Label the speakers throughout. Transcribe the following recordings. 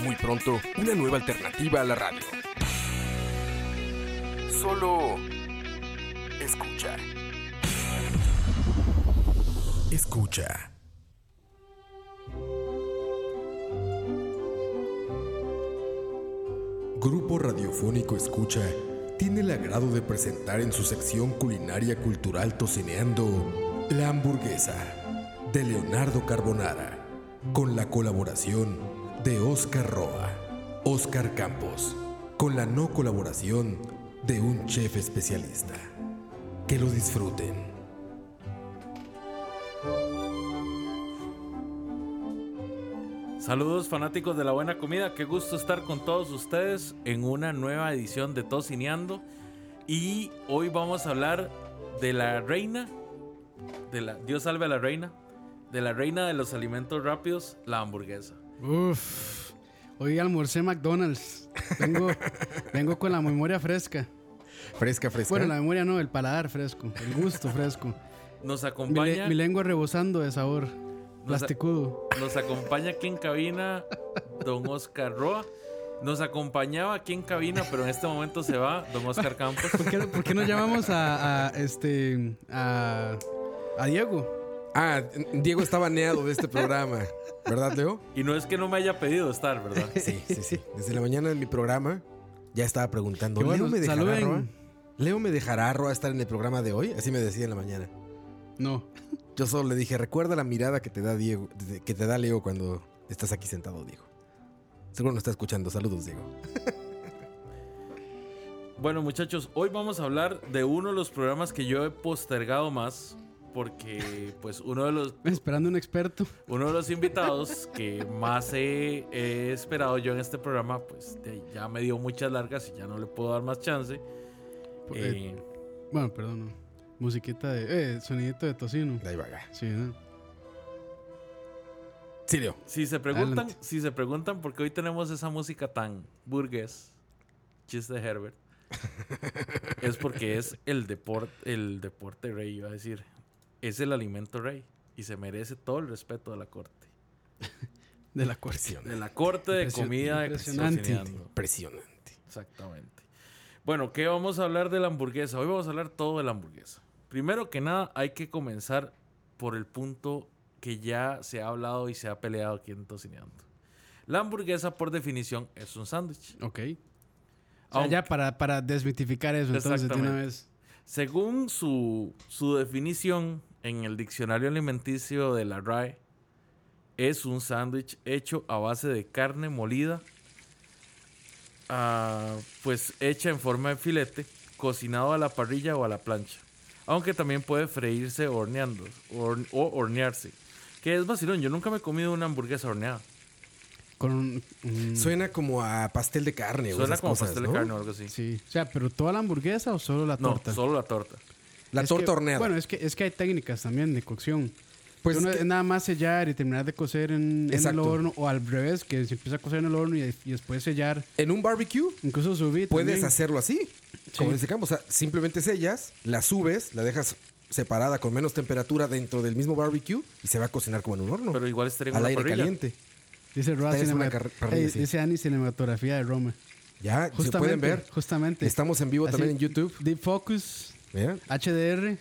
Speaker 1: Muy pronto, una nueva alternativa a la radio. Solo escucha. Escucha. Grupo Radiofónico Escucha tiene el agrado de presentar en su sección culinaria cultural tocineando la hamburguesa de Leonardo Carbonara, con la colaboración de Oscar Roa, Oscar Campos, con la no colaboración de un chef especialista. Que lo disfruten.
Speaker 2: Saludos fanáticos de la buena comida, qué gusto estar con todos ustedes en una nueva edición de Tocineando y hoy vamos a hablar de la reina, de la Dios salve a la reina, de la reina de los alimentos rápidos, la hamburguesa.
Speaker 3: Uf, hoy almorcé McDonald's. Vengo, vengo con la memoria fresca.
Speaker 1: Fresca, fresca.
Speaker 3: Bueno, la memoria no, el paladar fresco, el gusto fresco.
Speaker 2: Nos
Speaker 3: Mi, le-
Speaker 2: acompaña,
Speaker 3: mi lengua rebosando de sabor. Plasticudo.
Speaker 2: nos acompaña aquí en cabina Don Oscar Roa. Nos acompañaba aquí en cabina, pero en este momento se va Don Oscar Campos.
Speaker 3: ¿Por qué, por qué no llamamos a, a, este a, a Diego?
Speaker 1: Ah, Diego está baneado de este programa, ¿verdad, Leo?
Speaker 2: Y no es que no me haya pedido estar, ¿verdad?
Speaker 1: Sí, sí, sí. Desde la mañana en mi programa ya estaba preguntando,
Speaker 3: Qué bueno,
Speaker 1: ¿Leo me dejará
Speaker 3: saluden.
Speaker 1: Roa? ¿Leo me dejará Roa estar en el programa de hoy? Así me decía en la mañana.
Speaker 3: No.
Speaker 1: Yo solo le dije, recuerda la mirada que te da Diego, que te da Leo cuando estás aquí sentado, Diego. Seguro no está escuchando. Saludos, Diego.
Speaker 2: Bueno, muchachos, hoy vamos a hablar de uno de los programas que yo he postergado más. Porque, pues, uno de los,
Speaker 3: Esperando un experto.
Speaker 2: uno de los invitados que más he, he esperado yo en este programa, pues de ahí ya me dio muchas largas y ya no le puedo dar más chance.
Speaker 3: Por-
Speaker 2: Eh,
Speaker 3: Bueno, perdón. no. Musiquita de. Eh, sonidito de tocino.
Speaker 1: De ahí va, ya.
Speaker 3: Sí, ¿no?
Speaker 1: Sí, Leo.
Speaker 2: si, se preguntan,
Speaker 3: adelante.
Speaker 2: si se preguntan por qué hoy tenemos esa música tan burgués, chiste de Herbert, es porque es el, deport, el deporte rey, iba a decir. Es el alimento rey y se merece todo el respeto de la corte.
Speaker 3: De la cuarta.
Speaker 1: Impresionante.
Speaker 2: De la corte de
Speaker 3: Impresio-
Speaker 2: comida de
Speaker 3: impresionante.
Speaker 2: Cocineando.
Speaker 1: Impresionante.
Speaker 2: Exactamente. Bueno, ¿qué vamos a hablar de la hamburguesa? Hoy vamos a hablar todo de la hamburguesa. Primero que nada, hay que comenzar por el punto que ya se ha hablado y se ha peleado aquí en Tocineando. La hamburguesa, por definición, es un sándwich.
Speaker 3: Ok. O sea,
Speaker 2: Aunque-
Speaker 3: ya para, para desmitificar eso, entonces de una
Speaker 2: Exactamente.
Speaker 3: vez.
Speaker 2: Según su, su definición en el diccionario alimenticio de la RAE, es un sándwich hecho a base de carne molida, ah, pues hecha en forma de filete, cocinado a la parrilla o a la plancha. Aunque también puede freírse horneando hor- o hornearse. Que es vacilón, yo nunca me he comido una hamburguesa horneada.
Speaker 3: Con un. un-
Speaker 1: Suena como a pastel de carne. o
Speaker 2: Suena
Speaker 1: esas
Speaker 2: como
Speaker 1: cosas,
Speaker 2: pastel
Speaker 1: ¿no?
Speaker 2: de carne o algo así.
Speaker 3: Sí. O sea, pero toda la hamburguesa o solo la
Speaker 2: no,
Speaker 3: torta?
Speaker 2: solo la torta.
Speaker 1: La
Speaker 3: Es
Speaker 1: torta
Speaker 3: que-
Speaker 1: horneada.
Speaker 3: Bueno, es que, es que hay técnicas también de cocción.
Speaker 1: Pues
Speaker 3: Pues
Speaker 1: es que-
Speaker 3: es nada más sellar y terminar de cocer en, en el
Speaker 1: Exacto.
Speaker 3: horno o al revés, que se empieza a cocer en el horno y, y después sellar.
Speaker 1: en un barbecue
Speaker 3: Incluso subir.
Speaker 1: puedes hacerlo así. Como
Speaker 3: Sí.
Speaker 1: dice Campos, o sea, simplemente sellas, la subes, la dejas separada con menos temperatura dentro del mismo barbecue y se va a cocinar como en un horno.
Speaker 2: Pero igual estaría en
Speaker 1: al
Speaker 2: una
Speaker 1: aire
Speaker 2: parrilla.
Speaker 1: caliente.
Speaker 3: Dice Roa
Speaker 1: Esta es una
Speaker 3: cinemat-
Speaker 1: car- parrilla,
Speaker 3: eh,
Speaker 1: sí.
Speaker 3: dice Ani Cinematografía de Roma.
Speaker 1: Ya, se
Speaker 3: Justamente,
Speaker 1: pueden ver.
Speaker 3: Justamente.
Speaker 1: Estamos en vivo
Speaker 3: Así,
Speaker 1: también en YouTube.
Speaker 3: Deep Focus,
Speaker 1: Mira,
Speaker 3: HDR.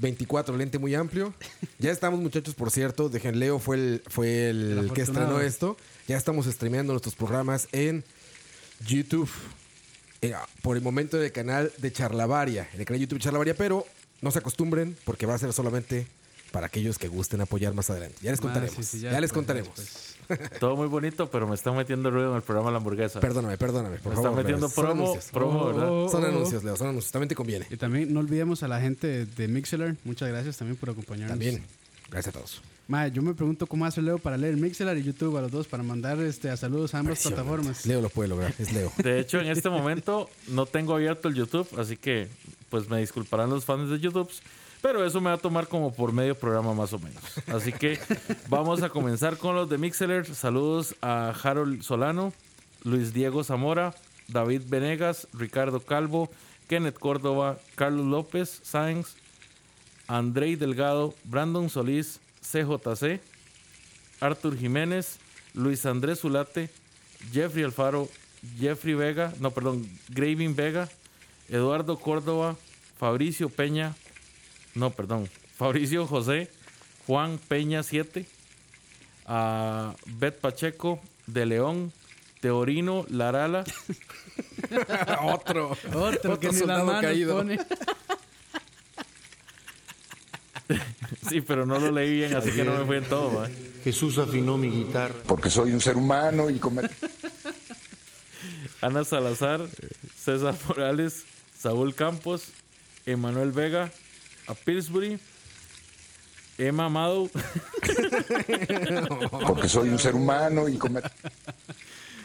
Speaker 1: 24, lente muy amplio. Ya estamos, muchachos, por cierto. Dejen, Leo fue el, fue el,
Speaker 3: El
Speaker 1: que estrenó
Speaker 3: afortunado.
Speaker 1: esto. Ya estamos streameando nuestros programas en YouTube. Eh, por el momento en el canal de Charlavaria, en el canal de YouTube Charlavaria, pero no se acostumbren porque va a ser solamente para aquellos que gusten apoyar más adelante. Ya les contaremos.
Speaker 3: Ah, sí, sí,
Speaker 1: ya, les
Speaker 3: después,
Speaker 1: contaremos.
Speaker 3: después.
Speaker 2: Todo muy bonito, pero me están metiendo ruido en el programa La Hamburguesa.
Speaker 1: Perdóname, perdóname. Por
Speaker 2: Me
Speaker 1: favor,
Speaker 2: están metiendo
Speaker 1: Leo. son
Speaker 2: promo,
Speaker 1: anuncios.
Speaker 2: promo,
Speaker 3: Oh,
Speaker 2: ¿verdad?
Speaker 3: oh,
Speaker 1: Son anuncios, Leo. Son anuncios. También te
Speaker 3: pues.
Speaker 1: conviene.
Speaker 3: Y también no olvidemos a la gente de, de Mixlr. Muchas gracias también por acompañarnos.
Speaker 1: También. Gracias a todos.
Speaker 3: Mae, yo me pregunto cómo hace Leo para leer Mixelar y YouTube a los dos para mandar este, a saludos a ambas plataformas.
Speaker 4: Leo lo puede lograr, es Leo.
Speaker 2: De hecho, en este momento no tengo abierto el YouTube, así que pues me disculparán los fans de YouTube, pero eso me va a tomar como por medio programa más o menos. Así que vamos a comenzar con los de Mixeler. Saludos a Harold Solano, Luis Diego Zamora, David Venegas, Ricardo Calvo, Kenneth Córdoba, Carlos López Sáenz, Andrei Delgado, Brandon Solís, CJC, Artur Jiménez, Luis Andrés Zulate, Jeffrey Alfaro, Jeffrey Vega, no, perdón, Graving Vega, Eduardo Córdoba, Fabricio Peña, no, perdón, Fabricio José, Juan Peña 7, a Bet Pacheco, De León, Teorino Larala,
Speaker 4: Otro.
Speaker 3: Otro que ni las
Speaker 4: soldado
Speaker 3: manos
Speaker 4: caído.
Speaker 3: pone.
Speaker 2: sí, pero no lo leí bien, así que no me fue en todo, ma.
Speaker 5: Jesús afinó mi guitarra.
Speaker 6: porque soy un ser humano y cometo
Speaker 2: Ana Salazar, César Morales, Saúl Campos, Emanuel Vega, a Pillsbury, Emma Amado,
Speaker 6: porque soy un ser humano y cometo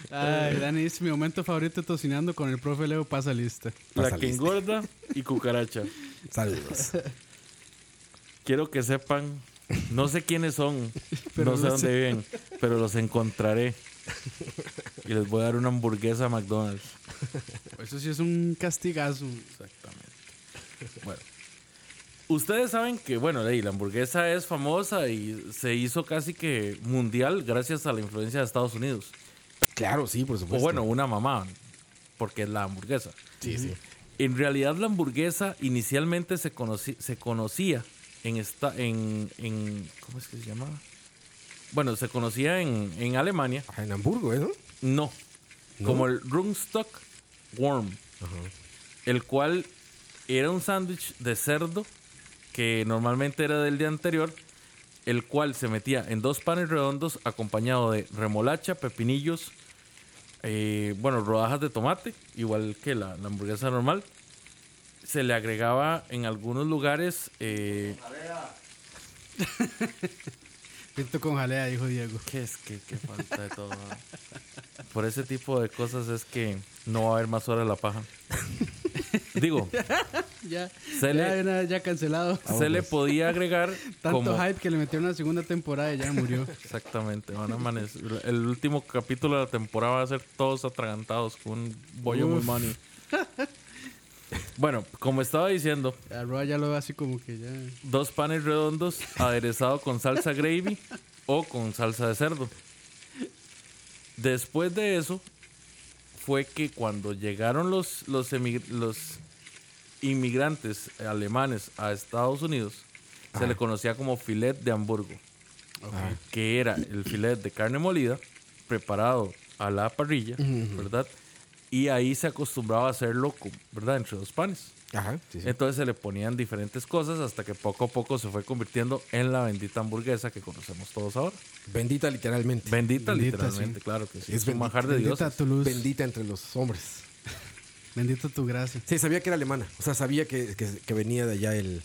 Speaker 3: Ay, Dani, es mi momento favorito tocinando con el profe Leo pasa lista.
Speaker 2: La
Speaker 4: Pasa
Speaker 2: que
Speaker 4: lista.
Speaker 2: engorda y Cucaracha.
Speaker 4: Saludos.
Speaker 2: Quiero que sepan, no sé quiénes son,
Speaker 3: Pero
Speaker 2: no sé
Speaker 3: los-
Speaker 2: dónde viven, pero los encontraré. Y les voy a dar una hamburguesa a McDonald's.
Speaker 3: Eso sí es un castigazo.
Speaker 2: Exactamente. Bueno. Ustedes saben que, bueno, ahí, la hamburguesa es famosa y se hizo casi que mundial gracias a la influencia de Estados Unidos.
Speaker 4: Claro, sí, por
Speaker 1: Pues
Speaker 2: O
Speaker 4: supuesto.
Speaker 2: bueno, una mamá, porque es la hamburguesa.
Speaker 4: Sí, sí.
Speaker 2: En realidad la hamburguesa inicialmente se, conoci- se conocía en, esta en, en- ¿Cómo es que se llamaba? Bueno, se conocía en, en Alemania.
Speaker 4: Ajá, en Hamburgo, ¿eh? ¿No?
Speaker 2: No. Como el Rundstock Worm. El cual era un sándwich de cerdo que normalmente era del día anterior, el cual se metía en dos panes redondos acompañado de remolacha, pepinillos, eh, bueno, rodajas de tomate, igual que la, la hamburguesa normal. Se le agregaba en algunos lugares eh,
Speaker 3: Pinto con jalea, dijo Diego.
Speaker 2: ¿Qué es que qué falta de todo? ¿verdad? Por ese tipo de cosas es que no va a haber más hora de la paja. Digo,
Speaker 3: Ya,
Speaker 2: Se
Speaker 3: ya,
Speaker 2: le- pues,
Speaker 3: era- ya cancelado.
Speaker 2: se le podía agregar
Speaker 3: Tanto
Speaker 2: como
Speaker 3: hype que le metieron la segunda temporada y ya murió.
Speaker 2: exactamente, van a amanecer. El último capítulo de la temporada va a ser todos atragantados con un bollo muy
Speaker 3: Uf.
Speaker 2: money. Bueno, como estaba diciendo,
Speaker 3: Arroba ya lo ve así como que ya.
Speaker 2: dos panes redondos aderezado con salsa gravy o con salsa de cerdo. Después de eso fue que cuando llegaron los, los, emig- los inmigrantes alemanes a Estados Unidos, se le conocía como filet de Hamburgo, Ah. que era el filet de carne molida preparado a la parrilla, ¿verdad? Y ahí se acostumbraba a hacerlo, con- ¿verdad? Entre dos panes.
Speaker 4: Ajá, sí, sí.
Speaker 2: Entonces se le ponían diferentes cosas hasta que poco a poco se fue convirtiendo en la bendita hamburguesa que conocemos todos ahora.
Speaker 4: Bendita literalmente.
Speaker 2: Bendita,
Speaker 3: Bendita,
Speaker 2: literalmente, claro que sí.
Speaker 4: Es
Speaker 2: Es un
Speaker 4: bendita,
Speaker 2: manjar de Dios.
Speaker 3: Bendita tu luz.
Speaker 4: Bendita entre los hombres.
Speaker 3: Bendita tu gracia.
Speaker 4: Sí, sabía que era alemana. O sea, sabía que, que- que venía de allá el.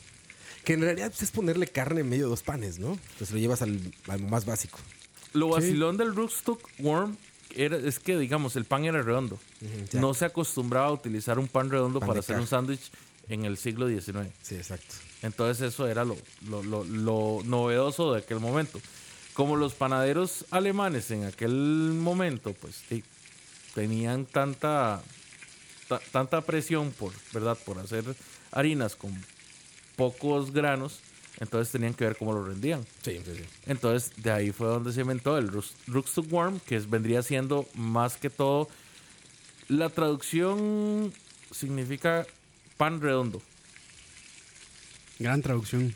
Speaker 4: Que en realidad pues, es ponerle carne en medio de dos panes, ¿no? Entonces lo llevas al, al más básico.
Speaker 2: Lo vacilón del Rootstock Worm era, es que, digamos, el pan era redondo.
Speaker 4: ya.
Speaker 2: No se acostumbraba a utilizar un pan redondo
Speaker 4: Pan de
Speaker 2: para hacer un
Speaker 4: caja.
Speaker 2: sándwich en el siglo XIX.
Speaker 4: Sí, exacto.
Speaker 2: Entonces eso era lo, lo- lo- lo novedoso de aquel momento. Como los panaderos alemanes en aquel momento, pues sí, tenían tanta, ta- tanta presión por, ¿verdad? por hacer harinas con pocos granos, entonces tenían que ver cómo lo rendían.
Speaker 4: Sí, sí, sí.
Speaker 2: Entonces, de ahí fue donde se inventó el Rus- Rookstock Worm, que es- vendría siendo más que todo. La traducción significa pan redondo.
Speaker 3: Gran traducción.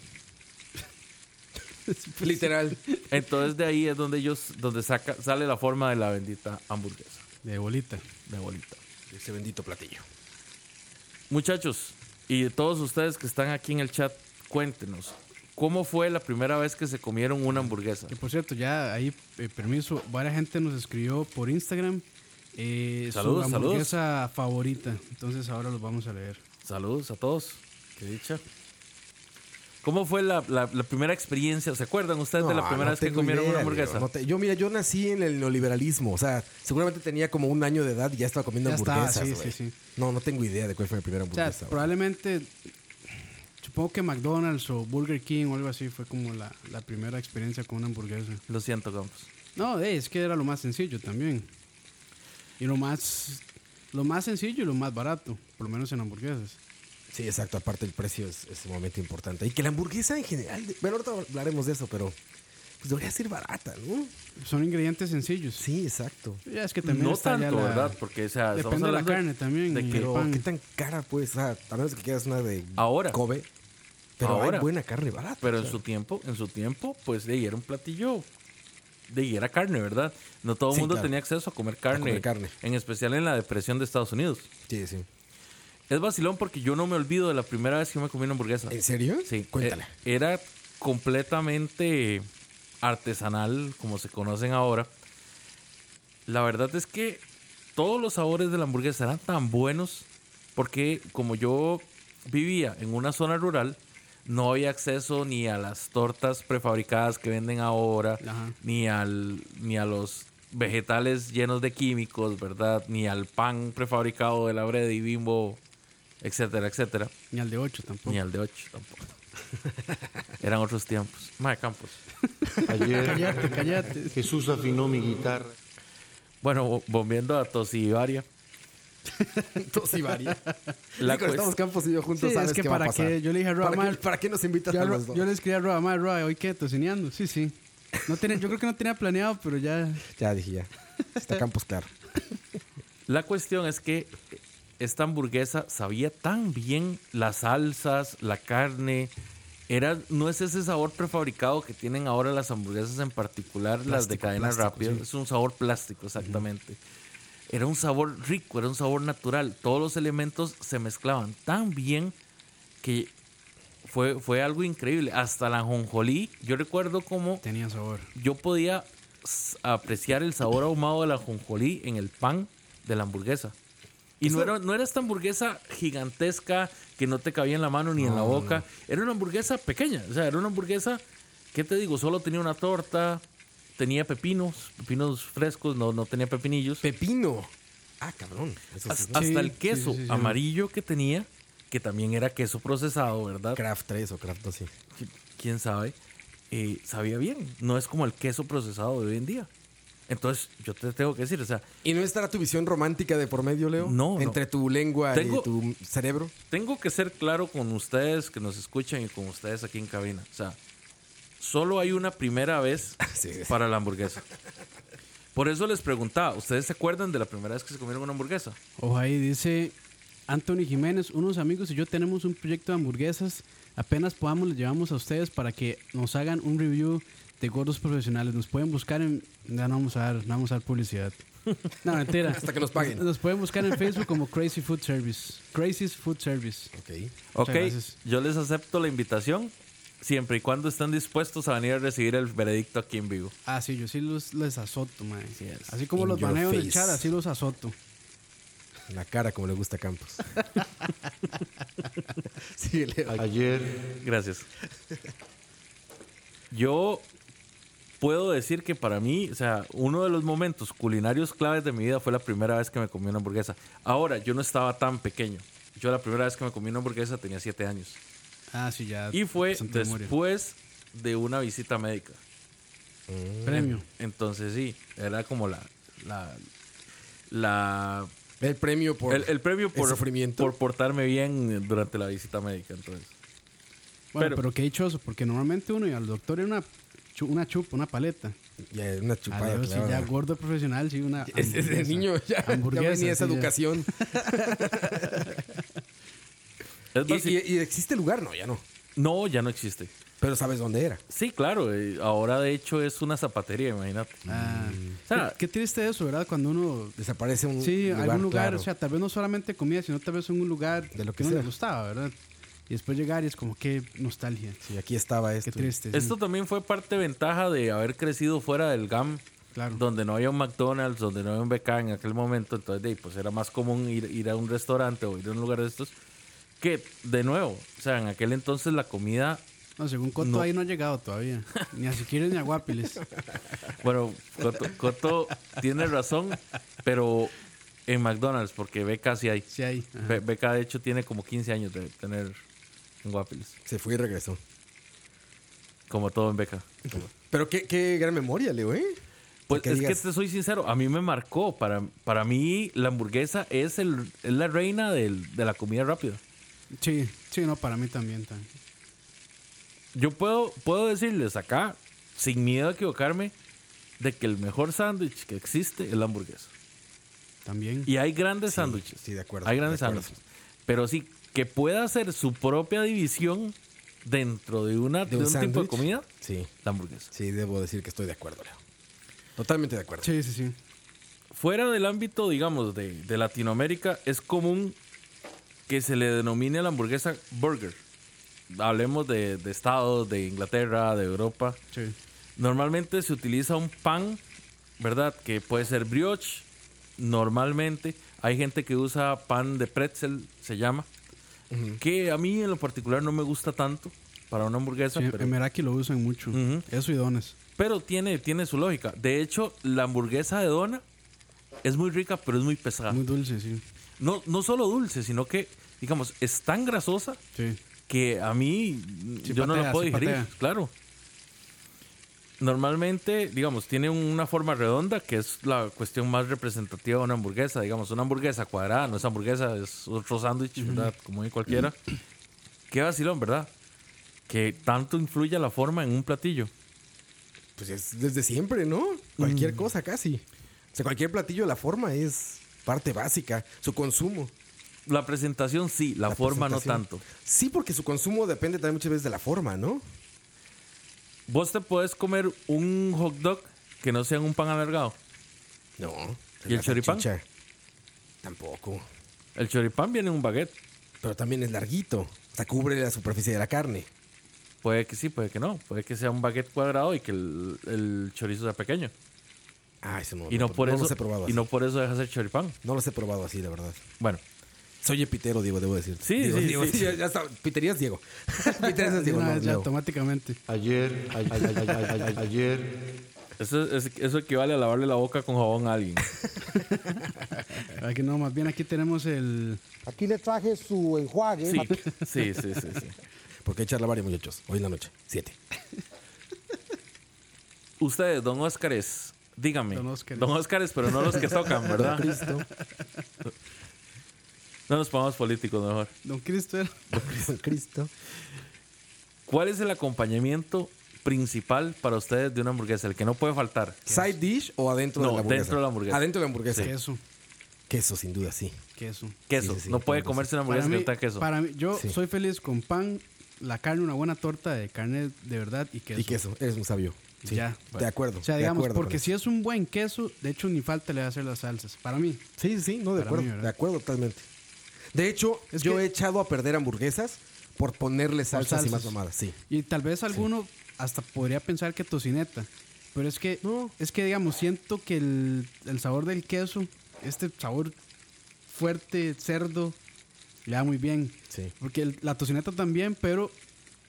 Speaker 4: Literal.
Speaker 2: Entonces de ahí es donde ellos, donde saca, sale la forma de la bendita hamburguesa
Speaker 3: De bolita.
Speaker 2: de bolita.
Speaker 4: Ese bendito platillo.
Speaker 2: Muchachos, y de todos ustedes que están aquí en el chat, cuéntenos, ¿cómo fue la primera vez que se comieron una hamburguesa?
Speaker 3: Que por cierto, ya ahí, eh, permiso, varias gente nos escribió por Instagram. Eh,
Speaker 2: Saludos,
Speaker 3: su
Speaker 2: saludos.
Speaker 3: hamburguesa favorita. Entonces ahora los vamos a leer.
Speaker 2: Saludos a todos, qué dicha. ¿Cómo fue la, la- la primera experiencia? ¿Se acuerdan ustedes de la
Speaker 1: No,
Speaker 2: primera
Speaker 1: no
Speaker 2: vez que
Speaker 1: tengo
Speaker 2: comieron
Speaker 1: idea,
Speaker 2: una
Speaker 1: Leo,
Speaker 2: hamburguesa?
Speaker 1: no te- yo, mira, yo nací en el neoliberalismo. O sea, seguramente tenía como un año de edad y ya estaba comiendo
Speaker 3: Ya estaba,
Speaker 1: hamburguesas.
Speaker 3: sí,
Speaker 1: güey.
Speaker 3: sí, sí.
Speaker 1: No, no tengo idea de cuál fue mi primera
Speaker 3: O sea,
Speaker 1: hamburguesa. güey.
Speaker 3: probablemente, supongo que McDonald's o Burger King o algo así fue como la, la primera experiencia con una hamburguesa.
Speaker 2: Lo siento, Campos.
Speaker 3: No, eh, es que era lo más sencillo también. Y lo más, lo más sencillo y lo más barato, por lo menos en hamburguesas.
Speaker 1: Sí, exacto. Aparte, el precio es, es sumamente importante. Y que la hamburguesa en general. de- Bueno, ahorita hablaremos de eso, pero. Pues debería ser barata, ¿no?
Speaker 3: Son ingredientes sencillos.
Speaker 1: Sí, exacto.
Speaker 3: Ya es que también
Speaker 2: no
Speaker 3: está ya
Speaker 2: tanto,
Speaker 3: la-
Speaker 2: ¿verdad? Porque, o sea, estamos
Speaker 3: depende de la
Speaker 2: hablando
Speaker 3: carne también.
Speaker 2: de
Speaker 3: y
Speaker 2: que-
Speaker 3: el
Speaker 1: Pero,
Speaker 3: pan.
Speaker 1: ¿qué tan cara, pues? O sea, a menos que quieras una de.
Speaker 2: Ahora.
Speaker 1: Kobe. Pero
Speaker 2: Ahora. Pues,
Speaker 1: hay buena carne barata.
Speaker 2: Pero
Speaker 1: o
Speaker 2: en
Speaker 1: sea.
Speaker 2: su tiempo, en su tiempo, pues de ahí era un platillo. De ahí era carne, ¿verdad? No todo el
Speaker 1: Sí,
Speaker 2: mundo
Speaker 1: claro.
Speaker 2: tenía acceso a comer carne.
Speaker 1: comer carne.
Speaker 2: En especial en la depresión de Estados Unidos.
Speaker 1: Sí, sí.
Speaker 2: Es vacilón porque yo no me olvido de la primera vez que me comí una hamburguesa.
Speaker 1: ¿En serio?
Speaker 2: ah, Sí.
Speaker 1: Cuéntala.
Speaker 2: eh, Era completamente artesanal, como se conocen ahora. La verdad es que todos los sabores de la hamburguesa eran tan buenos porque como yo vivía en una zona rural, no había acceso ni a las tortas prefabricadas que venden ahora,
Speaker 3: Ajá.
Speaker 2: ni, al, ni a los vegetales llenos de químicos, ¿verdad? Ni al pan prefabricado de la Breda y Bimbo, etcétera, etcétera.
Speaker 3: Ni al de 8 tampoco.
Speaker 2: Ni al de 8 tampoco. Eran otros tiempos. Mae Campos.
Speaker 5: Ayer
Speaker 3: Cállate, cállate.
Speaker 5: Jesús afinó mi guitarra.
Speaker 2: Bueno, vo- volviendo a Tosivaria.
Speaker 1: Todos y varios.
Speaker 2: La
Speaker 1: Sí, cuando estamos
Speaker 2: cuest-
Speaker 1: Campos y yo juntos
Speaker 3: Sí,
Speaker 1: sabes
Speaker 3: es que
Speaker 1: qué va a
Speaker 3: para
Speaker 1: pasar.
Speaker 3: qué, yo le dije a Roa,
Speaker 1: ¿Para,
Speaker 3: "Mar,
Speaker 1: qué, ¿Para qué nos invitas
Speaker 3: Yo,
Speaker 1: a
Speaker 3: a Ro-
Speaker 1: los dos?
Speaker 3: yo le escribí a Roa, "Mae, Roa, hoy qué, tocineando. Sí, sí. No tenía, yo creo que no tenía planeado, pero ya.
Speaker 1: Ya dije ya. Está Campos claro.
Speaker 2: la cuestión es que esta hamburguesa sabía tan bien las salsas, la carne. Era, no es ese sabor prefabricado que tienen ahora las hamburguesas en particular, las de
Speaker 1: Plástico,
Speaker 2: cadena
Speaker 1: plástico,
Speaker 2: rápida.
Speaker 1: sí.
Speaker 2: Es un sabor plástico, exactamente. Era un sabor rico, era un sabor natural. Todos los elementos se mezclaban tan bien que fue, fue algo increíble. Hasta la jonjolí, yo recuerdo como
Speaker 3: Tenía sabor.
Speaker 2: yo podía s- apreciar el sabor ahumado de la jonjolí en el pan de la hamburguesa. Y no era, no era esta hamburguesa gigantesca que no te cabía en la mano ni en la boca. Era una hamburguesa pequeña. O sea, era una hamburguesa, ¿qué te digo? Solo tenía una torta, tenía pepinos, pepinos frescos, no, no tenía pepinillos.
Speaker 1: Pepino. Ah, cabrón. Eso sí,
Speaker 2: Hasta,
Speaker 1: ¿no?
Speaker 2: hasta el
Speaker 3: sí,
Speaker 2: queso
Speaker 3: sí, sí, sí.
Speaker 2: amarillo que tenía, que también era queso procesado, ¿verdad?
Speaker 1: Craft 3 o Craft 2, sí.
Speaker 2: qui- quién sabe, eh, sabía bien. No es como el queso procesado de hoy en día. Entonces, yo te tengo que decir, o sea,
Speaker 1: ¿Y no estará tu visión romántica de por medio, Leo?
Speaker 2: No, no.
Speaker 1: Entre tu lengua
Speaker 2: Tengo-
Speaker 1: y tu cerebro.
Speaker 2: tengo que ser claro con ustedes que nos escuchan y con ustedes aquí en cabina. O sea, solo hay una primera vez
Speaker 1: Sí, sí.
Speaker 2: para la hamburguesa. Por eso les preguntaba, ¿ustedes se acuerdan de la primera vez que se comieron una hamburguesa?
Speaker 3: Ojo ahí, dice Anthony Jiménez, unos amigos y yo tenemos un proyecto de hamburguesas. Apenas podamos, les llevamos a ustedes para que nos hagan un review de gordos profesionales. Nos pueden buscar en... Ya no vamos a dar, no vamos a dar publicidad. No, mentira.
Speaker 1: Hasta que nos paguen.
Speaker 3: Nos pueden buscar en Facebook como Crazy Food Service. Crazy's Food Service.
Speaker 1: Ok.
Speaker 2: Ok,
Speaker 3: gracias.
Speaker 2: yo les acepto la invitación siempre y cuando estén dispuestos a venir a recibir el veredicto aquí en vivo.
Speaker 3: Ah, sí, yo sí los, les azoto, mae.
Speaker 2: Así es.
Speaker 3: Así como
Speaker 1: In
Speaker 3: los
Speaker 1: your
Speaker 3: baneo del
Speaker 1: face.
Speaker 3: chat, así los azoto.
Speaker 1: En la cara, como le gusta a Campos. sí, Leo.
Speaker 5: Ayer
Speaker 2: Gracias. Yo puedo decir que para mí, o sea, uno de los momentos culinarios claves de mi vida fue la primera vez que me comí una hamburguesa. Ahora, yo no estaba tan pequeño. Yo la primera vez que me comí una hamburguesa tenía siete años.
Speaker 3: Ah, sí, ya.
Speaker 1: Pues,
Speaker 2: Y fue
Speaker 3: bastante memoria.
Speaker 2: después de una visita médica.
Speaker 3: Premio.
Speaker 2: Entonces sí, era como la... la, la
Speaker 1: El premio por.
Speaker 2: el, el premio por,
Speaker 1: sufrimiento.
Speaker 2: por portarme bien durante la visita médica. Entonces.
Speaker 3: Bueno,
Speaker 2: Pero-
Speaker 3: pero, qué dichoso, porque normalmente uno y al doctor es una, chu- una chupa, una paleta.
Speaker 1: Ya, una
Speaker 3: A
Speaker 1: chupada.
Speaker 3: Leo sí,
Speaker 1: claro.
Speaker 3: ya gordo profesional, sí, una.
Speaker 1: Es- es de
Speaker 3: hamburguesa.
Speaker 1: niño ya, ya
Speaker 3: Hamburguesa,
Speaker 1: venía esa
Speaker 3: sí, ya.
Speaker 1: educación.
Speaker 2: Es
Speaker 1: Y,
Speaker 2: basi-
Speaker 1: y- y existe lugar, no, ya no.
Speaker 2: no, ya no existe.
Speaker 1: Pero sabes dónde era.
Speaker 2: Sí, claro. eh, Ahora de hecho es una zapatería, imagínate.
Speaker 3: Ah,
Speaker 2: O sea,
Speaker 3: qué, qué triste eso, ¿verdad? Cuando uno.
Speaker 1: Desaparece un
Speaker 3: Sí,
Speaker 1: lugar.
Speaker 3: algún lugar,
Speaker 1: claro.
Speaker 3: o sea, tal vez no solamente comida, sino tal vez en un lugar
Speaker 1: De lo que
Speaker 3: no le
Speaker 1: sea.
Speaker 3: gustaba, ¿verdad? Y después llegar y es como qué nostalgia.
Speaker 1: Sí, aquí estaba esto.
Speaker 3: Qué triste. sí.
Speaker 2: esto también fue parte ventaja de haber crecido fuera del GAM,
Speaker 3: Claro.
Speaker 2: donde no había un McDonald's, donde no había un BK en aquel momento. Entonces, de ahí, pues era más común ir, ir a un restaurante o ir a un lugar de estos. Que, de nuevo, o sea, en aquel entonces la comida
Speaker 3: No, según Coto ahí no ha llegado todavía. Ni a Siquires ni a Guapiles.
Speaker 2: Bueno, Coto, Coto tiene razón, pero en McDonald's, porque Beca sí hay.
Speaker 3: Sí hay. ajá.
Speaker 2: Be- Beca, de hecho, tiene como 15 años de tener en Guapiles,
Speaker 1: Se fue y regresó.
Speaker 2: como todo en Beca.
Speaker 1: Pero qué, qué gran memoria, Leo, ¿eh?
Speaker 2: Pues
Speaker 1: Que
Speaker 2: es
Speaker 1: digas-
Speaker 2: que te soy sincero, a mí me marcó. Para, para mí, la hamburguesa es, el, es la reina del- de la comida rápida.
Speaker 3: Sí, sí, no, para mí también. también.
Speaker 2: Yo puedo, puedo decirles acá, sin miedo a equivocarme, de que el mejor sándwich que existe es la hamburguesa.
Speaker 3: También.
Speaker 2: Y hay grandes sándwiches.
Speaker 1: sí, de acuerdo,
Speaker 2: Hay
Speaker 1: de
Speaker 2: grandes
Speaker 1: acuerdo.
Speaker 2: sándwiches. Pero sí, que pueda hacer su propia división dentro de, una, de
Speaker 1: un
Speaker 2: un, tipo de
Speaker 1: sándwich?
Speaker 2: comida,
Speaker 1: Sí.
Speaker 2: la hamburguesa.
Speaker 1: Sí, debo decir que estoy de acuerdo, Leo. Totalmente de acuerdo.
Speaker 3: Sí, sí, sí.
Speaker 2: Fuera del ámbito, digamos, de, de Latinoamérica, es común que se le denomine a la hamburguesa burger. Hablemos de, de Estados, de Inglaterra, de Europa.
Speaker 3: sí.
Speaker 2: Normalmente se utiliza un pan, ¿verdad? Que puede ser brioche. Normalmente hay gente que usa pan de pretzel, se llama. Que a mí en lo particular no me gusta tanto para una hamburguesa.
Speaker 3: Sí, em-
Speaker 2: pero,
Speaker 3: en Meraki lo usan mucho.
Speaker 2: Ujú.
Speaker 3: Eso y dones.
Speaker 2: pero tiene, tiene su lógica. De hecho, la hamburguesa de dona es muy rica, pero es muy pesada.
Speaker 3: Muy dulce, sí.
Speaker 2: No, no solo dulce, sino que, digamos, es tan grasosa
Speaker 3: Sí.
Speaker 2: que a mí
Speaker 3: Sí
Speaker 2: yo no la
Speaker 3: patea,
Speaker 2: puedo
Speaker 3: sí
Speaker 2: digerir,
Speaker 3: patea.
Speaker 2: claro. Normalmente, digamos, tiene una forma redonda que es la cuestión más representativa de una hamburguesa. Digamos, una hamburguesa cuadrada, no es hamburguesa, es otro sándwich, ¿verdad? Como de cualquiera. Qué vacilón, ¿verdad? Que tanto influye la forma en un platillo.
Speaker 1: Pues es desde siempre, ¿no?
Speaker 3: Mm.
Speaker 1: Cualquier cosa casi. O sea, cualquier platillo, la forma es parte básica. Su consumo.
Speaker 2: La presentación sí, la, forma no
Speaker 1: presentación.
Speaker 2: tanto.
Speaker 1: Sí, porque su consumo depende también muchas veces de la forma, ¿no?
Speaker 2: Vos te puedes comer un hot dog que no sea en un pan alargado.
Speaker 1: No.
Speaker 2: ¿Y el
Speaker 1: La
Speaker 2: choripán?
Speaker 1: salchicha. Tampoco.
Speaker 2: El choripán viene en un baguette.
Speaker 1: Pero también es larguito. O sea, cubre la superficie de la carne.
Speaker 2: Puede que sí, puede que no. Puede que sea un baguette cuadrado y que el, el chorizo sea pequeño.
Speaker 1: Ah, eso no.
Speaker 2: y no, por eso.
Speaker 1: los he probado así.
Speaker 2: y no por eso deja ser choripán.
Speaker 1: No los he probado así, la verdad.
Speaker 2: Bueno,
Speaker 1: Soy epitero, Diego, debo decirte.
Speaker 2: Sí,
Speaker 1: Diego,
Speaker 2: sí,
Speaker 1: Diego,
Speaker 2: sí.
Speaker 1: Ya, ya está. Piterías, Diego. Piterías
Speaker 2: Ah,
Speaker 1: es
Speaker 3: De
Speaker 1: Diego,
Speaker 3: una
Speaker 1: no,
Speaker 3: vez ya
Speaker 1: Leo.
Speaker 3: automáticamente.
Speaker 5: Ayer, a- a- a- a- a- ayer,
Speaker 2: eso, es- eso equivale a lavarle la boca con jabón a alguien.
Speaker 3: Aquí no, más bien aquí tenemos el.
Speaker 7: Aquí le traje su enjuague.
Speaker 2: Sí, sí, sí, sí. sí.
Speaker 1: Porque hay charla varios muchachos. Hoy en la noche. Siete.
Speaker 2: Ustedes, don Óscares, dígame.
Speaker 3: Don Óscares.
Speaker 2: Don Óscares, pero no los que tocan, ¿verdad? No nos pongamos políticos mejor.
Speaker 3: Don Cristo era-
Speaker 1: Cristo.
Speaker 2: ¿Cuál es el acompañamiento principal para ustedes de una hamburguesa? El que no puede faltar.
Speaker 1: ¿Side dish o adentro de
Speaker 2: No,
Speaker 1: la hamburguesa?
Speaker 2: dentro de la hamburguesa.
Speaker 1: Adentro de la hamburguesa.
Speaker 3: Queso.
Speaker 1: Queso, sin duda, sí.
Speaker 3: Queso.
Speaker 2: Queso.
Speaker 1: Sí, sí, sí,
Speaker 2: no puede
Speaker 1: claro que
Speaker 2: comerse una
Speaker 3: Para
Speaker 2: hamburguesa que
Speaker 3: mí,
Speaker 2: no tenga queso.
Speaker 3: para mí, yo
Speaker 1: Sí.
Speaker 3: soy feliz con pan, la carne, una buena torta de carne de verdad y queso.
Speaker 1: Y queso. Eres un sabio. Sí.
Speaker 3: Ya.
Speaker 1: De acuerdo.
Speaker 3: O sea,
Speaker 1: de
Speaker 3: digamos,
Speaker 1: acuerdo con
Speaker 3: porque
Speaker 1: eso.
Speaker 3: si es un buen queso, de hecho ni falta le va a hacer las salsas. Para mí.
Speaker 1: Sí, sí, no, de
Speaker 3: Para
Speaker 1: acuerdo.
Speaker 3: mí, ¿verdad?
Speaker 1: de acuerdo, totalmente. De hecho,
Speaker 3: Es
Speaker 1: yo
Speaker 3: que-
Speaker 1: he echado a perder hamburguesas por ponerle salsas, y
Speaker 3: salsas.
Speaker 1: más mamadas, sí.
Speaker 3: Y tal vez alguno hasta podría pensar que tocineta. Pero es que,
Speaker 1: No.
Speaker 3: es que digamos, siento que el, el sabor del queso, este sabor fuerte, cerdo, le da muy bien.
Speaker 1: Sí.
Speaker 3: Porque el- la tocineta también, pero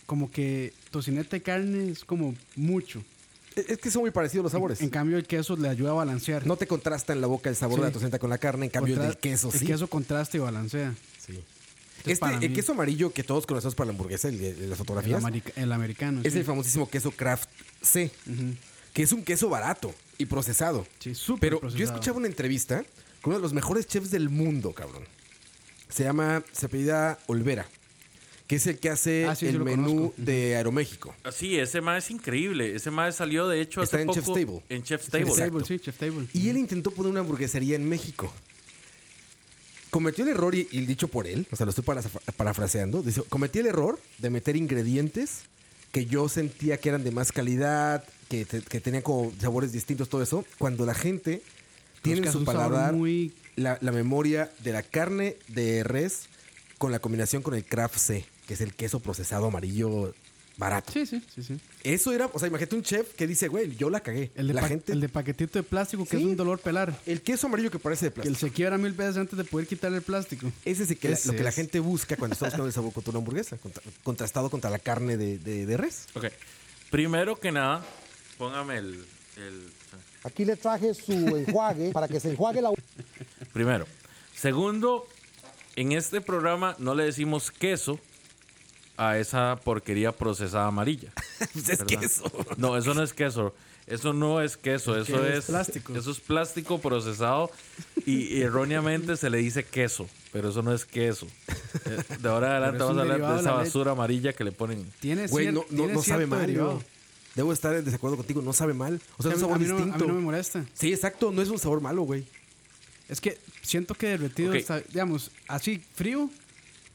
Speaker 3: como que tocineta y carne es como mucho.
Speaker 1: E, Es es que son muy parecidos los sabores.
Speaker 3: En cambio, el queso le ayuda a balancear.
Speaker 1: no te contrasta en la boca el sabor
Speaker 3: Sí.
Speaker 1: de la tosenta con la carne, en cambio el
Speaker 3: Contra-
Speaker 1: del queso, sí.
Speaker 3: El queso contrasta y balancea.
Speaker 1: Sí.
Speaker 3: es
Speaker 1: Este,
Speaker 3: para
Speaker 1: el
Speaker 3: mí.
Speaker 1: queso amarillo que todos conocemos para la hamburguesa, el de- de las
Speaker 3: El,
Speaker 1: fotografías,
Speaker 3: america- el americano.
Speaker 1: es
Speaker 3: sí.
Speaker 1: el famosísimo queso Kraft C, que es un queso barato y procesado.
Speaker 3: Sí, súper
Speaker 1: Pero yo
Speaker 3: procesado.
Speaker 1: escuchaba una entrevista con uno de los mejores chefs del mundo, cabrón. Se llama, se apellida Olvera, que es el que hace
Speaker 3: Ah, sí, sí
Speaker 1: el
Speaker 3: lo
Speaker 1: menú
Speaker 3: conozco.
Speaker 1: de Aeroméxico.
Speaker 2: Sí, ese mae es increíble. Ese mae salió, de hecho,
Speaker 1: Está
Speaker 2: hace
Speaker 1: en
Speaker 2: poco
Speaker 1: Chef's Table.
Speaker 2: en Chef's
Speaker 3: Chef
Speaker 2: Table.
Speaker 3: Table, sí, Chef Table.
Speaker 1: Y él intentó poner una hamburguesería en México. Cometió el error, y, y dicho por él, o sea, lo estoy paraf- parafraseando, dice, cometí el error de meter ingredientes que yo sentía que eran de más calidad, que, te- que tenían como sabores distintos, todo eso, cuando la gente tiene en
Speaker 3: Buscas
Speaker 1: su
Speaker 3: un sabor
Speaker 1: paladar
Speaker 3: muy-
Speaker 1: la, la memoria de la carne de res con la combinación con el Kraft C, que es el queso procesado amarillo barato.
Speaker 3: Sí, sí, sí, sí.
Speaker 1: Eso era, o sea, imagínate un chef que dice, güey, yo la cagué.
Speaker 3: El de,
Speaker 1: la
Speaker 3: pa-
Speaker 1: gente,
Speaker 3: el de paquetito de plástico,
Speaker 1: Sí.
Speaker 3: que es un dolor pelar.
Speaker 1: el queso amarillo que parece de
Speaker 3: Que
Speaker 1: plástico.
Speaker 3: él se quiebra mil veces antes de poder quitar el plástico.
Speaker 1: Ese es el que la-
Speaker 3: Ese
Speaker 1: lo que la
Speaker 3: es.
Speaker 1: gente busca cuando está buscando el sabor contra una hamburguesa, contra- contrastado contra la carne de, de- de res.
Speaker 2: Ok. Primero que nada, póngame el- el
Speaker 7: Aquí le traje su enjuague para que se enjuague la...
Speaker 2: Primero. Segundo, en este programa no le decimos queso a esa porquería procesada amarilla.
Speaker 1: Pues es
Speaker 2: ¿verdad?
Speaker 1: queso.
Speaker 2: No, eso no es queso. Eso no es queso, eso
Speaker 3: es
Speaker 2: es,
Speaker 3: plástico.
Speaker 2: Eso es plástico procesado y, y erróneamente se le dice queso, pero eso no es queso. Eh, De ahora en adelante
Speaker 3: es un
Speaker 2: vamos a hablar de
Speaker 3: derivado de
Speaker 2: esa
Speaker 3: la leche.
Speaker 2: basura amarilla que le ponen.
Speaker 3: Tiene
Speaker 1: Güey,
Speaker 3: cier-
Speaker 1: no, no,
Speaker 3: tiene
Speaker 1: no sabe
Speaker 3: cierto
Speaker 1: mal.
Speaker 3: derivado.
Speaker 1: yo. Debo estar en desacuerdo contigo, no sabe mal. O sea,
Speaker 3: A
Speaker 1: es
Speaker 3: mí-
Speaker 1: un sabor
Speaker 3: a mí no- a mí
Speaker 1: distinto.
Speaker 3: no me molesta.
Speaker 1: Sí, exacto, no es un sabor malo, güey.
Speaker 3: Es que siento que derretido
Speaker 2: Ok.
Speaker 3: está, digamos, así frío.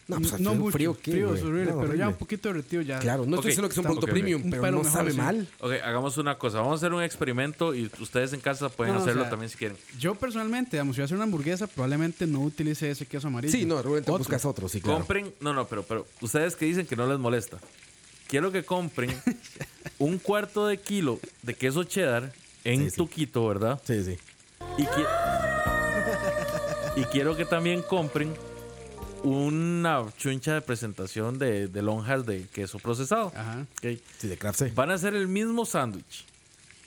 Speaker 1: No, pues, al
Speaker 3: no
Speaker 1: frío-
Speaker 3: mucho.
Speaker 1: frío qué,
Speaker 3: frío es
Speaker 1: güey.
Speaker 3: horrible,
Speaker 1: No,
Speaker 3: pero ya
Speaker 1: horrible.
Speaker 3: un poquito derretido ya.
Speaker 1: Claro, no
Speaker 2: Ok,
Speaker 1: estoy diciendo que es un
Speaker 2: está-
Speaker 1: producto
Speaker 2: ok, ok.
Speaker 1: premium,
Speaker 3: Un
Speaker 1: pero
Speaker 3: pelo
Speaker 1: no
Speaker 3: mejor,
Speaker 1: sabe
Speaker 3: sí.
Speaker 1: mal.
Speaker 2: Ok, hagamos una cosa, vamos a hacer un experimento y ustedes en casa pueden
Speaker 3: No, o
Speaker 2: hacerlo
Speaker 3: sea,
Speaker 2: también si quieren.
Speaker 3: Yo personalmente, digamos, si voy a hacer una hamburguesa, probablemente no utilice ese queso amarillo.
Speaker 1: Sí, no, realmente
Speaker 3: Otro.
Speaker 1: buscas otro, sí, claro.
Speaker 2: Compren, no, no, pero, pero ustedes que dicen que no les molesta, quiero que compren un cuarto de kilo de queso cheddar en
Speaker 1: Sí, sí.
Speaker 2: Tuquito, ¿verdad?
Speaker 1: Sí, sí.
Speaker 2: Y, qui- y quiero que también compren una chuncha de presentación de, de lonjas de queso procesado.
Speaker 3: Ajá.
Speaker 2: Ok.
Speaker 1: Sí, de Kraft, sí.
Speaker 2: Van a hacer el mismo sándwich.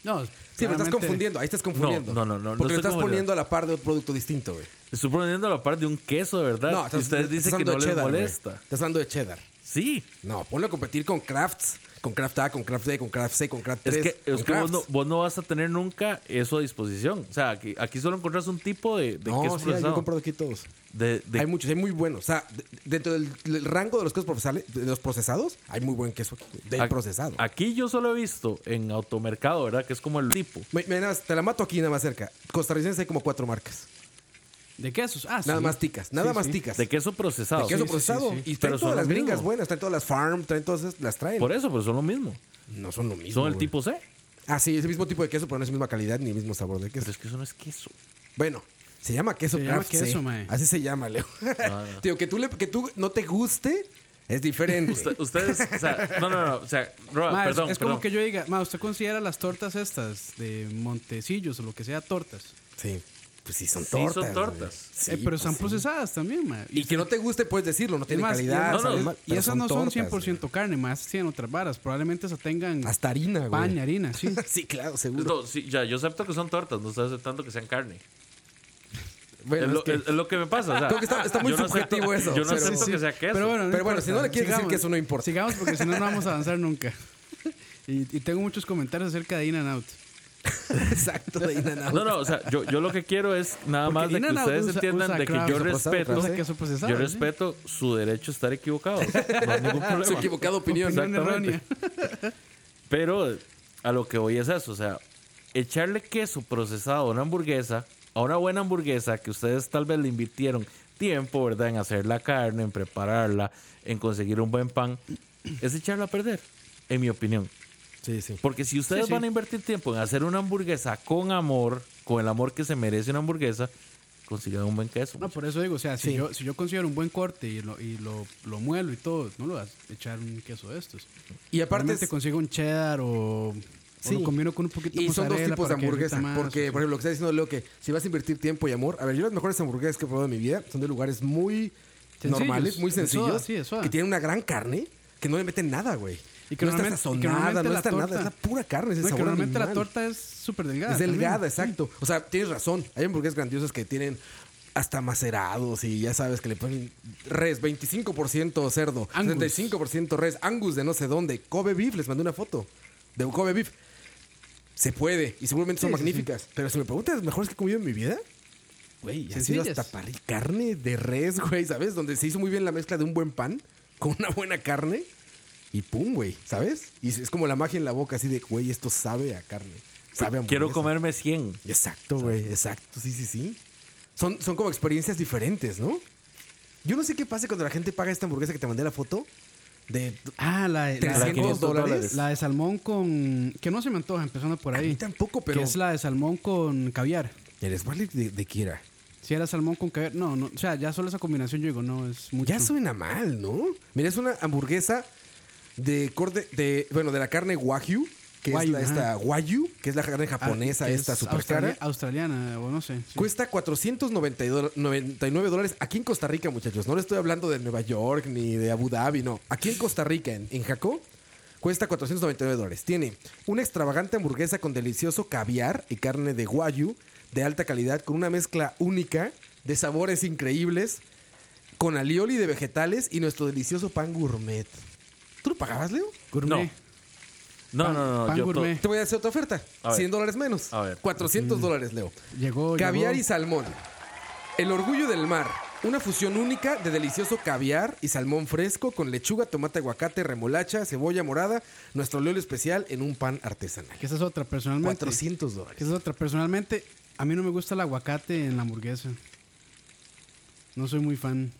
Speaker 3: No,
Speaker 1: Sí, pero estás
Speaker 3: claramente-
Speaker 1: confundiendo, ahí estás confundiendo.
Speaker 2: no, no, no, no
Speaker 1: Porque lo
Speaker 2: estoy
Speaker 1: estás
Speaker 2: confundiendo.
Speaker 1: poniendo a la par de un producto distinto, güey.
Speaker 2: Estoy poniendo a la par de un queso, de verdad.
Speaker 1: No,
Speaker 2: y
Speaker 1: estás-
Speaker 2: ustedes
Speaker 1: estás
Speaker 2: dicen que
Speaker 1: hablando
Speaker 2: no
Speaker 1: de
Speaker 2: les
Speaker 1: cheddar, güey.
Speaker 2: molesta.
Speaker 1: Estás hablando de cheddar.
Speaker 2: Sí.
Speaker 1: No, ponlo a competir con Crafts, con Craft A, con Craft B, con Craft C, con Craft 3.
Speaker 2: Es que, es
Speaker 1: con
Speaker 2: que vos,
Speaker 1: Crafts.
Speaker 2: no, vos no vas a tener nunca eso a disposición. O sea, aquí, aquí solo encontrás un tipo de, de
Speaker 1: No,
Speaker 2: queso
Speaker 1: sí, yo he
Speaker 2: procesado.
Speaker 1: comprado aquí todos.
Speaker 2: De- de-
Speaker 1: Hay muchos, hay muy buenos. O sea, de- dentro del, del rango de los quesos procesales- de los procesados, hay muy buen queso aquí. Del
Speaker 2: a-
Speaker 1: procesado.
Speaker 2: Aquí yo solo he visto en automercado, ¿verdad? Que es como el tipo.
Speaker 1: Me- me- nada más, te la mato aquí nada más cerca. Costarricense hay como cuatro marcas.
Speaker 3: De quesos. Ah,
Speaker 1: Nada
Speaker 3: sí.
Speaker 1: más ticas, nada
Speaker 3: Sí,
Speaker 1: más
Speaker 3: sí.
Speaker 1: ticas.
Speaker 2: De queso procesado.
Speaker 1: De queso
Speaker 2: Sí, sí,
Speaker 1: procesado.
Speaker 2: sí, sí.
Speaker 1: Y traen
Speaker 2: son
Speaker 1: todas las
Speaker 2: lo
Speaker 1: gringas
Speaker 2: mismo.
Speaker 1: buenas, traen todas las farm, traen todas esas, las traen.
Speaker 2: Por eso, pero son lo mismo.
Speaker 1: No son lo mismo.
Speaker 2: Son el
Speaker 1: güey.
Speaker 2: tipo C.
Speaker 1: Ah, sí, es el mismo tipo de queso, pero no es la misma calidad ni el mismo sabor de queso.
Speaker 2: Pero es que eso no es queso.
Speaker 1: Bueno, se llama queso
Speaker 3: Se llama
Speaker 1: Kraft C.
Speaker 3: queso, mae.
Speaker 1: Así se llama, Leo. Tío, que tú, le, que tú no te guste es diferente.
Speaker 2: Usted- ustedes, o sea, no, no, no. O sea, Roa,
Speaker 3: Ma, es-
Speaker 2: Ah, perdón.
Speaker 3: es, como
Speaker 2: perdón.
Speaker 3: que yo diga, ma, ¿usted considera las tortas estas de Montecillos o lo que sea tortas?
Speaker 1: Sí. Pues sí, son
Speaker 2: Sí,
Speaker 1: tortas.
Speaker 2: son
Speaker 1: güey.
Speaker 2: tortas.
Speaker 1: Sí,
Speaker 3: Eh, pero
Speaker 1: pues
Speaker 3: están
Speaker 1: sí.
Speaker 3: procesadas también, ma.
Speaker 1: Y que no te guste, puedes decirlo. No tiene
Speaker 3: más,
Speaker 1: calidad.
Speaker 3: y-
Speaker 2: no, no,
Speaker 1: sabe
Speaker 2: y-
Speaker 1: mal,
Speaker 3: Y
Speaker 1: pero
Speaker 3: esas no son
Speaker 1: tortas, güey.
Speaker 3: 100% carne, más tienen otras varas. Probablemente esas tengan
Speaker 1: Hasta harina, güey.
Speaker 3: pan y harina, sí.
Speaker 1: sí, claro, seguro.
Speaker 2: No, sí, ya, yo acepto que son tortas, no estoy aceptando que sean carne.
Speaker 1: Bueno,
Speaker 2: es,
Speaker 1: es
Speaker 2: lo,
Speaker 1: que-
Speaker 2: es- es lo que me pasa. o sea,
Speaker 1: Creo que está- está muy
Speaker 2: yo no acepto-
Speaker 1: subjetivo eso,
Speaker 2: Yo no
Speaker 1: pero-
Speaker 2: acepto
Speaker 1: sí,
Speaker 2: que sea queso.
Speaker 3: Pero bueno,
Speaker 1: Pero bueno, si no le quieres decir
Speaker 3: sigamos.
Speaker 1: que eso no importa.
Speaker 3: Sigamos porque si no, no vamos a avanzar nunca. Y, y tengo muchos comentarios acerca de In and Out.
Speaker 1: exacto de In-N-Out.
Speaker 2: No, no, o sea, yo, yo lo que quiero es nada
Speaker 3: Porque
Speaker 2: más de que
Speaker 3: In-N-Out
Speaker 2: ustedes
Speaker 3: usa-
Speaker 2: entiendan
Speaker 3: usa
Speaker 2: de que
Speaker 3: Kraft,
Speaker 2: yo
Speaker 3: usa
Speaker 1: procesado,
Speaker 2: respeto,
Speaker 1: Kraft,
Speaker 3: ¿eh? Queso procesado,
Speaker 2: yo
Speaker 3: sí.
Speaker 2: respeto su derecho a estar equivocado. No hay ningún
Speaker 1: Su
Speaker 2: problema.
Speaker 1: equivocada opinión.
Speaker 3: Opinión
Speaker 2: Exactamente.
Speaker 3: errónea.
Speaker 2: Pero a lo que voy es eso, o sea, echarle queso procesado a una hamburguesa, a una buena hamburguesa que ustedes tal vez le invirtieron tiempo, ¿verdad? En hacer la carne, en prepararla, en conseguir un buen pan, es echarla a perder, en mi opinión.
Speaker 1: Sí, sí.
Speaker 2: Porque si ustedes
Speaker 3: Sí, sí.
Speaker 2: van a invertir tiempo en hacer una hamburguesa con amor, con el amor que se merece una hamburguesa, consigan un buen queso.
Speaker 3: No, por eso digo, o sea, si, yo, si yo considero un buen corte y lo, y lo, lo muelo y todo, no lo vas a echar un queso de estos.
Speaker 1: Y aparte.
Speaker 3: te
Speaker 1: es-
Speaker 3: consigo un cheddar o,
Speaker 1: Sí.
Speaker 3: o lo combino con un poquito de
Speaker 1: Y son dos
Speaker 3: mozzarella
Speaker 1: tipos de
Speaker 3: para que
Speaker 1: hamburguesa.
Speaker 3: derrita más,
Speaker 1: porque,
Speaker 3: o
Speaker 1: por ejemplo, lo que está diciendo Leo, que si vas a invertir tiempo y amor. A ver, yo las mejores hamburguesas que he probado en mi vida son de lugares muy
Speaker 3: Sencillos,
Speaker 1: normales, muy
Speaker 3: de soda,
Speaker 1: sencillos.
Speaker 3: sí, de soda.
Speaker 1: Que tienen una gran carne, que no le meten nada, güey.
Speaker 3: Y que
Speaker 1: no está
Speaker 3: normalmente- y que
Speaker 1: sazonada,
Speaker 3: normalmente
Speaker 1: no
Speaker 3: la
Speaker 1: está nada.
Speaker 3: torta-
Speaker 1: Es la pura carne, es el
Speaker 3: No, y que
Speaker 1: sabor
Speaker 3: normalmente la
Speaker 1: animal.
Speaker 3: torta es súper delgada.
Speaker 1: Es delgada,
Speaker 3: también.
Speaker 1: exacto. O sea, tienes razón. Hay hamburguesas grandiosas que tienen hasta macerados y ya sabes que le ponen res, 25% cerdo,
Speaker 3: Angus.
Speaker 1: 75% res, Angus de no sé dónde, Kobe Beef, les mandé una foto de Kobe Beef. Se puede y seguramente son
Speaker 3: Sí, sí,
Speaker 1: magníficas. Pero si me preguntas las mejores que he comido en mi vida, güey, ha sido
Speaker 3: Sencillas.
Speaker 1: hasta parri carne de res, güey, ¿sabes? Donde se hizo muy bien la mezcla de un buen pan con una buena carne y pum, güey, ¿sabes? Y es como la magia en la boca, así de, güey, esto sabe a carne. Sabe a
Speaker 2: Quiero
Speaker 1: hamburguesa.
Speaker 2: comerme 100.
Speaker 1: Exacto, güey, exacto, sí, sí, sí. Son, son como experiencias diferentes, ¿no? Yo no sé qué pasa cuando la gente paga esta hamburguesa que te mandé la foto de...
Speaker 3: Ah, la de, la,
Speaker 1: 300 dólares.
Speaker 3: la de salmón con... Que no se me antoja, empezando por
Speaker 1: A
Speaker 3: ahí.
Speaker 1: mí tampoco, pero-
Speaker 3: Que es la de salmón con caviar.
Speaker 1: El Sparkling de, de Kira.
Speaker 3: Si era salmón con caviar... No, no, o sea, ya solo esa combinación yo digo, no, es mucho.
Speaker 1: Ya suena mal, ¿no? Mira, es una hamburguesa de corte, de, bueno, de la carne wagyu, que
Speaker 3: Wagyu,
Speaker 1: es la, esta
Speaker 3: ajá.
Speaker 1: wagyu, que es la carne
Speaker 3: Ah,
Speaker 1: japonesa,
Speaker 3: que
Speaker 1: esta
Speaker 3: es
Speaker 1: super cara.
Speaker 3: australia- Australiana, o no sé. sí.
Speaker 1: Cuesta 499 dólares aquí en Costa Rica, muchachos. No le estoy hablando de Nueva York ni de Abu Dhabi, no. Aquí en Costa Rica, en, en Jacó, cuesta 499 dólares. Tiene una extravagante hamburguesa con delicioso caviar y carne de guayu de alta calidad con una mezcla única de sabores increíbles con alioli de vegetales y nuestro delicioso pan gourmet. ¿Tú lo pagabas, Leo?
Speaker 3: Gourmet.
Speaker 2: No,
Speaker 3: Pan-
Speaker 2: no, no.
Speaker 3: pan
Speaker 2: Yo to-
Speaker 3: gourmet.
Speaker 1: Te voy a hacer otra oferta.
Speaker 2: A ver.
Speaker 1: 100 dólares menos.
Speaker 2: A ver.
Speaker 1: 400 dólares, Leo.
Speaker 3: Mm. Llegó,
Speaker 1: Caviar
Speaker 3: llegó.
Speaker 1: y salmón. El orgullo del mar. Una fusión única de delicioso caviar y salmón fresco con lechuga, tomate, aguacate, remolacha, cebolla morada, nuestro leol especial en un pan artesanal.
Speaker 3: Que esa es otra, personalmente.
Speaker 1: 400 dólares.
Speaker 3: Que esa es otra, personalmente. A mí no me gusta el aguacate en la hamburguesa. No soy muy fan.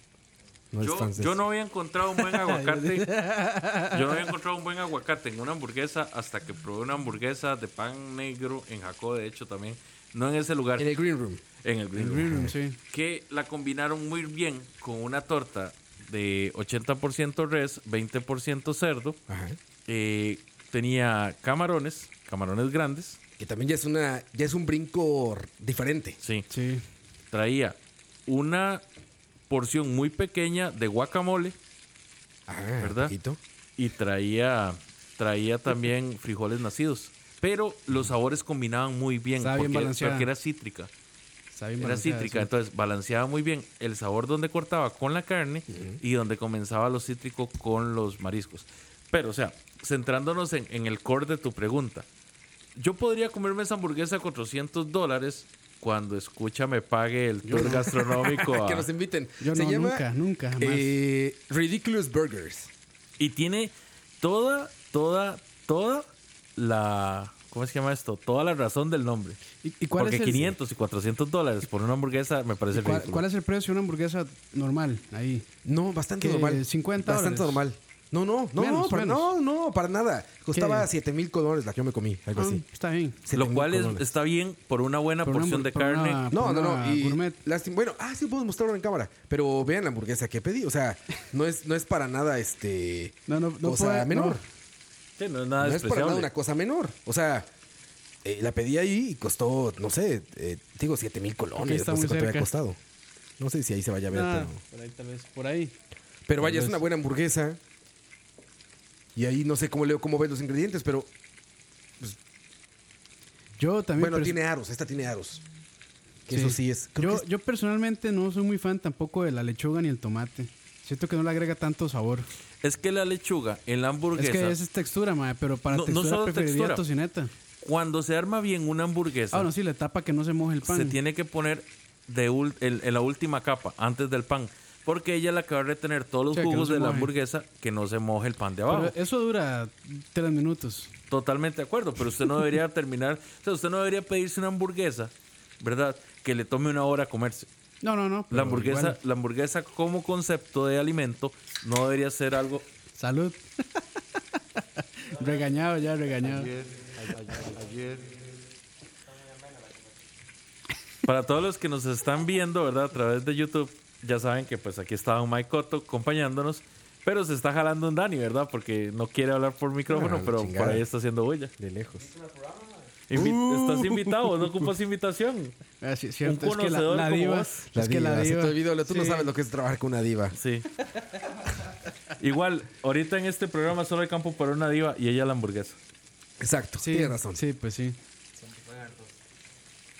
Speaker 1: No
Speaker 2: Yo, yo no había encontrado un buen aguacate. yo no había encontrado un buen aguacate en una hamburguesa hasta que probé una hamburguesa de pan negro en Jacó, de hecho, también. No en ese lugar,
Speaker 1: En el green room.
Speaker 2: en el Green
Speaker 3: El
Speaker 2: Room.
Speaker 3: green room, sí.
Speaker 2: que la combinaron muy bien con una torta de 80% res, 20% cerdo.
Speaker 1: Ajá.
Speaker 2: Eh, tenía camarones, camarones grandes.
Speaker 1: Que también ya es una, ya es un brinco r- diferente.
Speaker 2: Sí.
Speaker 3: Sí.
Speaker 2: Traía una porción muy pequeña de guacamole
Speaker 3: Ah,
Speaker 1: Ajá,
Speaker 2: ¿Verdad?
Speaker 1: poquito.
Speaker 2: y traía, traía también frijoles nacidos. Pero los sabores combinaban muy bien
Speaker 3: Estaba bien
Speaker 2: porque,
Speaker 3: balanceada.
Speaker 2: porque era cítrica.
Speaker 3: Está bien
Speaker 2: Era
Speaker 3: balanceada,
Speaker 2: cítrica,
Speaker 3: sí.
Speaker 2: entonces balanceaba muy bien el sabor donde cortaba con la carne y donde comenzaba lo cítrico con los mariscos. Pero, o sea, centrándonos en, en el core de tu pregunta, yo podría comerme esa hamburguesa a 400 dólares cuando escucha me pague el tour gastronómico. a-
Speaker 1: Que nos inviten.
Speaker 3: Yo no, nunca, nunca, jamás.
Speaker 1: eh, Ridiculous Burgers.
Speaker 2: y tiene toda, toda, toda la. ¿Cómo se llama esto? Toda la razón del nombre.
Speaker 3: ¿Y- y cuál
Speaker 2: Porque
Speaker 3: es el-
Speaker 2: 500 y 400 dólares por una hamburguesa me parece
Speaker 3: ¿Cuál,
Speaker 2: ridículo.
Speaker 3: cuál es el precio de una hamburguesa normal? Ahí.
Speaker 1: No, bastante
Speaker 3: ¿Qué,
Speaker 1: normal.
Speaker 3: 50
Speaker 1: Bastante
Speaker 3: dólares?
Speaker 1: normal. No, no, no,
Speaker 3: Menos,
Speaker 1: no, para,
Speaker 3: menos.
Speaker 1: no, no, para nada. Costaba
Speaker 3: ¿Qué?
Speaker 1: 7 mil colones la que yo me comí, algo
Speaker 3: Ah,
Speaker 1: así.
Speaker 3: Está bien.
Speaker 2: Lo
Speaker 1: 7,000
Speaker 2: cual es-
Speaker 1: colones.
Speaker 2: está bien por una buena
Speaker 3: Por una
Speaker 2: porción
Speaker 3: hamburg-
Speaker 2: de
Speaker 3: por
Speaker 2: carne.
Speaker 3: una-
Speaker 1: No, no, no.
Speaker 3: una
Speaker 1: Y
Speaker 3: gourmet.
Speaker 1: lástima- Bueno, ah, sí podemos mostrarlo en cámara. Pero vean la hamburguesa que pedí. O sea, no es, no es para nada este.
Speaker 3: No, no, no
Speaker 1: cosa
Speaker 3: puede-
Speaker 1: menor.
Speaker 2: Sí, no es
Speaker 1: No, es para
Speaker 2: nada
Speaker 1: nada
Speaker 2: despreciable.
Speaker 1: una cosa menor. O sea, eh, la pedí ahí y costó, no sé, eh, digo, 7 mil colones.
Speaker 3: Ok, está
Speaker 1: no sé
Speaker 3: muy
Speaker 1: cuánto había
Speaker 3: cerca.
Speaker 1: costado. No sé si ahí se vaya a ver,
Speaker 3: Ah,
Speaker 1: pero.
Speaker 3: por ahí tal vez. Por ahí.
Speaker 1: Pero vaya, es una buena hamburguesa. Y ahí no sé cómo leo cómo ves los ingredientes, pero
Speaker 3: Yo también.
Speaker 1: bueno,
Speaker 3: pers-
Speaker 1: tiene aros, esta tiene aros. Que eso sí es. creo
Speaker 3: Yo,
Speaker 1: que es-
Speaker 3: yo personalmente no soy muy fan tampoco de la lechuga ni el tomate. Siento que no le agrega tanto sabor.
Speaker 2: Es que la lechuga en la hamburguesa,
Speaker 3: Es que esa es textura, mae, pero para
Speaker 2: No- no
Speaker 3: textura
Speaker 2: solo
Speaker 3: preferiría
Speaker 2: textura.
Speaker 3: tocineta.
Speaker 2: cuando se arma bien una hamburguesa,
Speaker 3: Ah, no, sí, la tapa que no se moje el pan.
Speaker 2: se tiene que poner de ul- el- en la última capa, antes del pan. Porque ella es la que va a retener todos los
Speaker 3: Sí, que no
Speaker 2: jugos
Speaker 3: se
Speaker 2: de la
Speaker 3: moje.
Speaker 2: hamburguesa, que no se moje el pan de abajo.
Speaker 3: Pero eso dura tres minutos.
Speaker 2: Totalmente de acuerdo, pero usted no debería terminar, o sea, usted no debería pedirse una hamburguesa, ¿verdad? Que le tome una hora comerse.
Speaker 3: No, no, no. pero
Speaker 2: La hamburguesa,
Speaker 3: igual.
Speaker 2: la hamburguesa como concepto de alimento no debería ser algo
Speaker 3: Salud. regañado ya, regañado.
Speaker 5: ayer, a- a- ayer,
Speaker 2: Para todos los que nos están viendo, ¿verdad? A través de YouTube, ya saben que pues aquí estaba un Mike Cotto acompañándonos, pero se está jalando un Dani, ¿verdad? Porque no quiere hablar por micrófono,
Speaker 1: Ah,
Speaker 2: pero
Speaker 1: chingada.
Speaker 2: por ahí está haciendo bulla.
Speaker 1: de lejos.
Speaker 2: Invi- Estás invitado, no ocupas invitación.
Speaker 3: Ah, sí, cierto,
Speaker 2: Un
Speaker 3: es que la,
Speaker 2: conocedor
Speaker 3: la
Speaker 2: como
Speaker 3: diva.
Speaker 2: vos.
Speaker 1: La
Speaker 3: es que la
Speaker 1: diva, se
Speaker 3: diva.
Speaker 1: te olvidó, Leo, tú no
Speaker 3: Sí.
Speaker 1: sabes lo que es trabajar con una diva.
Speaker 2: Sí. Igual, ahorita en este programa solo hay campo para una diva y ella la hamburguesa.
Speaker 1: Exacto,
Speaker 3: Sí,
Speaker 1: tienes razón.
Speaker 3: Sí, pues sí.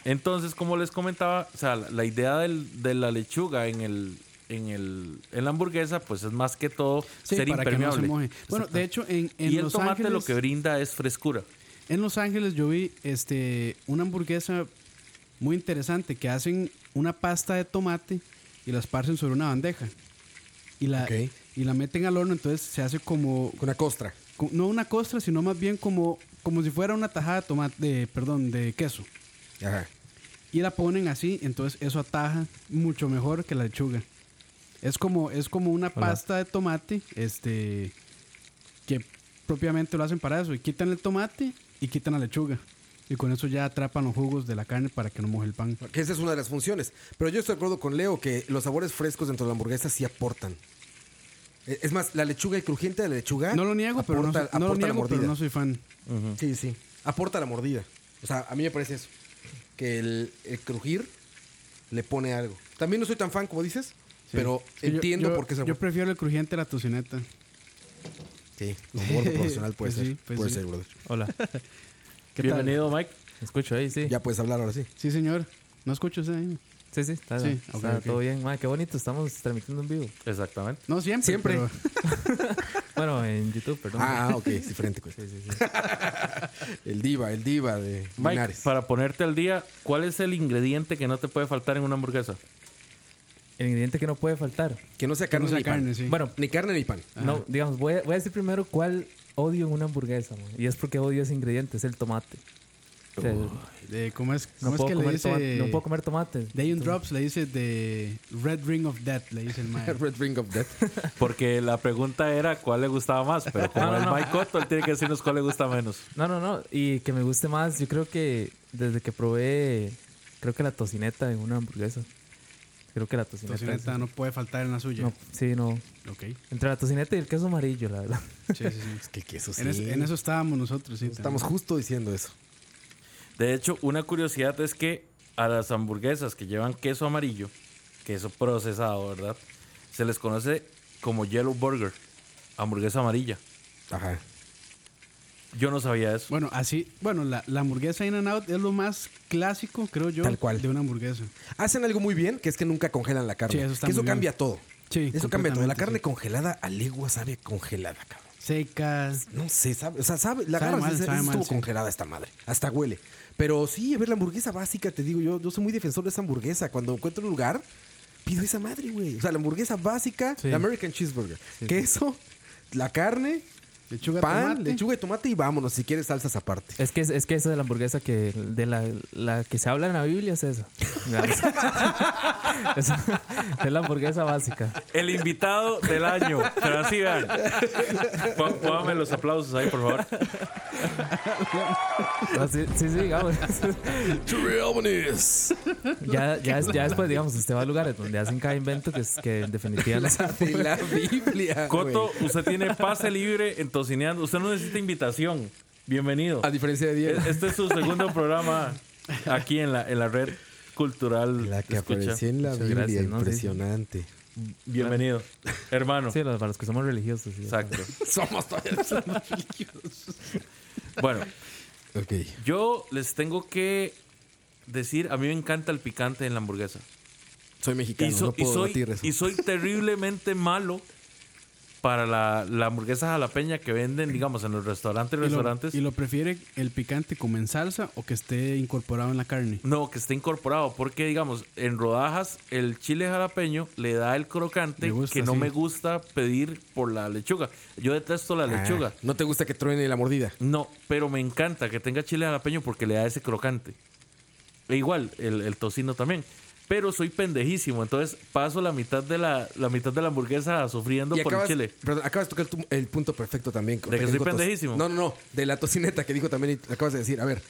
Speaker 2: Entonces, como les comentaba, o sea, la, la idea del- de la lechuga en el en el en la hamburguesa pues es más que todo
Speaker 3: Sí,
Speaker 2: ser
Speaker 3: para que no se
Speaker 2: impermeable.
Speaker 3: moje. Bueno, de hecho, en, en
Speaker 2: y el
Speaker 3: Los
Speaker 2: tomate
Speaker 3: Ángeles...
Speaker 2: lo que brinda es frescura.
Speaker 3: En Los Ángeles yo vi este, una hamburguesa muy interesante que hacen una pasta de tomate y la esparcen sobre una bandeja. Y la,
Speaker 1: Ok.
Speaker 3: y la meten al horno, entonces se hace como,
Speaker 1: Con una costra.
Speaker 3: co- no una costra, sino más bien como, como si fuera una tajada de tomate, de- perdón, de queso.
Speaker 1: Ajá.
Speaker 3: Y la ponen así, entonces eso ataja mucho mejor que la lechuga. Es como, es como una pasta de tomate, este, que propiamente lo hacen para eso. Y quitan el tomate y quitan la lechuga. Y con eso ya atrapan los jugos de la carne para que no moje el pan.
Speaker 1: Que esa es una de las funciones. Pero yo estoy de acuerdo con Leo que los sabores frescos dentro de la hamburguesa sí aportan. Eh, Es más, la lechuga y crujiente de la lechuga.
Speaker 3: No lo niego, pero no, soy-
Speaker 1: aporta-
Speaker 3: no lo
Speaker 1: aporta la
Speaker 3: niego, pero
Speaker 1: mordida.
Speaker 3: no soy fan.
Speaker 1: Sí, sí. Aporta la mordida. O sea, a mí me parece eso. Que el, el crujir le pone algo. También no soy tan fan, como dices,
Speaker 3: Sí.
Speaker 1: pero
Speaker 3: Es que yo-
Speaker 1: entiendo
Speaker 3: yo-
Speaker 1: por qué se
Speaker 3: Yo prefiero el crujiente a la tocineta.
Speaker 1: Sí, un gordo profesional puede
Speaker 3: Pues
Speaker 1: ser.
Speaker 3: sí, pues
Speaker 1: puede
Speaker 3: sí.
Speaker 1: ser, brother.
Speaker 8: Hola. ¿Qué
Speaker 2: Bienvenido, Mike.
Speaker 8: tal? Escucho ahí, sí.
Speaker 1: Ya puedes hablar ahora sí.
Speaker 3: Sí, señor. No escucho ese ahí.
Speaker 8: Sí, sí, está,
Speaker 3: Sí,
Speaker 8: está
Speaker 3: ok, ok.
Speaker 8: todo bien. Ma, qué bonito, estamos transmitiendo en vivo.
Speaker 2: Exactamente.
Speaker 3: No, siempre.
Speaker 1: Siempre.
Speaker 3: pero-
Speaker 8: Bueno, en YouTube, perdón.
Speaker 1: Ah, ah, ok, es diferente. pues. El diva, el diva de
Speaker 2: Mike,
Speaker 1: Linares.
Speaker 2: para ponerte al día, ¿cuál es el ingrediente que no te puede faltar en una hamburguesa?
Speaker 8: El ingrediente que no puede faltar.
Speaker 1: Que no sea
Speaker 3: Que
Speaker 1: carne,
Speaker 3: no sea
Speaker 1: ni, pan.
Speaker 3: carne, sí.
Speaker 8: Bueno,
Speaker 1: ni carne ni pan.
Speaker 8: no, digamos, voy a, voy a decir primero cuál odio en una hamburguesa, ma, y es porque odio ese ingrediente, es el tomate. O sea,
Speaker 3: De, ¿Cómo es,
Speaker 8: no,
Speaker 3: cómo es
Speaker 8: puedo
Speaker 3: que le
Speaker 8: comer
Speaker 3: dice?
Speaker 8: tomate, no puedo comer tomate.
Speaker 3: Day and Drops le dice de Red Ring of Death, le dice el maestro.
Speaker 1: Red Ring of Death.
Speaker 2: Porque la pregunta era cuál le gustaba más, pero como
Speaker 8: No, no,
Speaker 2: es
Speaker 8: no.
Speaker 2: Mike Cotto, él tiene que decirnos cuál le gusta menos.
Speaker 8: No, no, no. Y que me guste más, yo creo que desde que probé, creo que la tocineta en una hamburguesa. Creo que la tocineta.
Speaker 3: Tocineta no puede faltar en la suya.
Speaker 8: No, sí, no.
Speaker 3: Ok.
Speaker 8: Entre la tocineta y el queso amarillo, la verdad.
Speaker 3: Sí, sí, sí.
Speaker 1: Es que, que eso sí.
Speaker 3: En, es- en eso estábamos nosotros, sí.
Speaker 1: Estamos justo diciendo eso.
Speaker 2: De hecho, una curiosidad es que a las hamburguesas que llevan queso amarillo, queso procesado, ¿verdad? Se les conoce como Yellow Burger, hamburguesa amarilla.
Speaker 1: Ajá.
Speaker 2: Yo no sabía eso.
Speaker 3: Bueno, así, bueno, la, la hamburguesa In and Out es lo más clásico, creo yo,
Speaker 1: Tal cual.
Speaker 3: de una hamburguesa.
Speaker 1: Hacen algo muy bien, que es que nunca congelan la carne.
Speaker 3: Sí, eso está
Speaker 1: que eso
Speaker 3: muy bien.
Speaker 1: cambia todo.
Speaker 3: Sí,
Speaker 1: Eso cambia todo. La
Speaker 3: completamente,
Speaker 1: carne
Speaker 3: sí.
Speaker 1: congelada a legua sabe congelada, cabrón.
Speaker 3: Secas.
Speaker 1: No sé, sabe, o sea, sabe, la
Speaker 3: Sabe
Speaker 1: agarras
Speaker 3: mal,
Speaker 1: y dices,
Speaker 3: sabe
Speaker 1: "Esto
Speaker 3: mal,
Speaker 1: estuvo
Speaker 3: sí.
Speaker 1: congelada esta madre, hasta huele. Pero sí, a ver, la hamburguesa básica, te digo, yo, yo soy muy defensor de esa hamburguesa. Cuando encuentro un lugar, pido esa madre, güey. O sea, la hamburguesa básica,
Speaker 8: Sí.
Speaker 1: la American Cheeseburger. Queso, la carne,
Speaker 3: Lechuga,
Speaker 1: pan,
Speaker 3: tomate.
Speaker 1: lechuga y tomate y vámonos, si quieres salsas aparte.
Speaker 8: Es que, es, que esa de la hamburguesa que, de la, la que se habla en la Biblia es esa. Esa- es la hamburguesa básica.
Speaker 2: El invitado del año. Pero así vean. Pó- Póngame los aplausos ahí, por favor.
Speaker 8: No, Ah, sí, sí, sí, digamos. ya, ya, ya después, digamos, usted va a lugares donde hacen cada invento que, es- que en definitiva no se-
Speaker 1: De la Biblia, güey.
Speaker 2: Coto, usted tiene pase libre en Tocineando. Usted no necesita invitación. Bienvenido.
Speaker 1: A diferencia de Diego.
Speaker 2: E- Este es su segundo programa aquí en la, en la red cultural.
Speaker 1: La que
Speaker 2: Escucha.
Speaker 1: apareció en la
Speaker 8: Muchas
Speaker 1: Biblia,
Speaker 8: gracias, ¿no? Sí, sí.
Speaker 1: impresionante.
Speaker 2: Bienvenido. Hermano.
Speaker 8: Sí, los- para los que somos religiosos. sí.
Speaker 2: Exacto.
Speaker 1: Somos todos.
Speaker 2: Bueno,
Speaker 1: ok.
Speaker 2: yo les tengo que decir, a mí me encanta el picante en la hamburguesa.
Speaker 1: Soy mexicano,
Speaker 2: y, so-
Speaker 1: no
Speaker 2: y
Speaker 1: puedo
Speaker 2: soy,
Speaker 1: debatir eso.
Speaker 2: y soy terriblemente malo para la, la hamburguesa jalapeña que venden, digamos, en los restaurantes y
Speaker 3: Y lo,
Speaker 2: restaurantes.
Speaker 3: y lo prefiere el picante como en salsa o que esté incorporado en la carne.
Speaker 2: No, que esté incorporado, porque digamos, en rodajas el chile jalapeño le da el crocante
Speaker 3: Me gusta,
Speaker 2: que no
Speaker 3: sí.
Speaker 2: me gusta pedir por la lechuga. Yo detesto la
Speaker 1: Ah,
Speaker 2: lechuga.
Speaker 1: No te gusta que truene la mordida.
Speaker 2: No, pero me encanta que tenga chile jalapeño porque le da ese crocante. E igual, el, el tocino también. Pero soy pendejísimo, entonces paso la mitad de la, la mitad de la hamburguesa sufriendo
Speaker 1: Y
Speaker 2: por
Speaker 1: acabas,
Speaker 2: el chile.
Speaker 1: perdón, acabas de tocar tu- el punto perfecto también.
Speaker 2: ¿De que soy
Speaker 1: dijo tos-
Speaker 2: pendejísimo?
Speaker 1: No, no, no. De la tocineta que dijo también y acabas de decir. A ver,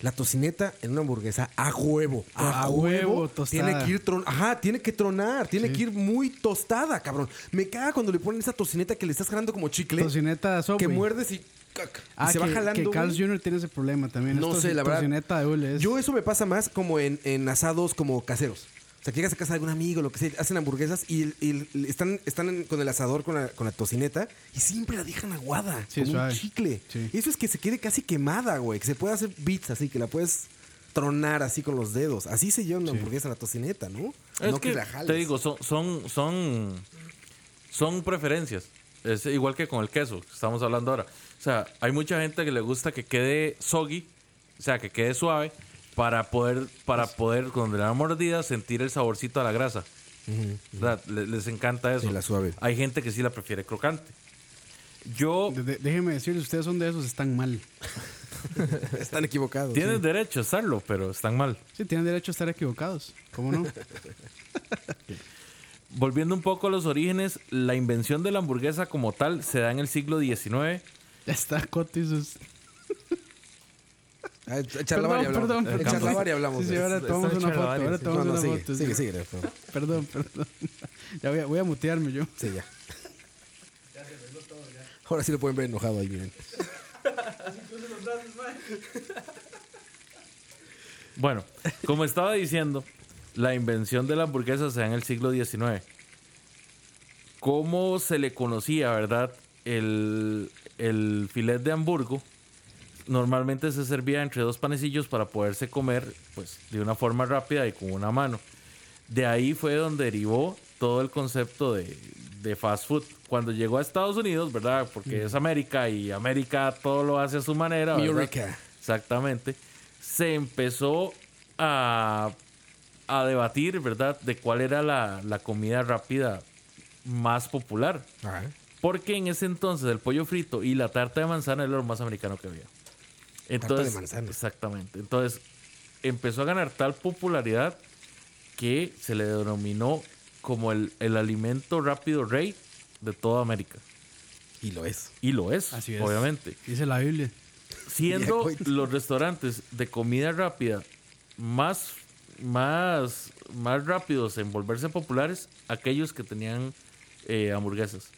Speaker 1: la tocineta en una hamburguesa a huevo. A,
Speaker 3: A
Speaker 1: huevo,
Speaker 3: huevo,
Speaker 1: Tiene
Speaker 3: tostada.
Speaker 1: que ir tron- Ajá, tiene que tronar. Tiene que ir muy tostada, cabrón. Me caga cuando le ponen esa tocineta que le estás jalando como chicle.
Speaker 3: Tocineta Subway.
Speaker 1: que muerdes y, cac, y
Speaker 3: Ah,
Speaker 1: se va
Speaker 3: que-
Speaker 1: jalando.
Speaker 3: Que Carl
Speaker 1: güey.
Speaker 3: Jr. tiene ese problema también.
Speaker 1: No
Speaker 3: Es
Speaker 1: sé,
Speaker 3: toci-
Speaker 1: la verdad.
Speaker 3: Tocineta de hule. es-
Speaker 1: Yo eso me pasa más como en, en asados como caseros. O sea, que llegas a casa de algún amigo, lo que sea, hacen hamburguesas y, el- y el- están, están en- con el asador, con la, con la tocineta, y siempre la dejan aguada,
Speaker 3: Sí,
Speaker 1: como
Speaker 3: suave.
Speaker 1: un chicle.
Speaker 3: Sí.
Speaker 1: Eso es que se quede casi quemada, güey. Que se puede hacer bits así, que la puedes tronar así con los dedos. Así se lleva una hamburguesa a la tocineta, ¿no?
Speaker 2: Es
Speaker 1: no
Speaker 2: que, te digo, son, son, son, son preferencias. Es igual que con el queso, que estamos hablando ahora. O sea, hay mucha gente que le gusta que quede soggy, o sea, que quede suave, para poder, para poder, cuando le dan mordida, sentir el saborcito a la grasa. O sea, le- les encanta eso.
Speaker 1: Sí, la suave.
Speaker 2: Hay gente que sí la prefiere crocante. Yo...
Speaker 3: De- de- déjeme decirles, ustedes son de esos, están mal.
Speaker 1: Están equivocados.
Speaker 2: Tienen derecho a estarlo, pero están mal.
Speaker 3: Sí, tienen derecho a estar equivocados. ¿Cómo no?
Speaker 2: Volviendo un poco a los orígenes, la invención de la hamburguesa como tal se da en el siglo XIX
Speaker 3: ya está Coto y sus...
Speaker 1: Ah, el charlavari hablamos.
Speaker 3: perdón,
Speaker 1: El
Speaker 3: perdón.
Speaker 1: charlavari hablamos.
Speaker 3: Sí, sí,
Speaker 1: de
Speaker 3: ahora
Speaker 1: eso.
Speaker 3: tomamos
Speaker 8: Estaba
Speaker 3: una foto.
Speaker 8: charlavaria,
Speaker 3: Ahora
Speaker 8: sí.
Speaker 3: tomamos
Speaker 1: No, no,
Speaker 3: una
Speaker 1: sigue,
Speaker 3: foto.
Speaker 1: sigue, sigue. por favor.
Speaker 3: Perdón, perdón. Ya voy a, voy a mutearme yo.
Speaker 1: Sí, ya. Ahora sí lo pueden ver enojado ahí, miren.
Speaker 2: Bueno, como estaba diciendo, la invención de la hamburguesa se da en el siglo XIX. ¿Cómo se le conocía, verdad? El, el filet de Hamburgo normalmente se servía entre dos panecillos para poderse comer pues, de una forma rápida y con una mano. De ahí fue donde derivó todo el concepto de, de fast food. Cuando llegó a Estados Unidos, ¿verdad? Porque es América y América todo lo hace a su manera. ¿verdad?
Speaker 1: Eureka.
Speaker 2: Exactamente. Se empezó a, a debatir, ¿verdad? De cuál era la, la comida rápida más popular. Porque en ese entonces el pollo frito y la tarta de manzana era lo más americano que había. Entonces,
Speaker 1: manzana.
Speaker 2: Exactamente. Entonces empezó a ganar tal popularidad que se le denominó como el, el alimento rápido rey de toda América.
Speaker 1: Y lo es.
Speaker 2: Y lo es,
Speaker 3: Así es.
Speaker 2: obviamente.
Speaker 3: Dice la Biblia.
Speaker 2: Siendo
Speaker 1: Ya, güey.
Speaker 2: los restaurantes de comida rápida más, más, más rápidos en volverse populares, aquellos que tenían eh, hamburguesas.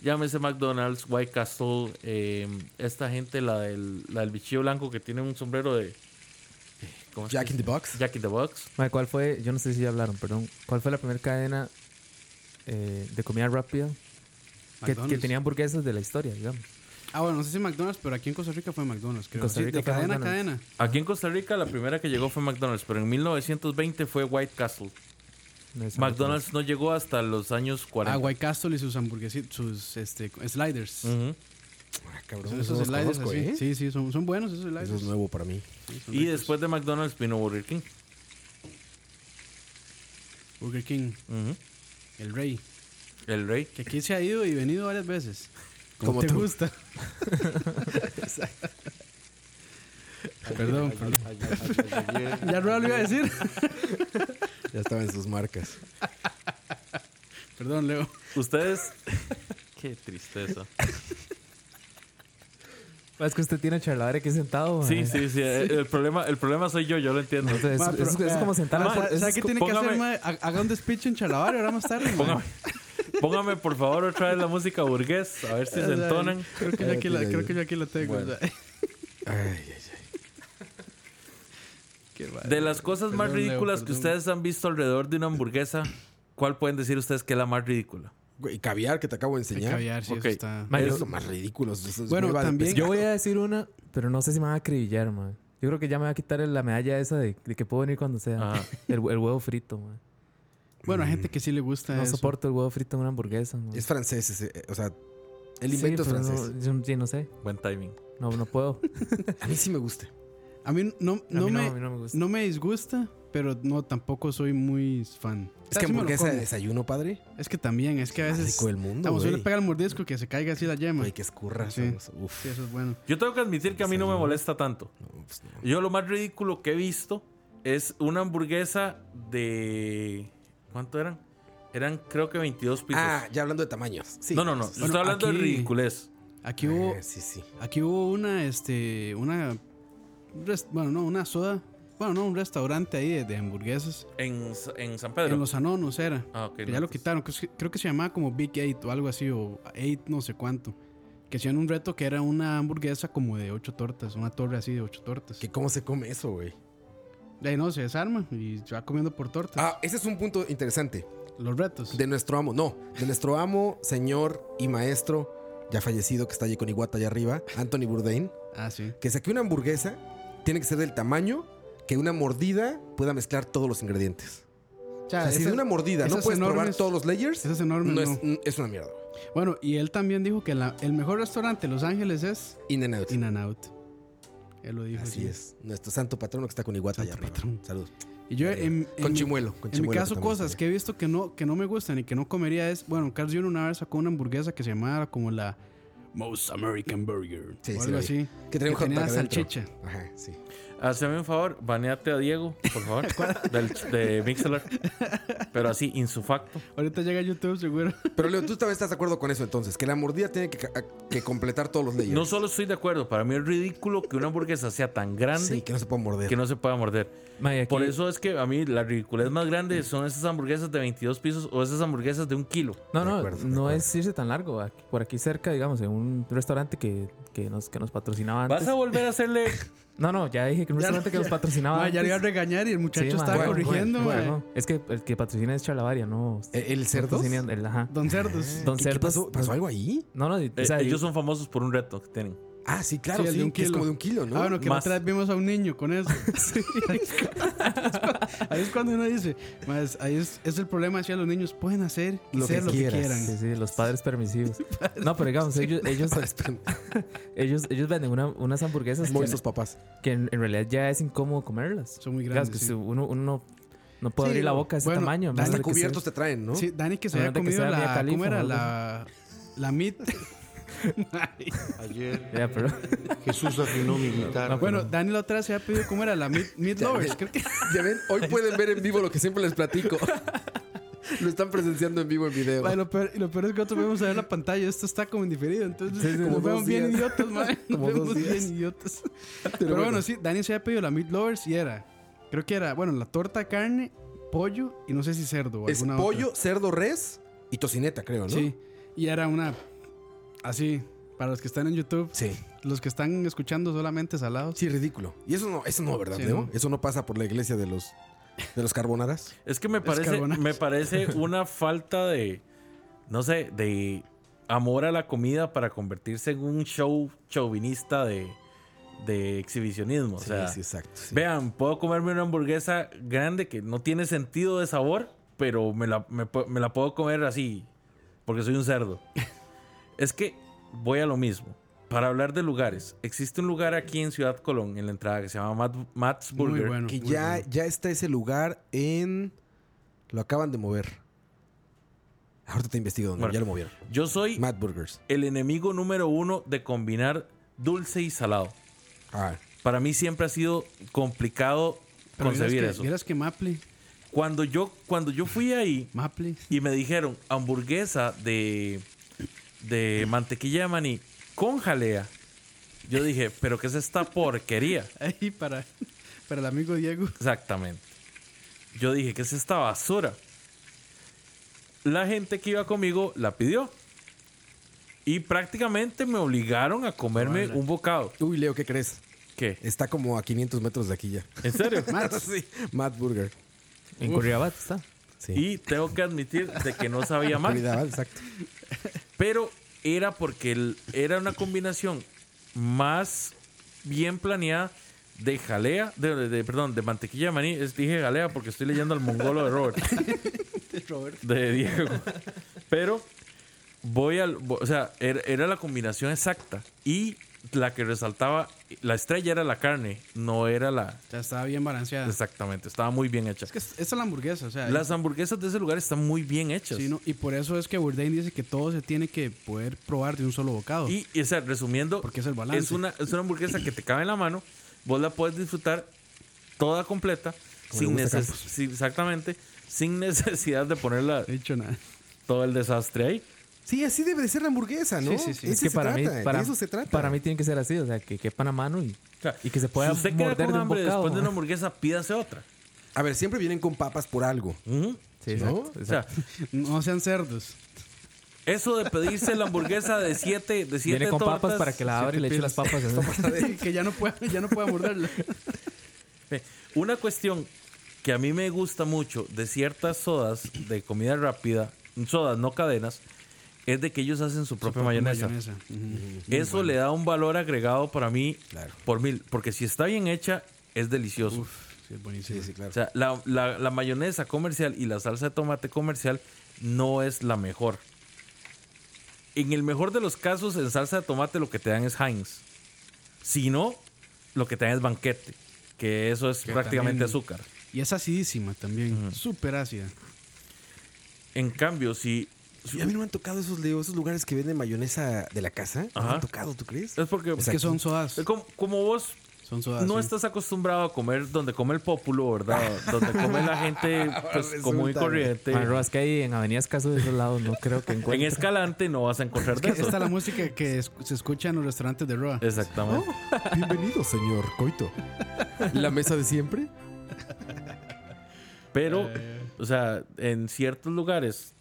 Speaker 2: Llámese McDonald's, White Castle, eh, esta gente, la del, la del bichillo blanco que tiene un sombrero de... eh, ¿cómo es que
Speaker 1: Jack in
Speaker 2: se
Speaker 1: the Box.
Speaker 2: llama? Jack in the Box.
Speaker 8: Mae, ¿cuál fue? Yo no sé si ya hablaron, perdón. ¿Cuál fue la primera cadena eh, de comida rápida que, que
Speaker 3: McDonald's.
Speaker 8: tenía hamburguesas de la historia, digamos?
Speaker 3: Ah, bueno, no sé si McDonald's, pero aquí en Costa Rica fue McDonald's, creo.
Speaker 8: Costa
Speaker 3: Sí,
Speaker 8: Rica
Speaker 3: de
Speaker 8: fue
Speaker 3: cadena a cadena.
Speaker 8: McDonald's.
Speaker 2: Aquí en Costa Rica la primera que llegó fue McDonald's, pero en 1920 fue White Castle.
Speaker 8: No es-
Speaker 2: McDonald's no llegó hasta los años 40.
Speaker 3: Ah, White Castle y sus hamburguesitos, sus este, sliders.
Speaker 2: Ujú.
Speaker 1: Ah, cabrón,
Speaker 3: Son
Speaker 1: esos no
Speaker 3: esos
Speaker 1: los
Speaker 3: sliders
Speaker 1: conozco,
Speaker 3: así.
Speaker 1: ¿eh?
Speaker 3: Sí, sí, son, son buenos esos
Speaker 1: Eso
Speaker 3: sliders.
Speaker 1: es nuevo para mí.
Speaker 2: Y después de McDonald's vino Burger King.
Speaker 3: Burger King,
Speaker 2: Ujú.
Speaker 3: el rey.
Speaker 2: El Rey.
Speaker 3: Que aquí se ha ido y venido varias veces. Como,
Speaker 1: Como
Speaker 3: te
Speaker 1: tú.
Speaker 3: gusta. perdón, perdón. Ya no lo iba a decir.
Speaker 1: Ya estaba en sus marcas.
Speaker 3: Perdón, Leo.
Speaker 2: Ustedes. Qué tristeza.
Speaker 8: Mae, Es que usted tiene charladera aquí sentado. mae.
Speaker 2: Sí, sí, sí. El, el problema, el problema soy yo, yo lo entiendo.
Speaker 8: O sea, es,
Speaker 3: Mae, pero-
Speaker 8: es- es como sentar
Speaker 2: Mae,
Speaker 8: a
Speaker 2: ¿sabe
Speaker 8: es-
Speaker 3: ¿Sabes qué tiene que
Speaker 2: póngame-
Speaker 3: hacer? mae? Ha- Haga un speech en Chalabar ahora más tarde. mae.
Speaker 2: Póngame, póngame, por favor otra vez la música burgués, a ver si se entonan.
Speaker 3: Creo que yo aquí la, creo que yo aquí la tengo.
Speaker 2: Bueno.
Speaker 3: o sea.
Speaker 1: Ay, ay,
Speaker 3: Qué bárbaro.
Speaker 2: De las cosas más
Speaker 3: Perdón, Leo,
Speaker 2: ridículas que
Speaker 3: perdón.
Speaker 2: ustedes han visto alrededor de una hamburguesa, ¿cuál pueden decir ustedes que es la más ridícula?
Speaker 1: Güey, caviar que te acabo de
Speaker 3: El
Speaker 1: enseñar.
Speaker 3: caviar, sí, eso
Speaker 2: Ok.
Speaker 3: está.
Speaker 8: Mae,
Speaker 1: Es
Speaker 8: yo-
Speaker 1: lo más ridículo. eso es
Speaker 3: Bueno,
Speaker 1: hueva de
Speaker 3: también-
Speaker 1: pescado.
Speaker 8: Yo voy a decir una, pero no sé si me van a acribillar, man. Yo creo que ya me va a quitar el- la medalla esa de, de que puedo venir cuando sea.
Speaker 2: Ajá.
Speaker 8: El, el huevo frito, man.
Speaker 3: Bueno, hay gente que sí le gusta
Speaker 8: No
Speaker 3: eso.
Speaker 8: soporto el huevo frito en una hamburguesa, man.
Speaker 1: Es francés ese, eh, O sea, el
Speaker 8: Sí,
Speaker 1: invento es
Speaker 8: pero no-
Speaker 1: francés.
Speaker 8: yo- sí, no sé.
Speaker 2: Buen timing.
Speaker 8: No, no puedo.
Speaker 1: A mí sí me gusta.
Speaker 3: A mí no,
Speaker 8: A
Speaker 3: no,
Speaker 8: mí no,
Speaker 3: me,
Speaker 8: a mí no me gusta.
Speaker 3: no me disgusta, pero no tampoco soy muy fan. O
Speaker 1: Es
Speaker 3: sea,
Speaker 1: que
Speaker 3: sí me lo
Speaker 1: hamburguesa de
Speaker 3: como.
Speaker 1: desayuno, padre.
Speaker 3: Es que también, es que a
Speaker 1: Más
Speaker 3: veces.
Speaker 1: rico del mundo,
Speaker 3: Vamos,
Speaker 1: güey.
Speaker 3: uno le pega el mordisco que se caiga así la yema.
Speaker 1: Güey, que escurra.
Speaker 3: Mm. Sí.
Speaker 1: sabroso. Uf.
Speaker 3: Sí, eso es bueno.
Speaker 2: Yo tengo que admitir que a mí no me molesta tanto.
Speaker 1: No, pues no.
Speaker 2: Yo lo más ridículo que he visto es una hamburguesa de. ¿Cuánto eran? Eran creo que 22 pisos.
Speaker 1: Ah, ya hablando de tamaños. Sí.
Speaker 2: no, no, no. Estoy hablando de
Speaker 3: aquí-
Speaker 2: ridiculez.
Speaker 3: Aquí hubo,
Speaker 1: Ah, sí, sí.
Speaker 3: aquí hubo una, este, una, un res- bueno, no, una soda, bueno, no, un restaurante ahí de, de hamburguesas.
Speaker 2: En, Sa- en San Pedro.
Speaker 3: En los anonos era.
Speaker 2: Ah, ok,
Speaker 3: que
Speaker 2: no,
Speaker 3: ya lo
Speaker 2: entonces-
Speaker 3: quitaron. que es que- Creo que se llamaba como Big Eight o algo así, o Eight no sé cuánto. Que hacían un reto que era una hamburguesa como de ocho tortas, una torre así de ocho tortas.
Speaker 1: ¿Que ¿Cómo se come eso, güey?
Speaker 3: De ahí no, se desarma y se va comiendo por tortas.
Speaker 1: Ah, ese es un punto interesante.
Speaker 3: Los retos.
Speaker 1: De nuestro amo, no. De nuestro amo, señor y maestro, ya fallecido, que está allí con Iguata allá arriba, Anthony Bourdain,
Speaker 3: Ah, sí.
Speaker 1: que saque una hamburguesa tiene que ser del tamaño que una mordida pueda mezclar todos los ingredientes.
Speaker 3: O
Speaker 1: O
Speaker 3: sea,
Speaker 1: sea, si
Speaker 3: Ah, esas-
Speaker 1: de una mordida no
Speaker 3: esas
Speaker 1: puedes probar
Speaker 3: enormes-
Speaker 1: todos los layers,
Speaker 3: esas enormes
Speaker 1: no
Speaker 3: no.
Speaker 1: es, n- es una mierda.
Speaker 3: Bueno, y él también dijo que la- el mejor restaurante de Los Ángeles es
Speaker 1: In and out.
Speaker 3: In and Out. Él lo dijo.
Speaker 1: Así
Speaker 3: sí.
Speaker 1: es. Nuestro santo patrono que está con Iguata allá
Speaker 3: Santo
Speaker 1: arriba.
Speaker 3: patrón.
Speaker 1: Salud.
Speaker 3: Y yo en, en
Speaker 1: Con
Speaker 3: mi-
Speaker 1: chimuelo, con
Speaker 3: en mi
Speaker 1: chimuelo que
Speaker 3: caso,
Speaker 1: también
Speaker 3: cosas
Speaker 1: está
Speaker 3: que he visto que no, que no me gustan y que no comería es. Bueno, Carl Jr. una vez sacó una hamburguesa que se llamaba como la Most American Burger.
Speaker 1: Sí, sí
Speaker 3: o algo
Speaker 1: lo vi.
Speaker 3: así.
Speaker 1: Que tenía un hot
Speaker 3: tenía
Speaker 1: dog adentro.
Speaker 3: salchicha.
Speaker 1: Ajá, sí.
Speaker 2: Hazme un favor, baneate a Diego, por favor, del, de Mixler. Pero así, insufacto.
Speaker 3: Ahorita llega YouTube, seguro.
Speaker 1: Pero Leo, tú también estás de acuerdo con eso entonces, que la mordida tiene que, ca- que completar todos los leyes.
Speaker 2: No solo estoy de acuerdo, para mí es ridículo que una hamburguesa sea tan grande
Speaker 1: sí, que no se puede morder.
Speaker 2: que no se pueda morder.
Speaker 8: Mae, aquí-
Speaker 2: Por eso es que a mí la ridiculez más grande son esas hamburguesas de 22 pisos o esas hamburguesas de un kilo.
Speaker 8: No, no,
Speaker 1: acuerdo, de
Speaker 8: no
Speaker 1: acuerdo.
Speaker 8: es irse tan largo. Aquí- por aquí cerca, digamos, en un restaurante que, que nos, que nos patrocinaba antes.
Speaker 2: ¿Vas a volver a hacerle
Speaker 8: No, no, ya dije que un restaurante que nos patrocinaba
Speaker 3: Ma, Ah, ya le iba a
Speaker 8: antes.
Speaker 3: regañar y el muchacho
Speaker 8: Sí, ma.
Speaker 3: estaba
Speaker 8: Bueno,
Speaker 3: corrigiendo,
Speaker 8: bueno,
Speaker 3: ma.
Speaker 8: bueno. Es que el que patrocina es Chalabaria, no.
Speaker 1: ¿E- el Cerdos?
Speaker 8: patrocinan el- ajá.
Speaker 3: Don Cerdos.
Speaker 8: Don
Speaker 1: ¿Qué- ¿Qué,
Speaker 8: Cerdos-
Speaker 1: pasó? ¿Pasó algo ahí?
Speaker 8: No, no, y- o
Speaker 2: Eh,
Speaker 8: sea,
Speaker 2: ellos son famosos por un reto que tienen.
Speaker 1: Ah, sí, claro,
Speaker 3: Sí,
Speaker 1: sí,
Speaker 3: el de un
Speaker 1: que es
Speaker 3: kilo.
Speaker 1: como de un kilo, ¿no?
Speaker 3: Ah, bueno, que la
Speaker 2: Más.
Speaker 3: otra vez vimos a un niño con eso. Sí. Ahí es cuando uno dice, más, ahí es, es el problema, decía los niños, pueden hacer y
Speaker 1: Lo que
Speaker 3: ser lo que
Speaker 1: quieran.
Speaker 3: quieran.
Speaker 8: Sí, sí, los padres permisivos. No, pero digamos, ellos, ellos, ellos, ellos venden una- unas hamburguesas
Speaker 1: Muy
Speaker 8: que,
Speaker 1: estos papás.
Speaker 8: que en, en realidad ya es incómodo comerlas.
Speaker 3: Son muy
Speaker 8: Digamos
Speaker 3: grandes.
Speaker 8: que
Speaker 3: sí.
Speaker 8: si uno, uno no, no puede
Speaker 3: Sí,
Speaker 8: abrir la boca de ese
Speaker 3: bueno,
Speaker 8: tamaño. a menos
Speaker 1: Hasta
Speaker 8: de que sea-
Speaker 1: cubiertos te traen, ¿no?
Speaker 3: Sí, Dani que se
Speaker 8: A
Speaker 3: había
Speaker 8: menos de que
Speaker 3: comido
Speaker 8: sea Mia
Speaker 3: la.
Speaker 8: Khalifa
Speaker 3: ¿Cómo era?
Speaker 8: o algo
Speaker 3: La. La mit.
Speaker 5: Ayer
Speaker 8: Ya, pero-
Speaker 5: Jesús afinó mi guitarra.
Speaker 3: bueno, Dani la otra vez se había pedido cómo era la meat, meat lovers. Creo que
Speaker 1: Ya ven, hoy pueden ver en vivo lo que siempre les platico. lo están presenciando en vivo en video.
Speaker 3: Ma, y lo peor, y lo peor es que nosotros podemos ver la pantalla. Esto está como indiferido. Entonces,
Speaker 1: Sí, sí, como
Speaker 3: como nos vemos
Speaker 1: dos
Speaker 3: bien
Speaker 1: días.
Speaker 3: idiotas, ma. Nos
Speaker 1: Como dos
Speaker 3: vemos
Speaker 1: días.
Speaker 3: bien idiotas. Pero, bueno, sí, Dani se había pedido la meat lovers y era. Creo que era, bueno, la torta de carne, pollo y no sé si cerdo. O
Speaker 1: es
Speaker 3: alguna
Speaker 1: pollo,
Speaker 3: otra.
Speaker 1: cerdo, res y tocineta, creo, ¿no?
Speaker 3: Sí. Y era una. Así, para los que están en YouTube,
Speaker 1: Sí.
Speaker 3: los que están escuchando solamente salados.
Speaker 1: Sí, ridículo. Y eso no, eso no, ¿verdad,
Speaker 3: Sí,
Speaker 1: Leo?
Speaker 3: ¿no?
Speaker 1: Eso no pasa por la iglesia de los, de los carbonadas.
Speaker 2: Es que me parece,
Speaker 3: carbonazo.
Speaker 2: me parece una falta de, no sé, de amor a la comida para convertirse en un show chauvinista de, de exhibicionismo. o sea,
Speaker 1: sí, sí, exacto. sí.
Speaker 2: vean, puedo comerme una hamburguesa grande que no tiene sentido de sabor, pero me la, me pu- me la puedo comer así, porque soy un cerdo. es que voy a lo mismo. Para hablar de lugares, existe un lugar aquí en Ciudad Colón, en la entrada, que se llama Matt- Matt's
Speaker 3: Muy
Speaker 2: Burger.
Speaker 3: bueno.
Speaker 1: Que
Speaker 3: muy
Speaker 1: ya,
Speaker 3: bueno.
Speaker 1: ya está ese lugar en. Lo acaban de mover. Ahorita te investigo dónde.
Speaker 2: Bueno.
Speaker 1: Ya lo movieron.
Speaker 2: Yo soy
Speaker 1: Mad Burgers.
Speaker 2: el enemigo número uno de combinar dulce y salado.
Speaker 1: Ah,
Speaker 2: Para mí siempre ha sido complicado
Speaker 3: Pero vieras
Speaker 2: concebir
Speaker 3: que-
Speaker 2: eso.
Speaker 3: Vieras que Maple,
Speaker 2: Cuando yo, cuando yo fui ahí
Speaker 3: Maple.
Speaker 2: y me dijeron hamburguesa de, de mantequilla de maní con jalea, yo dije, ¿pero qué es esta porquería?
Speaker 3: Ahí para, para el amigo Diego.
Speaker 2: Exactamente. Yo dije, ¿qué es esta basura? La gente que iba conmigo la pidió. Y prácticamente me obligaron a comerme un bocado.
Speaker 1: Uy, Leo, ¿qué crees?
Speaker 2: ¿Qué?
Speaker 1: Está como a 500 metros de aquí ya.
Speaker 2: ¿En serio?
Speaker 1: sí. Mad Burger.
Speaker 8: en Curriabat está.
Speaker 1: Sí.
Speaker 2: Y tengo que admitir de que no sabía más.
Speaker 1: Cuidado, exacto.
Speaker 2: Pero era porque el- era una combinación más bien planeada de jalea, de, de- de- perdón, de mantequilla de maní. Es- dije jalea porque estoy leyendo al mongolo de Robert. De Diego. Pero voy al. vo- O sea, era, era la combinación exacta. Y la que resaltaba, la estrella era la carne, no era la.
Speaker 3: Ya estaba bien balanceada.
Speaker 2: Exactamente, estaba muy bien hecha.
Speaker 3: Es que esta es la hamburguesa, o sea.
Speaker 2: Las hamburguesas de ese lugar están muy bien hechas.
Speaker 3: sí, ¿no? Y por eso es que Bourdain dice que todo se tiene que poder probar de un solo bocado.
Speaker 2: Y, y, o sea, resumiendo,
Speaker 3: Porque es el balance.
Speaker 2: es una, es una hamburguesa que te cabe en la mano, vos la puedes disfrutar toda completa, sin
Speaker 1: le gusta a
Speaker 2: neces-
Speaker 1: Campos.
Speaker 2: sin- exactamente, sin necesidad de ponerla
Speaker 3: No he dicho nada.
Speaker 2: todo el desastre ahí.
Speaker 1: Sí, así debe de ser la hamburguesa, ¿no?
Speaker 3: Sí, sí, sí.
Speaker 1: Ese
Speaker 8: Es que
Speaker 1: se
Speaker 8: para mí,
Speaker 1: trata,
Speaker 8: para,
Speaker 1: de eso se trata.
Speaker 8: para mí tiene que ser así, o sea, que quepan a mano y,
Speaker 2: O sea,
Speaker 8: y que se pueda
Speaker 2: si usted queda
Speaker 8: morder
Speaker 2: con
Speaker 8: de un
Speaker 2: hambre
Speaker 8: bocado.
Speaker 2: después de una
Speaker 8: ¿no?
Speaker 2: hamburguesa, pídase otra.
Speaker 1: A ver, siempre vienen con papas por algo.
Speaker 2: Ujú.
Speaker 1: ¿no?
Speaker 8: Sí, exacto,
Speaker 2: O sea,
Speaker 8: exacto.
Speaker 3: No sean cerdos.
Speaker 2: eso de pedirse la hamburguesa de siete, de siete
Speaker 8: Viene con
Speaker 2: tortas,
Speaker 8: papas para que la abra y le eche las papas. ¿no?
Speaker 3: que ya no pueda, ya no pueda morderla.
Speaker 2: Eh, Una cuestión que a mí me gusta mucho de ciertas sodas de comida rápida, sodas no cadenas, es de que ellos hacen su propia mayonesa.
Speaker 3: Ujú.
Speaker 2: Eso le da un valor agregado para mí por mil, porque si está bien hecha, es delicioso.
Speaker 3: Sí, es buenísimo.
Speaker 2: O sea, la, la- la mayonesa comercial y la salsa de tomate comercial no es la mejor. En el mejor de los casos, en salsa de tomate lo que te dan es Heinz. Si no, lo que te dan es banquete, que eso es
Speaker 3: Que
Speaker 2: prácticamente
Speaker 3: también-
Speaker 2: azúcar.
Speaker 3: Y es acidísima también. Súper ácida.
Speaker 2: En cambio, si... si-
Speaker 1: Y a mí no me han tocado esos, Leo, esos lugares que venden mayonesa de la casa. No me
Speaker 2: Ajá.
Speaker 1: han tocado, ¿tú crees?
Speaker 2: es porque...
Speaker 3: Es que son sodas.
Speaker 2: como, como vos
Speaker 3: Son sodas.
Speaker 2: no
Speaker 3: sí.
Speaker 2: estás acostumbrado a comer donde come el populo, ¿verdad? donde come la gente pues, común y
Speaker 1: resulta.
Speaker 2: corriente.
Speaker 8: Madre, es que hay en Avenida Escaso de esos lados, no creo que
Speaker 2: En
Speaker 8: encuentre.
Speaker 2: Escalante no vas a encontrar de
Speaker 3: Esta
Speaker 2: eso.
Speaker 3: es la música que es- se escucha en los restaurantes de Roa.
Speaker 2: Exactamente.
Speaker 1: Oh. Bienvenido, señor Coito. ¿La mesa de siempre?
Speaker 2: Pero, o sea, en ciertos lugares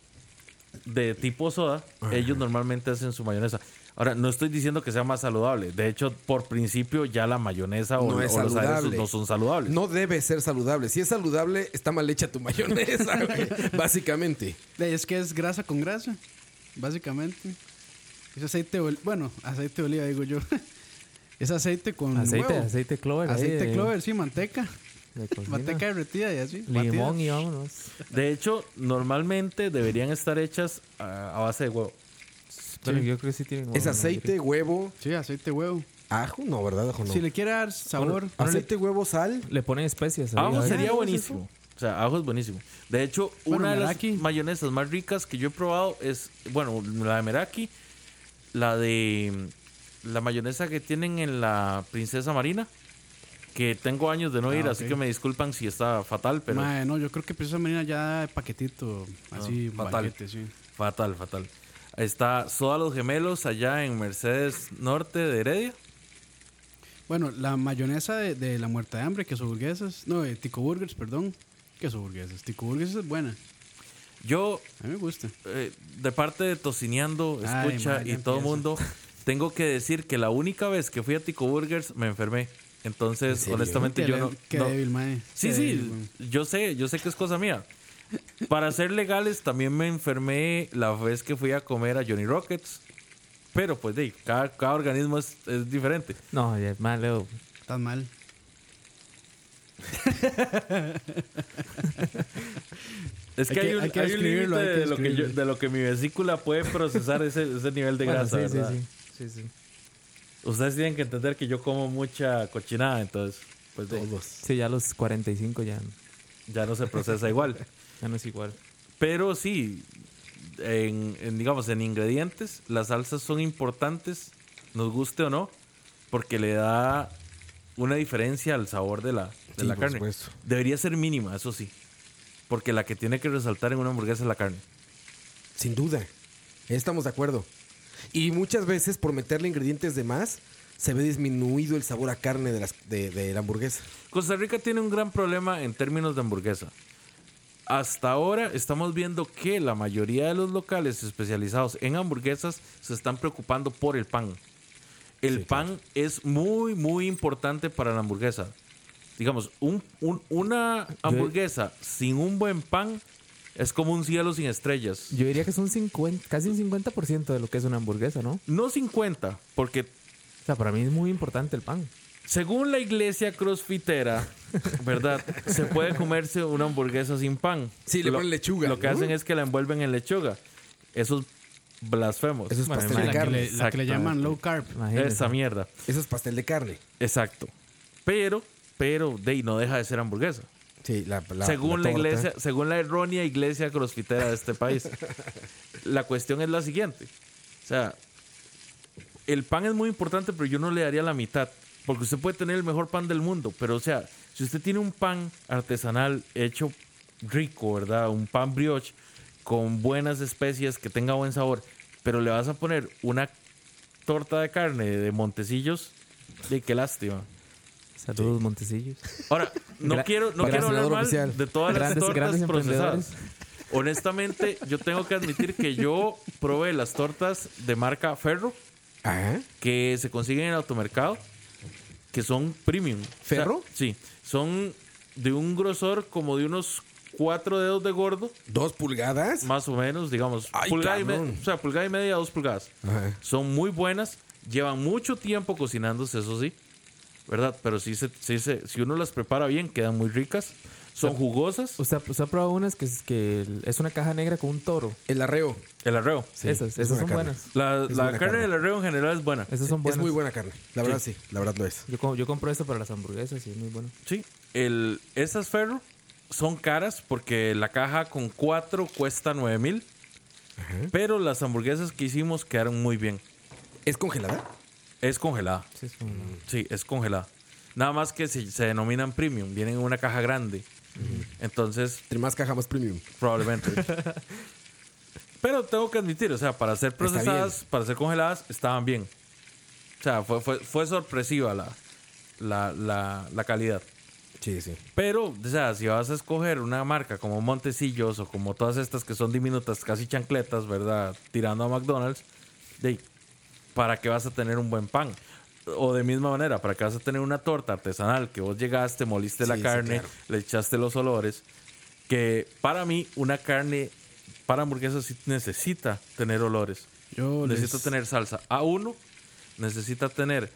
Speaker 2: de tipo soda, ellos normalmente hacen su mayonesa. Ahora, no estoy diciendo que sea más saludable. De hecho, por principio ya la mayonesa o,
Speaker 1: No es
Speaker 2: o los aderezos
Speaker 1: saludable.
Speaker 2: no son saludables.
Speaker 1: No debe ser saludable. Si es saludable, está mal hecha tu mayonesa, güey, básicamente.
Speaker 3: Eh, Es que es grasa con grasa, básicamente. Es aceite, de ol- bueno, aceite de oliva, digo yo. Es aceite con
Speaker 8: Aceite,
Speaker 3: huevo.
Speaker 8: aceite clover. ahí
Speaker 3: Aceite
Speaker 8: de-
Speaker 3: clover, sí, manteca.
Speaker 8: de cocina.
Speaker 3: Manteca derretida y así.
Speaker 8: Limón
Speaker 3: batida.
Speaker 8: y vámonos.
Speaker 2: De hecho, normalmente deberían estar hechas a, a base de huevo.
Speaker 8: Pero yo creo que sí tienen
Speaker 1: Es
Speaker 8: huevo, ¿no?
Speaker 1: aceite, huevo,
Speaker 3: Sí, aceite de huevo.
Speaker 1: ajo. No, ¿verdad? Ajo no.
Speaker 3: Si le quiere dar sabor.
Speaker 1: Aceite, huevo, sal.
Speaker 8: Le ponen especias. ahí,
Speaker 2: Ajo
Speaker 8: a ver.
Speaker 2: Ah, sería buenísimo. O sea, ajo es buenísimo. De hecho,
Speaker 3: Bueno,
Speaker 2: una de
Speaker 3: Meraki.
Speaker 2: las mayonesas más ricas que yo he probado es, bueno, la de Meraki, la de la mayonesa que tienen en la Princesa Marina, que tengo años de no ir, así
Speaker 3: Ah, ok.
Speaker 2: que me disculpan si está fatal, pero Ah,
Speaker 3: Mae, no, yo creo que Princesa Marina ya de paquetito, así, un
Speaker 2: fatal.
Speaker 3: paquete, sí.
Speaker 2: fatal, fatal. Está Soda los Gemelos allá en Mercedes Norte de Heredia.
Speaker 3: Bueno, la mayonesa de, de la muerta de hambre, queso burguesas, no, de Tico Burgers, perdón, queso burguesas. Tico Burgers es buena,
Speaker 2: Yo
Speaker 3: a mí me gusta.
Speaker 2: eh, de parte de Tocineando,
Speaker 3: Ay,
Speaker 2: escucha
Speaker 3: ma, ya
Speaker 2: y todo
Speaker 3: empieza.
Speaker 2: mundo, tengo que decir que la única vez que fui a Tico Burgers me enfermé. Entonces, honestamente,
Speaker 3: Qué
Speaker 2: yo
Speaker 3: le-
Speaker 2: no.
Speaker 3: qué
Speaker 2: no-
Speaker 3: débil, mae.
Speaker 2: Sí,
Speaker 3: Qué débil,
Speaker 2: sí,
Speaker 3: mae.
Speaker 2: yo sé, yo sé que es cosa mía. Para ser legales, también me enfermé la vez que fui a comer a Johnny Rockets. Pero pues, de, cada, cada organismo es, es diferente.
Speaker 8: No, ya, mal, Leo.
Speaker 3: Estás mal.
Speaker 2: Es que
Speaker 3: Hay
Speaker 2: hay,
Speaker 3: que-
Speaker 2: un,
Speaker 3: hay que
Speaker 2: hay un límite
Speaker 3: describirlo, hay que
Speaker 2: de, lo que yo-
Speaker 3: describirlo.
Speaker 2: de lo que mi vesícula puede procesar ese, ese nivel de
Speaker 8: Bueno,
Speaker 2: grasa.
Speaker 8: sí, sí,
Speaker 2: ¿verdad?
Speaker 8: sí, sí, sí.
Speaker 2: Ustedes tienen que entender que yo como mucha cochinada, entonces, pues de-
Speaker 8: Sí, ya a los 45 ya,
Speaker 2: ya no se procesa igual.
Speaker 8: ya no es igual.
Speaker 2: Pero sí, en, en, digamos, en ingredientes, las salsas son importantes, nos guste o no, porque le da una diferencia al sabor de la, de la
Speaker 1: por
Speaker 2: carne.
Speaker 1: supuesto.
Speaker 2: Debería ser mínima, eso sí. Porque la que tiene que resaltar en una hamburguesa es la carne.
Speaker 1: Sin duda. Estamos de acuerdo. Y muchas veces por meterle ingredientes de más, se ve disminuido el sabor a carne de, las, de, de la hamburguesa.
Speaker 2: Costa Rica tiene un gran problema en términos de hamburguesa. Hasta ahora estamos viendo que la mayoría de los locales especializados en hamburguesas se están preocupando por el pan. El pan es muy, muy importante para la hamburguesa. Digamos, un- un- una hamburguesa sin un buen pan es como un cielo sin estrellas.
Speaker 8: Yo diría que son 50, casi un 50% de lo que es una hamburguesa, ¿no?
Speaker 2: No 50, porque
Speaker 8: O sea, para mí es muy importante el pan.
Speaker 2: Según la iglesia crossfitera, ¿verdad? Se puede comerse una hamburguesa sin pan.
Speaker 1: Sí, le ponen lechuga, Uh.
Speaker 2: Lo que
Speaker 1: ¿no?
Speaker 2: hacen es que la envuelven en lechuga. Eso es blasfemos.
Speaker 1: Eso es
Speaker 8: Bueno,
Speaker 1: pastel de
Speaker 8: madre,
Speaker 3: La que,
Speaker 1: carne.
Speaker 3: le, la que le llaman low carb.
Speaker 8: Imagínense.
Speaker 2: Esa mierda.
Speaker 1: Eso es pastel de carne.
Speaker 2: Exacto. Pero, pero, de ahí no deja de ser hamburguesa.
Speaker 1: Sí, la, la-
Speaker 2: según la,
Speaker 1: torta.
Speaker 2: iglesia, según la errónea iglesia crossfitera de este país. la cuestión es la siguiente. O sea, el pan es muy importante, pero yo no le daría la mitad. Porque usted puede tener el mejor pan del mundo. Pero, o sea, si usted tiene un pan artesanal hecho rico, ¿verdad? Un pan brioche con buenas especias, que tenga buen sabor. Pero le vas a poner una torta de carne de Montecillos. De qué lástima.
Speaker 8: Saludos, Montecillos.
Speaker 2: Ahora, no
Speaker 8: Gra-
Speaker 2: quiero, no quiero
Speaker 8: patrocinador
Speaker 2: hablar mal
Speaker 8: oficial.
Speaker 2: de todas
Speaker 8: Grandes-
Speaker 2: las tortas
Speaker 8: grandes
Speaker 2: procesadas. Honestamente, yo tengo que admitir que yo probé las tortas de marca Ferro
Speaker 1: Ajá.
Speaker 2: que se consiguen en el automercado, que son premium. O sea,
Speaker 1: ¿Ferro?
Speaker 2: sí, son de un grosor como de unos cuatro dedos de gordo,
Speaker 1: Dos pulgadas.
Speaker 2: más o menos, digamos.
Speaker 1: Ay,
Speaker 2: pulgada y me-
Speaker 1: cabrón.
Speaker 2: o sea, pulgada y media, dos pulgadas.
Speaker 1: Ajá.
Speaker 2: Son muy buenas, llevan mucho tiempo cocinándose, eso sí, ¿verdad? Pero sí se, sí se- si uno las prepara bien, quedan muy ricas, son jugosas.
Speaker 8: Usted, usted ha probado unas que, es- que el- es una caja negra con un toro.
Speaker 1: El arreo.
Speaker 2: El arreo.
Speaker 8: esas,
Speaker 1: es
Speaker 8: esas
Speaker 1: buena
Speaker 8: son
Speaker 1: carne.
Speaker 8: buenas.
Speaker 2: La, la
Speaker 1: buena
Speaker 2: carne, del arreo en general es buena.
Speaker 8: Esas son buenas.
Speaker 1: Es muy buena carne. La verdad sí, la verdad lo es.
Speaker 8: Yo, co- yo compro esto para las hamburguesas y es muy bueno.
Speaker 2: Sí, el, esas Ferro son caras porque la caja con cuatro cuesta 9 mil. Pero las hamburguesas que hicimos quedaron muy bien.
Speaker 1: ¿Es congelada?
Speaker 2: Es congelada. Mm.
Speaker 8: Sí, es como-
Speaker 2: Sí, es congelada. Nada más que si se denominan premium, vienen en una caja grande. Entonces,
Speaker 1: Entre más caja, más premium.
Speaker 2: probablemente. Pero tengo que admitir, o sea, para ser
Speaker 1: bien.
Speaker 2: procesadas, para ser congeladas, estaban bien. O sea, fue, fue, fue sorpresiva la, la, la, la calidad.
Speaker 1: Sí, sí.
Speaker 2: Pero, o sea, si vas a escoger una marca como Montecillos o como todas estas que son diminutas, casi chancletas, ¿verdad? Tirando a McDonald's, de, ahí, ¿para qué vas a tener un buen pan? O de misma manera, ¿para qué vas a tener una torta artesanal que vos llegaste, moliste la
Speaker 1: Sí, sí,
Speaker 2: carne,
Speaker 1: claro.
Speaker 2: le echaste los olores? Que para mí, una carne para hamburguesas sí necesita tener olores.
Speaker 3: Yo les-
Speaker 2: necesita tener salsa A1, necesita tener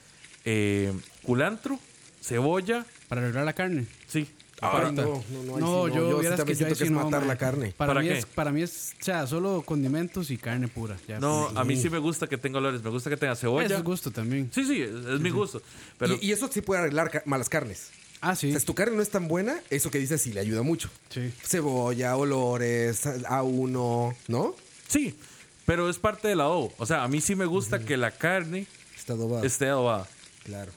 Speaker 2: eh, culantro, cebolla,
Speaker 3: Para arreglar la carne.
Speaker 2: sí.
Speaker 1: Ahora
Speaker 2: aparte.
Speaker 1: Ah, no, no, no. ahí
Speaker 3: No,
Speaker 1: sí no.
Speaker 3: yo,
Speaker 1: sí
Speaker 3: vieras
Speaker 1: también
Speaker 3: que
Speaker 1: siento
Speaker 3: yo ahí
Speaker 1: que
Speaker 3: sí
Speaker 1: es
Speaker 3: no,
Speaker 1: matar
Speaker 3: mae.
Speaker 1: la carne.
Speaker 3: Para,
Speaker 2: ¿Para
Speaker 3: mí
Speaker 2: qué?
Speaker 3: es, para mí es, o sea, solo condimentos y carne pura. ya.
Speaker 2: No, ah, a mí sí me gusta que tenga olores, me gusta que tenga
Speaker 3: Eso
Speaker 2: cebolla.
Speaker 3: es gusto también.
Speaker 2: Sí, sí, es, es mi gusto. Pero
Speaker 1: Y, y eso sí puede arreglar ca- malas carnes.
Speaker 3: Ah,
Speaker 1: O
Speaker 3: sí.
Speaker 1: sea, si tu carne no es tan buena, eso que dices sí le ayuda mucho.
Speaker 3: Sí.
Speaker 1: Cebolla, olores, A1, ¿no?
Speaker 2: sí, pero es parte del adobo. O sea, a mí sí me gusta que la carne
Speaker 1: Está adobado.
Speaker 2: esté adobada.
Speaker 1: Claro.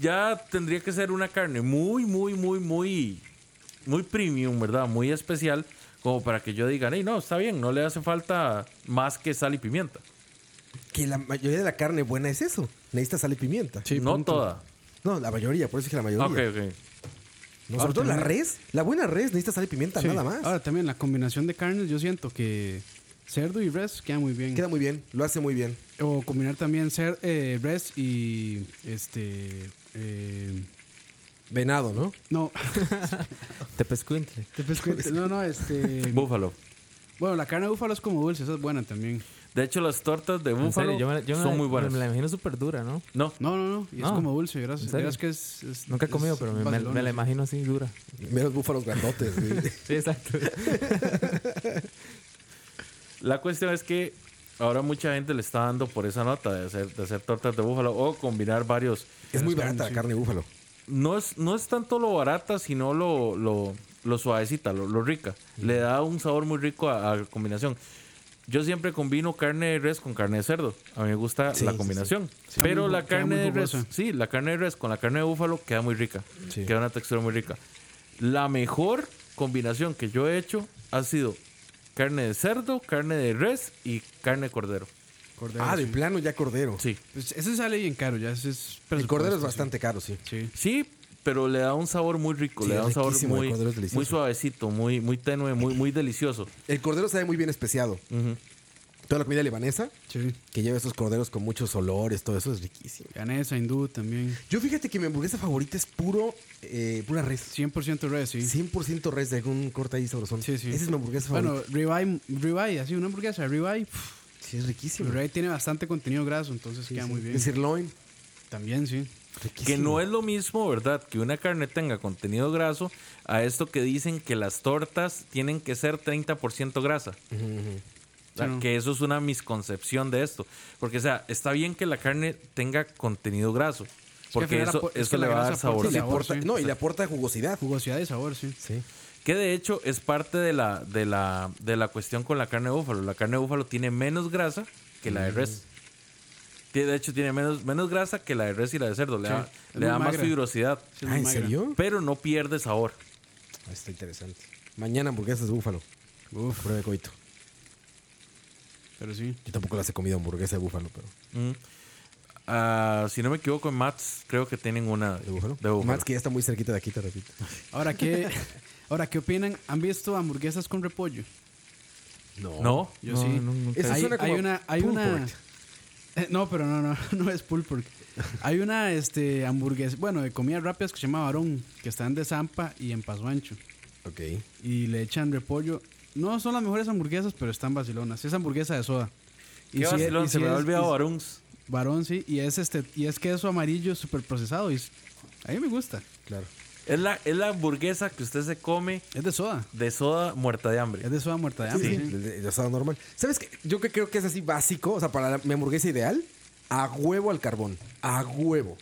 Speaker 2: Ya tendría que ser una carne muy, muy, muy, muy, muy premium, ¿verdad? Muy especial, como para que yo diga, hey, no, está bien, no le hace falta más que sal y pimienta.
Speaker 1: Que la mayoría de la carne buena es eso. Necesita sal y pimienta.
Speaker 3: Sí,
Speaker 2: no
Speaker 3: punto.
Speaker 2: toda.
Speaker 1: No, la mayoría, por eso dije la mayoría.
Speaker 2: Ah, Ok, Ah, ok.
Speaker 1: No, sobre todo la res. La buena res necesita sal y pimienta,
Speaker 3: Sí.
Speaker 1: nada más.
Speaker 3: Ahora también la combinación de carnes, yo siento que cerdo y res queda muy bien.
Speaker 1: Queda muy bien, lo hace muy bien.
Speaker 3: O combinar también cer- eh, res y este eh,
Speaker 1: Venado, ¿no?
Speaker 3: no,
Speaker 8: Tepezcuintle.
Speaker 3: te pescuete, no, no, este
Speaker 2: Búfalo.
Speaker 3: bueno, la carne de búfalo es como dulce, esa es buena también.
Speaker 2: De hecho, las tortas de
Speaker 8: En
Speaker 2: búfalo
Speaker 8: serio, yo me, yo me-
Speaker 2: son muy buenas.
Speaker 8: me la imagino súper dura, ¿no?
Speaker 2: No,
Speaker 3: No, no, no, y es
Speaker 8: No,
Speaker 3: como dulce, gracias.
Speaker 8: ¿en serio?
Speaker 3: verás que es, es-
Speaker 8: Nunca he comido,
Speaker 3: es
Speaker 8: pero me, me-
Speaker 3: vacilona,
Speaker 8: me la
Speaker 3: sí.
Speaker 8: imagino así dura.
Speaker 1: Menos búfalos grandotes. güey.
Speaker 8: Sí, exacto.
Speaker 2: La cuestión es que ahora mucha gente le está dando por esa nota de hacer, de hacer tortas de búfalo o combinar varios.
Speaker 1: es muy barata la carne de búfalo.
Speaker 2: No es, no es tanto lo barata, sino lo, lo, lo suavecita, lo, lo rica. Le da un sabor muy rico a, a la combinación. Yo siempre combino carne de res con carne de cerdo. A mí me gusta la combinación. Pero
Speaker 3: Muy
Speaker 2: la
Speaker 3: ju- queda
Speaker 2: carne
Speaker 3: muy
Speaker 2: de res,
Speaker 3: jugosa.
Speaker 2: sí, la carne de res con la carne de búfalo queda muy rica. Queda una textura muy rica. La mejor combinación que yo he hecho ha sido carne de cerdo, carne de res y carne de cordero.
Speaker 3: Cordero,
Speaker 1: Ah, de
Speaker 3: sí.
Speaker 1: plano ya cordero.
Speaker 2: Sí.
Speaker 3: Pues ese sale bien caro, ya ese es
Speaker 1: El cordero es
Speaker 3: presupuesto,
Speaker 1: bastante caro, sí.
Speaker 3: sí. Sí.
Speaker 2: Sí, pero le da un sabor muy rico,
Speaker 1: Sí,
Speaker 2: le da un
Speaker 1: es
Speaker 2: sabor
Speaker 1: riquísimo, el
Speaker 2: muy,
Speaker 1: cordero es delicioso.
Speaker 2: muy suavecito, muy, muy tenue, muy, muy delicioso.
Speaker 1: El cordero sabe muy bien especiado. Toda la comida libanesa,
Speaker 3: Sí.
Speaker 1: que lleva esos corderos con muchos olores, todo eso es riquísimo.
Speaker 3: Ganesa, hindú también.
Speaker 1: Yo fíjate que mi hamburguesa favorita es puro, eh, pura res.
Speaker 3: 100% res, sí.
Speaker 1: 100% res de algún corte ahí sabrosón.
Speaker 3: Sí, sí.
Speaker 1: Esa es mi hamburguesa
Speaker 3: Bueno,
Speaker 1: favorita.
Speaker 3: ribeye, ribeye, así una hamburguesa de ribeye, pff,
Speaker 1: Sí, es riquísimo.
Speaker 3: el ribeye tiene bastante contenido graso, entonces queda muy bien.
Speaker 1: El sirloin,
Speaker 3: También, sí.
Speaker 2: Que no es lo mismo, ¿verdad? Que una carne tenga contenido graso a esto que dicen que las tortas tienen que ser 30% grasa. O sea,
Speaker 3: Sí, no.
Speaker 2: Que eso es una misconcepción de esto. Porque, o sea, está bien que la carne tenga contenido graso. Porque
Speaker 3: al final
Speaker 2: eso,
Speaker 3: apo- es
Speaker 2: eso
Speaker 3: que
Speaker 2: le
Speaker 3: la
Speaker 2: va a dar
Speaker 3: grasa aporta
Speaker 2: sabor.
Speaker 1: Y le
Speaker 3: sabor,
Speaker 1: aporta,
Speaker 3: sí.
Speaker 1: no, y le aporta jugosidad.
Speaker 3: Jugosidad y sabor, sí.
Speaker 1: Sí.
Speaker 2: Que de hecho es parte de la, de la, de la cuestión con la carne de búfalo. La carne de búfalo tiene menos grasa que la de res.
Speaker 1: Mm.
Speaker 2: Tiene- De hecho, tiene menos, menos grasa que la de res y la de cerdo. Le
Speaker 3: Sí,
Speaker 2: da,
Speaker 3: es
Speaker 2: le
Speaker 3: muy
Speaker 2: da más
Speaker 3: magra.
Speaker 2: fibrosidad.
Speaker 3: Sí, es
Speaker 1: Ah,
Speaker 3: muy
Speaker 1: ¿en
Speaker 3: magra.
Speaker 1: serio?
Speaker 2: Pero no pierde sabor.
Speaker 1: Ah, Está interesante. Mañana hamburguesas de búfalo. Uf, prueba de coito.
Speaker 3: Pero sí.
Speaker 1: Yo tampoco las he comido hamburguesa de búfalo, pero.
Speaker 2: Mm. Ah, si no me equivoco, en Mats creo que tienen una
Speaker 1: ¿De búfalo?
Speaker 2: De búfalo.
Speaker 1: Más que ya está muy cerquita de aquí, te repito.
Speaker 3: Ahora, ¿qué, ahora, ¿qué opinan? ¿Han visto hamburguesas con repollo?
Speaker 2: No.
Speaker 3: Yo sí. Eh,
Speaker 1: Eso
Speaker 3: hay,
Speaker 1: suena como
Speaker 3: hay una, hay
Speaker 1: pulled
Speaker 3: una.
Speaker 1: pork.
Speaker 3: Eh, no, pero no, no, no es pulled pork. Hay una este, hamburguesa, bueno, de comidas rápidas que se llama Barón, que están de Zampa y en Paso Ancho.
Speaker 1: Ok.
Speaker 3: Y le echan repollo. No son las mejores hamburguesas, pero están vacilonas. Es hamburguesa de soda.
Speaker 2: Qué
Speaker 3: sí-
Speaker 2: vacilón,
Speaker 3: y
Speaker 2: e- se
Speaker 3: sí
Speaker 2: me había
Speaker 3: es-
Speaker 2: olvidado
Speaker 3: y-
Speaker 2: Baruns.
Speaker 3: Barón, sí. Y es, este, y es queso amarillo súper procesado. Y es- a mí me gusta.
Speaker 1: Claro.
Speaker 2: Es la, es la hamburguesa que usted se come
Speaker 3: Es de soda.
Speaker 2: de soda muerta de hambre.
Speaker 3: Es de soda muerta de
Speaker 1: Sí,
Speaker 3: hambre. sí.
Speaker 1: de- de- de asado normal. ¿Sabes qué? Yo que creo que es así básico, o sea, para la- mi hamburguesa ideal, a huevo al carbón. A huevo.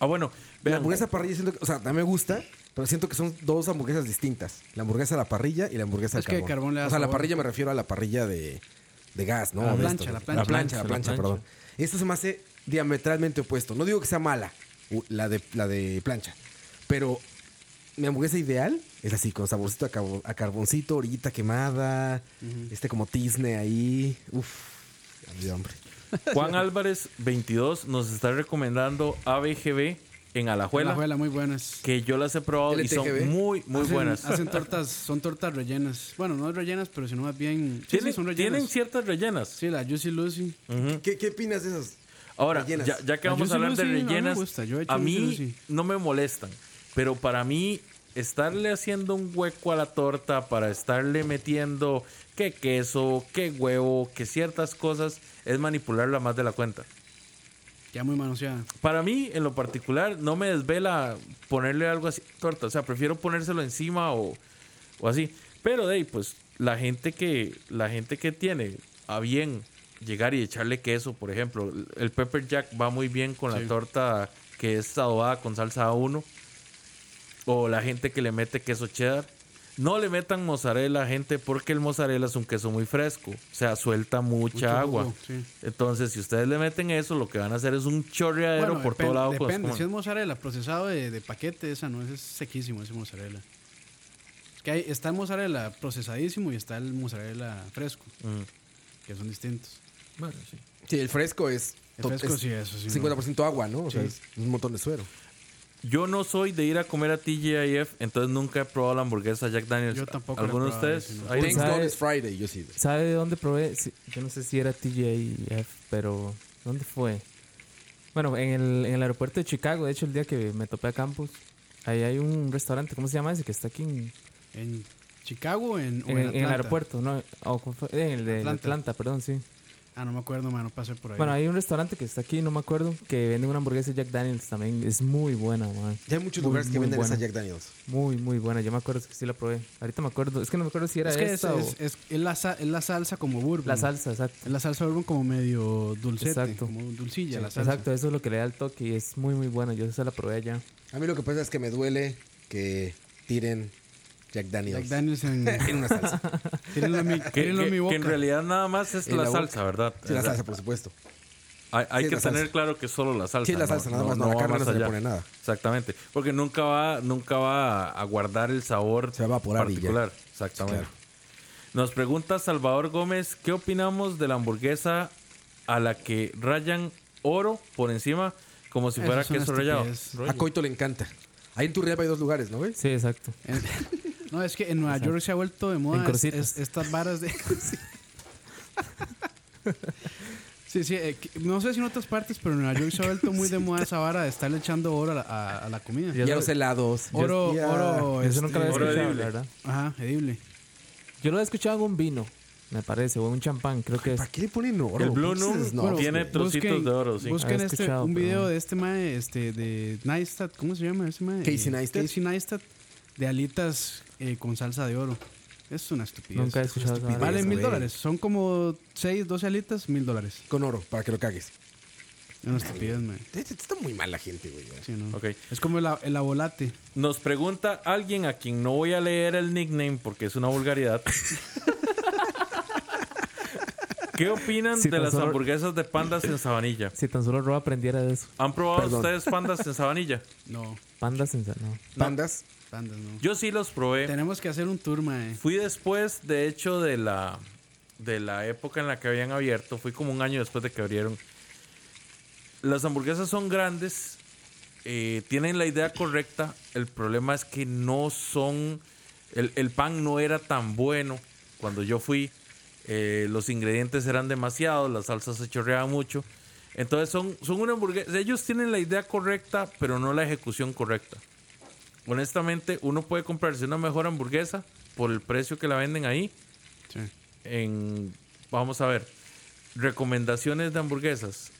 Speaker 2: Ah, bueno.
Speaker 1: La
Speaker 2: Vean,
Speaker 1: hamburguesa parrilla siento que, o sea, también me gusta, pero siento que son dos hamburguesas distintas. La hamburguesa a la parrilla y la hamburguesa
Speaker 3: Es
Speaker 1: al
Speaker 3: que el
Speaker 1: carbón.
Speaker 3: carbón le da
Speaker 1: o sea, la
Speaker 3: sabor.
Speaker 1: parrilla me refiero a la parrilla de, de gas, ¿no?
Speaker 3: A la
Speaker 1: De
Speaker 3: plancha, la plancha.
Speaker 1: La plancha, la
Speaker 2: La
Speaker 1: plancha,
Speaker 2: plancha.
Speaker 1: perdón. Esto se me hace diametralmente opuesto. No digo que sea mala. u- la de, la de plancha. Pero mi hamburguesa ideal es así, con saborcito a, cabo- a carboncito, orillita quemada, este como tizne ahí. Uf, ya me dio hambre.
Speaker 2: Juan Álvarez 22 nos está recomendando ABGB en Alajuela,
Speaker 3: Alajuela, muy buenas.
Speaker 2: que yo las he probado y son
Speaker 1: LTGB.
Speaker 2: muy, muy
Speaker 3: Hacen-
Speaker 2: buenas.
Speaker 3: Hacen tortas, son tortas rellenas. Bueno, no rellenas, pero sino más bien. sí, sí,
Speaker 2: tienen,
Speaker 3: son rellenas.
Speaker 2: tienen ciertas rellenas.
Speaker 3: Sí, la Juicy Lucy.
Speaker 1: ¿Qué, qué opinas de esas?
Speaker 2: Ahora,
Speaker 1: rellenas?
Speaker 2: ya, ya que
Speaker 3: La
Speaker 2: vamos a
Speaker 3: Juicy
Speaker 2: hablar de
Speaker 3: Lucy, a mí me
Speaker 2: rellenas,
Speaker 3: gusta, yo he hecho
Speaker 2: a mí
Speaker 3: Juicy Lucy.
Speaker 2: no me molestan, pero para mí estarle haciendo un hueco a la torta para estarle metiendo que queso, que huevo, que ciertas cosas es manipularla más de la cuenta.
Speaker 3: Ya muy manoseada.
Speaker 2: Para mí, en lo particular, no me desvela ponerle algo así a la torta. O sea, prefiero ponérselo encima o, o así. Pero de ahí, pues, la gente que la gente que tiene a bien llegar y echarle queso, por ejemplo, el pepper jack va muy bien con la torta que es adobada con salsa A1 o la gente que le mete queso cheddar. No le metan mozzarella, gente, porque el mozzarella es un queso muy fresco. O sea, suelta mucha
Speaker 3: Mucho
Speaker 2: agua.
Speaker 3: jugo, sí.
Speaker 2: Entonces, si ustedes le meten eso, lo que van a hacer es un chorreadero
Speaker 3: Bueno,
Speaker 2: por
Speaker 3: depen-
Speaker 2: todo lado. pues, cuando
Speaker 3: Depende,
Speaker 2: coman.
Speaker 3: si es mozzarella, procesado de, de paquete, esa no, ese es sequísimo, ese mozzarella. Es que hay, está el mozzarella procesadísimo y está el mozzarella fresco,
Speaker 2: Mm.
Speaker 3: que son distintos.
Speaker 1: Sí, el fresco es...
Speaker 3: El fresco sí, eso sí, no.
Speaker 1: 50% agua, ¿no? O sea, es un montón de suero.
Speaker 2: Yo no soy de ir a comer a TGIF, entonces nunca he probado la hamburguesa Jack Daniels.
Speaker 3: Yo tampoco la he
Speaker 2: ¿Alguno de
Speaker 3: probado,
Speaker 2: ustedes?
Speaker 3: sí, no.
Speaker 2: Ahí-
Speaker 1: Thanks
Speaker 8: ¿Sabe?
Speaker 1: God it's Friday, yo sí.
Speaker 8: ¿Sabe de dónde probé? Sí, yo no sé si era TJF, pero ¿dónde fue? Bueno, en el, en el aeropuerto de Chicago, de hecho, el día que me topé a Campus, ahí hay un restaurante, ¿cómo se llama ese? Que está aquí en,
Speaker 3: En Chicago en, o en,
Speaker 8: en- en el
Speaker 3: Atlanta.
Speaker 8: aeropuerto, ¿no? O ¿cómo fue? en el de
Speaker 3: Atlanta.
Speaker 8: Atlanta, perdón, sí.
Speaker 3: Ah, no me acuerdo, mano, pasé por ahí.
Speaker 8: Bueno, hay un restaurante que está aquí, no me acuerdo, que vende una hamburguesa Jack Daniels también. Es muy buena, man.
Speaker 1: Ya hay muchos
Speaker 8: Muy,
Speaker 1: lugares que
Speaker 8: muy
Speaker 1: venden
Speaker 8: buena.
Speaker 1: esa Jack Daniels.
Speaker 8: Muy, muy buena. Yo me acuerdo que sí la probé. Ahorita me acuerdo. Es que no me acuerdo si era
Speaker 3: es que es, es-
Speaker 8: esta o
Speaker 3: es- es la, sa- es la salsa como bourbon.
Speaker 8: la salsa, exacto.
Speaker 3: Es la salsa bourbon como medio dulcete,
Speaker 8: Exacto.
Speaker 3: como dulcilla la salsa.
Speaker 8: Exacto, eso es lo que le da el toque y es muy, muy buena. Yo esa la probé allá.
Speaker 1: A mí lo que pasa es que me duele que tiren Jack Daniels.
Speaker 3: Jack Daniels en,
Speaker 1: En una salsa.
Speaker 3: tírenlo en mi,
Speaker 2: que,
Speaker 3: tírenlo en
Speaker 2: que-
Speaker 3: mi
Speaker 2: que
Speaker 3: boca.
Speaker 2: en realidad nada más es
Speaker 1: En
Speaker 2: la,
Speaker 1: la boca.
Speaker 2: salsa, ¿verdad?
Speaker 1: Sí, la
Speaker 2: O sea,
Speaker 1: salsa, por supuesto.
Speaker 2: Hay, hay
Speaker 1: Sí,
Speaker 2: que
Speaker 1: la
Speaker 2: tener
Speaker 1: salsa.
Speaker 2: claro que es solo la salsa.
Speaker 1: Sí, la salsa, nada más, no, la
Speaker 2: va
Speaker 1: carne no
Speaker 2: más
Speaker 1: se le
Speaker 2: allá.
Speaker 1: pone nada.
Speaker 2: Exactamente. Porque nunca va, nunca va a guardar el sabor
Speaker 1: Se va a evaporar y ya.
Speaker 2: particular. Exactamente.
Speaker 1: Claro.
Speaker 2: Nos pregunta Salvador Gómez, ¿qué opinamos de la hamburguesa a la que rayan oro por encima como si
Speaker 3: Eso
Speaker 2: fuera
Speaker 3: es una
Speaker 2: queso rallado?
Speaker 3: estupidez.
Speaker 2: Rollo.
Speaker 1: A Coito le encanta. Ahí en Turrialba hay dos lugares, ¿no ves?
Speaker 8: Sí, exacto.
Speaker 3: En- no, es que en Nueva York se ha vuelto de moda
Speaker 8: En
Speaker 3: es-
Speaker 8: crucitas.
Speaker 3: es- estas varas de. sí. Sí, sí, eh, que- no sé si en otras partes, pero en Nueva York se ha vuelto muy de moda esa vara de estarle echando oro a la, a- a la comida.
Speaker 8: Yo
Speaker 1: Y a
Speaker 8: no-
Speaker 1: los helados.
Speaker 3: Oro,
Speaker 1: Ya.
Speaker 3: oro.
Speaker 8: Eso nunca lo había
Speaker 3: este,
Speaker 2: Oro
Speaker 8: escuchado,
Speaker 2: edible.
Speaker 8: la verdad.
Speaker 3: Ajá, edible.
Speaker 8: Yo lo he escuchado en un vino, me parece, o en un champán, creo que es.
Speaker 1: ¿Para qué le ponen oro?
Speaker 2: El Blue
Speaker 1: Pinches
Speaker 2: Noon
Speaker 1: snobs,
Speaker 2: tiene
Speaker 1: güey.
Speaker 2: trocitos
Speaker 3: Busquen-
Speaker 2: de oro, sí.
Speaker 3: Busquen
Speaker 8: Había
Speaker 3: este,
Speaker 8: escuchado,
Speaker 3: un
Speaker 8: pero
Speaker 3: video
Speaker 8: no.
Speaker 3: de este mae, este, de Neistat, ¿cómo se llama ese mae?
Speaker 1: Casey
Speaker 3: Eh,
Speaker 1: Neistat.
Speaker 3: Casey Neistat, de alitas eh, con salsa de oro. Es una estupidez.
Speaker 8: Nunca he escuchado esa
Speaker 3: Vale
Speaker 8: vara.
Speaker 3: mil
Speaker 1: güey.
Speaker 3: dólares. Son como 6, 12 alitas, mil dólares.
Speaker 1: Con oro, para que lo cagues.
Speaker 3: Es una estupidez, mae.
Speaker 1: Este- este Está muy mal la gente, güey.
Speaker 3: Sí, ¿no?
Speaker 2: Ok.
Speaker 3: Es como el, a- el abolate.
Speaker 2: Nos pregunta alguien a quien no voy a leer el nickname porque es una vulgaridad. ¿Qué opinan
Speaker 8: Sí,
Speaker 2: de
Speaker 8: tan
Speaker 2: las
Speaker 8: solo-
Speaker 2: hamburguesas de pandas en sabanilla?
Speaker 8: Si tan solo Rob aprendiera de eso.
Speaker 2: ¿Han probado
Speaker 1: Perdón.
Speaker 2: ustedes pandas en sabanilla?
Speaker 3: No,
Speaker 8: Pandas sin sal- no.
Speaker 1: Pandas.
Speaker 3: pandas, no.
Speaker 2: Yo sí los probé.
Speaker 3: Tenemos que hacer un tour, mae.
Speaker 2: Fui después, de hecho, de la, de la época en la que habían abierto. Fui como un año después de que abrieron. Las hamburguesas son grandes, eh, tienen la idea correcta. El problema es que no son. El, el pan no era tan bueno cuando yo fui. eh, los ingredientes eran demasiados, la salsa se chorreaba mucho. Entonces son, son una hamburguesa. Ellos tienen la idea correcta, pero no la ejecución correcta. Honestamente, uno puede comprarse una mejor hamburguesa por el precio que la venden ahí.
Speaker 3: Sí.
Speaker 2: En, vamos a ver, recomendaciones de hamburguesas.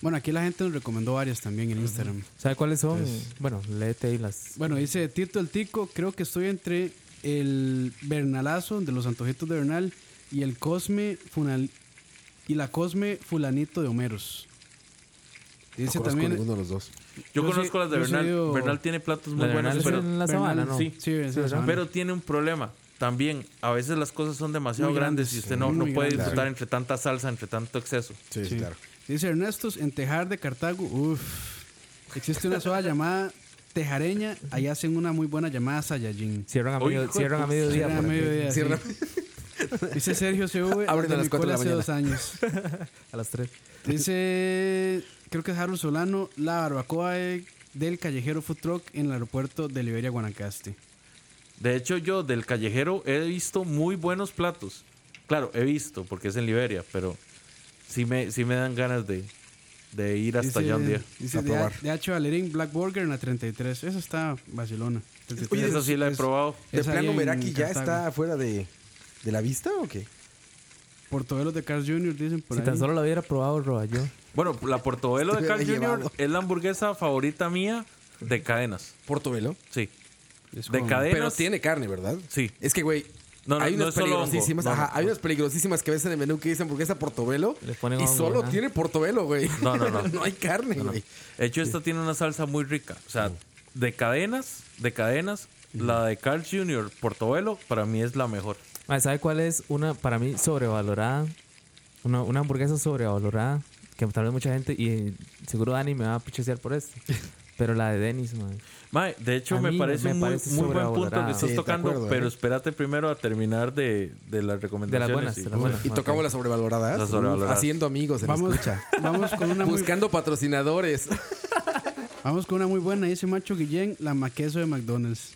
Speaker 3: Bueno, aquí la gente nos recomendó varias también en Instagram.
Speaker 8: ¿Sabe cuáles son?
Speaker 3: Entonces-
Speaker 8: bueno, léete ahí las.
Speaker 3: Bueno, dice Tito el Tico, creo que estoy entre el Bernalazo de los antojitos de Bernal y el Cosme Funal y la Cosme Fulanito de Homeros. Dice
Speaker 1: No conozco
Speaker 3: también
Speaker 1: ninguno de los dos.
Speaker 2: Yo,
Speaker 3: Yo
Speaker 2: conozco
Speaker 3: sí-
Speaker 2: las de
Speaker 3: yo sí
Speaker 2: Bernal.
Speaker 3: digo-
Speaker 2: Bernal tiene platos muy
Speaker 8: La de
Speaker 2: buenos,
Speaker 8: Bernal es
Speaker 2: pero,
Speaker 8: en la
Speaker 3: Bernal,
Speaker 8: sabana, ¿no?
Speaker 2: sí.
Speaker 3: sí, es en la
Speaker 8: ¿verdad?
Speaker 3: sabana.
Speaker 2: pero tiene un problema. También, a veces las cosas son demasiado
Speaker 3: Muy
Speaker 2: grandes
Speaker 3: grandes,
Speaker 2: y usted no, no
Speaker 3: muy
Speaker 2: puede
Speaker 3: grandes,
Speaker 2: disfrutar
Speaker 3: sí.
Speaker 2: entre tanta salsa, entre tanto exceso.
Speaker 1: Sí,
Speaker 3: Sí.
Speaker 1: claro.
Speaker 3: Dice Ernestos en Tejar de Cartago, uff. Existe una soda llamada tejareña. Ahí hacen una muy buena llamada Sayajin.
Speaker 8: Cierran a,
Speaker 2: Uy,
Speaker 8: medio-
Speaker 2: hijo de
Speaker 8: cierran a
Speaker 2: puta.
Speaker 8: mediodía.
Speaker 3: Cierran a
Speaker 8: por aquí.
Speaker 3: mediodía, sí.
Speaker 1: Cierra-
Speaker 3: Dice Sergio CV.
Speaker 1: Abren a
Speaker 3: de
Speaker 1: las
Speaker 3: mi
Speaker 1: cuatro de la
Speaker 3: cola hace
Speaker 1: mañana.
Speaker 3: dos años.
Speaker 8: A las 3.
Speaker 3: Dice, creo que es Harold Solano, la barbacoa de- del callejero Food Truck en el aeropuerto de Liberia, Guanacaste.
Speaker 2: De hecho, yo del callejero he visto muy buenos platos. Claro, he visto, porque es en Liberia, pero sí me, sí me dan ganas de, de ir hasta allá un día.
Speaker 3: Dice
Speaker 1: A
Speaker 3: de,
Speaker 1: probar.
Speaker 3: de H. Valerín, Black Burger en la 33. Eso está Barcelona. 33.
Speaker 1: Oye,
Speaker 2: Esa sí la he
Speaker 3: Es-
Speaker 2: probado.
Speaker 1: ¿De
Speaker 3: es ahí
Speaker 1: plano
Speaker 3: en
Speaker 1: Meraki ya
Speaker 3: Cartago.
Speaker 1: está fuera de, de la vista o qué?
Speaker 3: Portobelos de Carl Jr. dicen por
Speaker 8: Si
Speaker 3: ahí.
Speaker 8: tan solo lo hubiera probado, Roa, yo.
Speaker 2: Bueno, la Portobelo de
Speaker 1: Te
Speaker 2: Carl
Speaker 1: hubiera
Speaker 2: Jr.
Speaker 1: llevado.
Speaker 2: es la hamburguesa favorita mía de cadenas.
Speaker 1: Portobelo.
Speaker 2: Sí.
Speaker 3: Es
Speaker 2: De
Speaker 3: como-
Speaker 2: cadenas.
Speaker 1: Pero tiene carne, ¿verdad?
Speaker 2: Sí.
Speaker 1: Es que, güey,
Speaker 2: No, no,
Speaker 1: hay
Speaker 2: no
Speaker 1: unas
Speaker 2: es solo hongo.
Speaker 1: peligrosísimas.
Speaker 2: No,
Speaker 1: ajá,
Speaker 2: no.
Speaker 1: hay unas peligrosísimas que ves en el menú que dicen hamburguesa portobelo.
Speaker 8: Le ponen
Speaker 1: y
Speaker 8: hongo,
Speaker 1: solo
Speaker 8: ajá.
Speaker 1: tiene portobelo, güey.
Speaker 2: No, no, no.
Speaker 1: no hay carne,
Speaker 2: No, no.
Speaker 1: güey.
Speaker 2: De hecho, esta tiene una salsa muy rica. O sea, de cadenas, de cadenas, la de Carl Jr. Portobelo para mí es la mejor.
Speaker 8: Mae, ¿Sabe cuál es una, para mí, sobrevalorada? Una, una hamburguesa sobrevalorada. Que tal vez mucha gente, y seguro Dani me va a pichesear por esto. Pero la de Denis, man.
Speaker 2: Mae, de hecho,
Speaker 8: A
Speaker 2: me
Speaker 8: mí
Speaker 2: parece
Speaker 8: me
Speaker 2: un muy,
Speaker 8: parece
Speaker 2: muy buen punto
Speaker 8: sobrevalorada.
Speaker 2: que estás
Speaker 1: Sí, de
Speaker 2: tocando,
Speaker 1: acuerdo,
Speaker 2: pero
Speaker 1: ¿eh?
Speaker 2: espérate primero a terminar de, de las
Speaker 8: De las
Speaker 2: recomendaciones.
Speaker 8: buenas,
Speaker 2: y-
Speaker 8: de las buenas.
Speaker 1: Y tocamos las sobrevaloradas.
Speaker 2: Las sobrevaloradas.
Speaker 1: Haciendo amigos en
Speaker 3: Vamos,
Speaker 1: escucha.
Speaker 3: vamos, con una muy,
Speaker 1: Buscando patrocinadores.
Speaker 3: vamos con una muy buena. Dice Macho Guillén, la maqueso de McDonald's.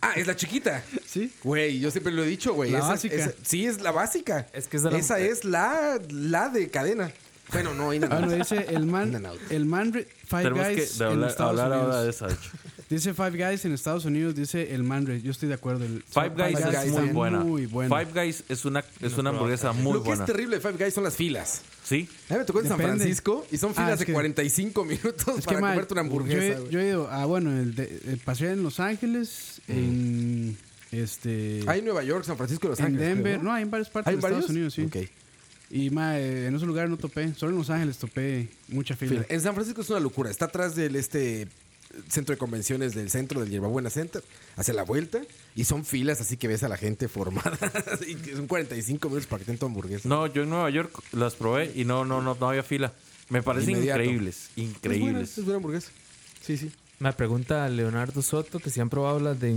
Speaker 1: ah, es la chiquita.
Speaker 3: ¿Sí?
Speaker 1: Güey, yo siempre lo he dicho, güey.
Speaker 3: La
Speaker 1: Esa-
Speaker 3: básica.
Speaker 1: esa- sí, es la básica.
Speaker 8: Es que esa era-
Speaker 1: es la, la de cadena. Bueno, no, hay
Speaker 3: Ah,
Speaker 1: nada.
Speaker 3: no, dice el man,
Speaker 1: In and out.
Speaker 3: el man re- Five
Speaker 2: Tenemos
Speaker 3: Guys
Speaker 2: que de
Speaker 3: en
Speaker 2: hablar,
Speaker 3: Estados
Speaker 2: hablar
Speaker 3: Unidos.
Speaker 2: ahora de esa. de hecho.
Speaker 3: Dice Five Guys en Estados Unidos, dice el Manre. Yo estoy de acuerdo. El
Speaker 2: Five Guys es
Speaker 1: Guys
Speaker 2: muy
Speaker 3: está
Speaker 2: buena.
Speaker 3: muy buena.
Speaker 2: Five Guys es una, es una hamburguesa muy
Speaker 1: lo que
Speaker 2: buena.
Speaker 1: es terrible de Five Guys son las filas.
Speaker 2: Sí.
Speaker 1: A mí me tocó en San
Speaker 3: Depende.
Speaker 1: Francisco y son
Speaker 3: Ah,
Speaker 1: filas
Speaker 3: es
Speaker 1: de
Speaker 3: que-
Speaker 1: 45 minutos
Speaker 3: Es que,
Speaker 1: para
Speaker 3: mae,
Speaker 1: comerte una hamburguesa.
Speaker 3: yo, he-
Speaker 1: güey. Mm.
Speaker 3: yo he ido a, bueno, el de, el paseo en Los Ángeles, en este.
Speaker 1: Hay en Nueva York, San Francisco y Los
Speaker 3: en
Speaker 1: Ángeles.
Speaker 3: Denver.
Speaker 1: creo,
Speaker 3: No, hay en varias partes
Speaker 1: ¿Hay
Speaker 3: de
Speaker 1: varios?
Speaker 3: Estados Unidos, sí.
Speaker 1: Ok.
Speaker 3: Y mae, en esos lugares no topé. Solo en Los Ángeles topé mucha fila.
Speaker 1: Fila. Eh, En San Francisco es una locura. Está atrás del este eh, centro de convenciones del centro del Yerbabuena Center, hacia la vuelta, y son filas así que ves a la gente formada. y que son 45 minutos para que tengan tu hamburguesa.
Speaker 2: No, yo en Nueva York las probé y no, no, no, no había fila. Me parecen
Speaker 1: Inmediato.
Speaker 2: increíbles.
Speaker 1: Es buena,
Speaker 2: Increíbles.
Speaker 1: es buena hamburguesa. Sí, sí.
Speaker 8: Me pregunta Leonardo Soto que si han probado las, de,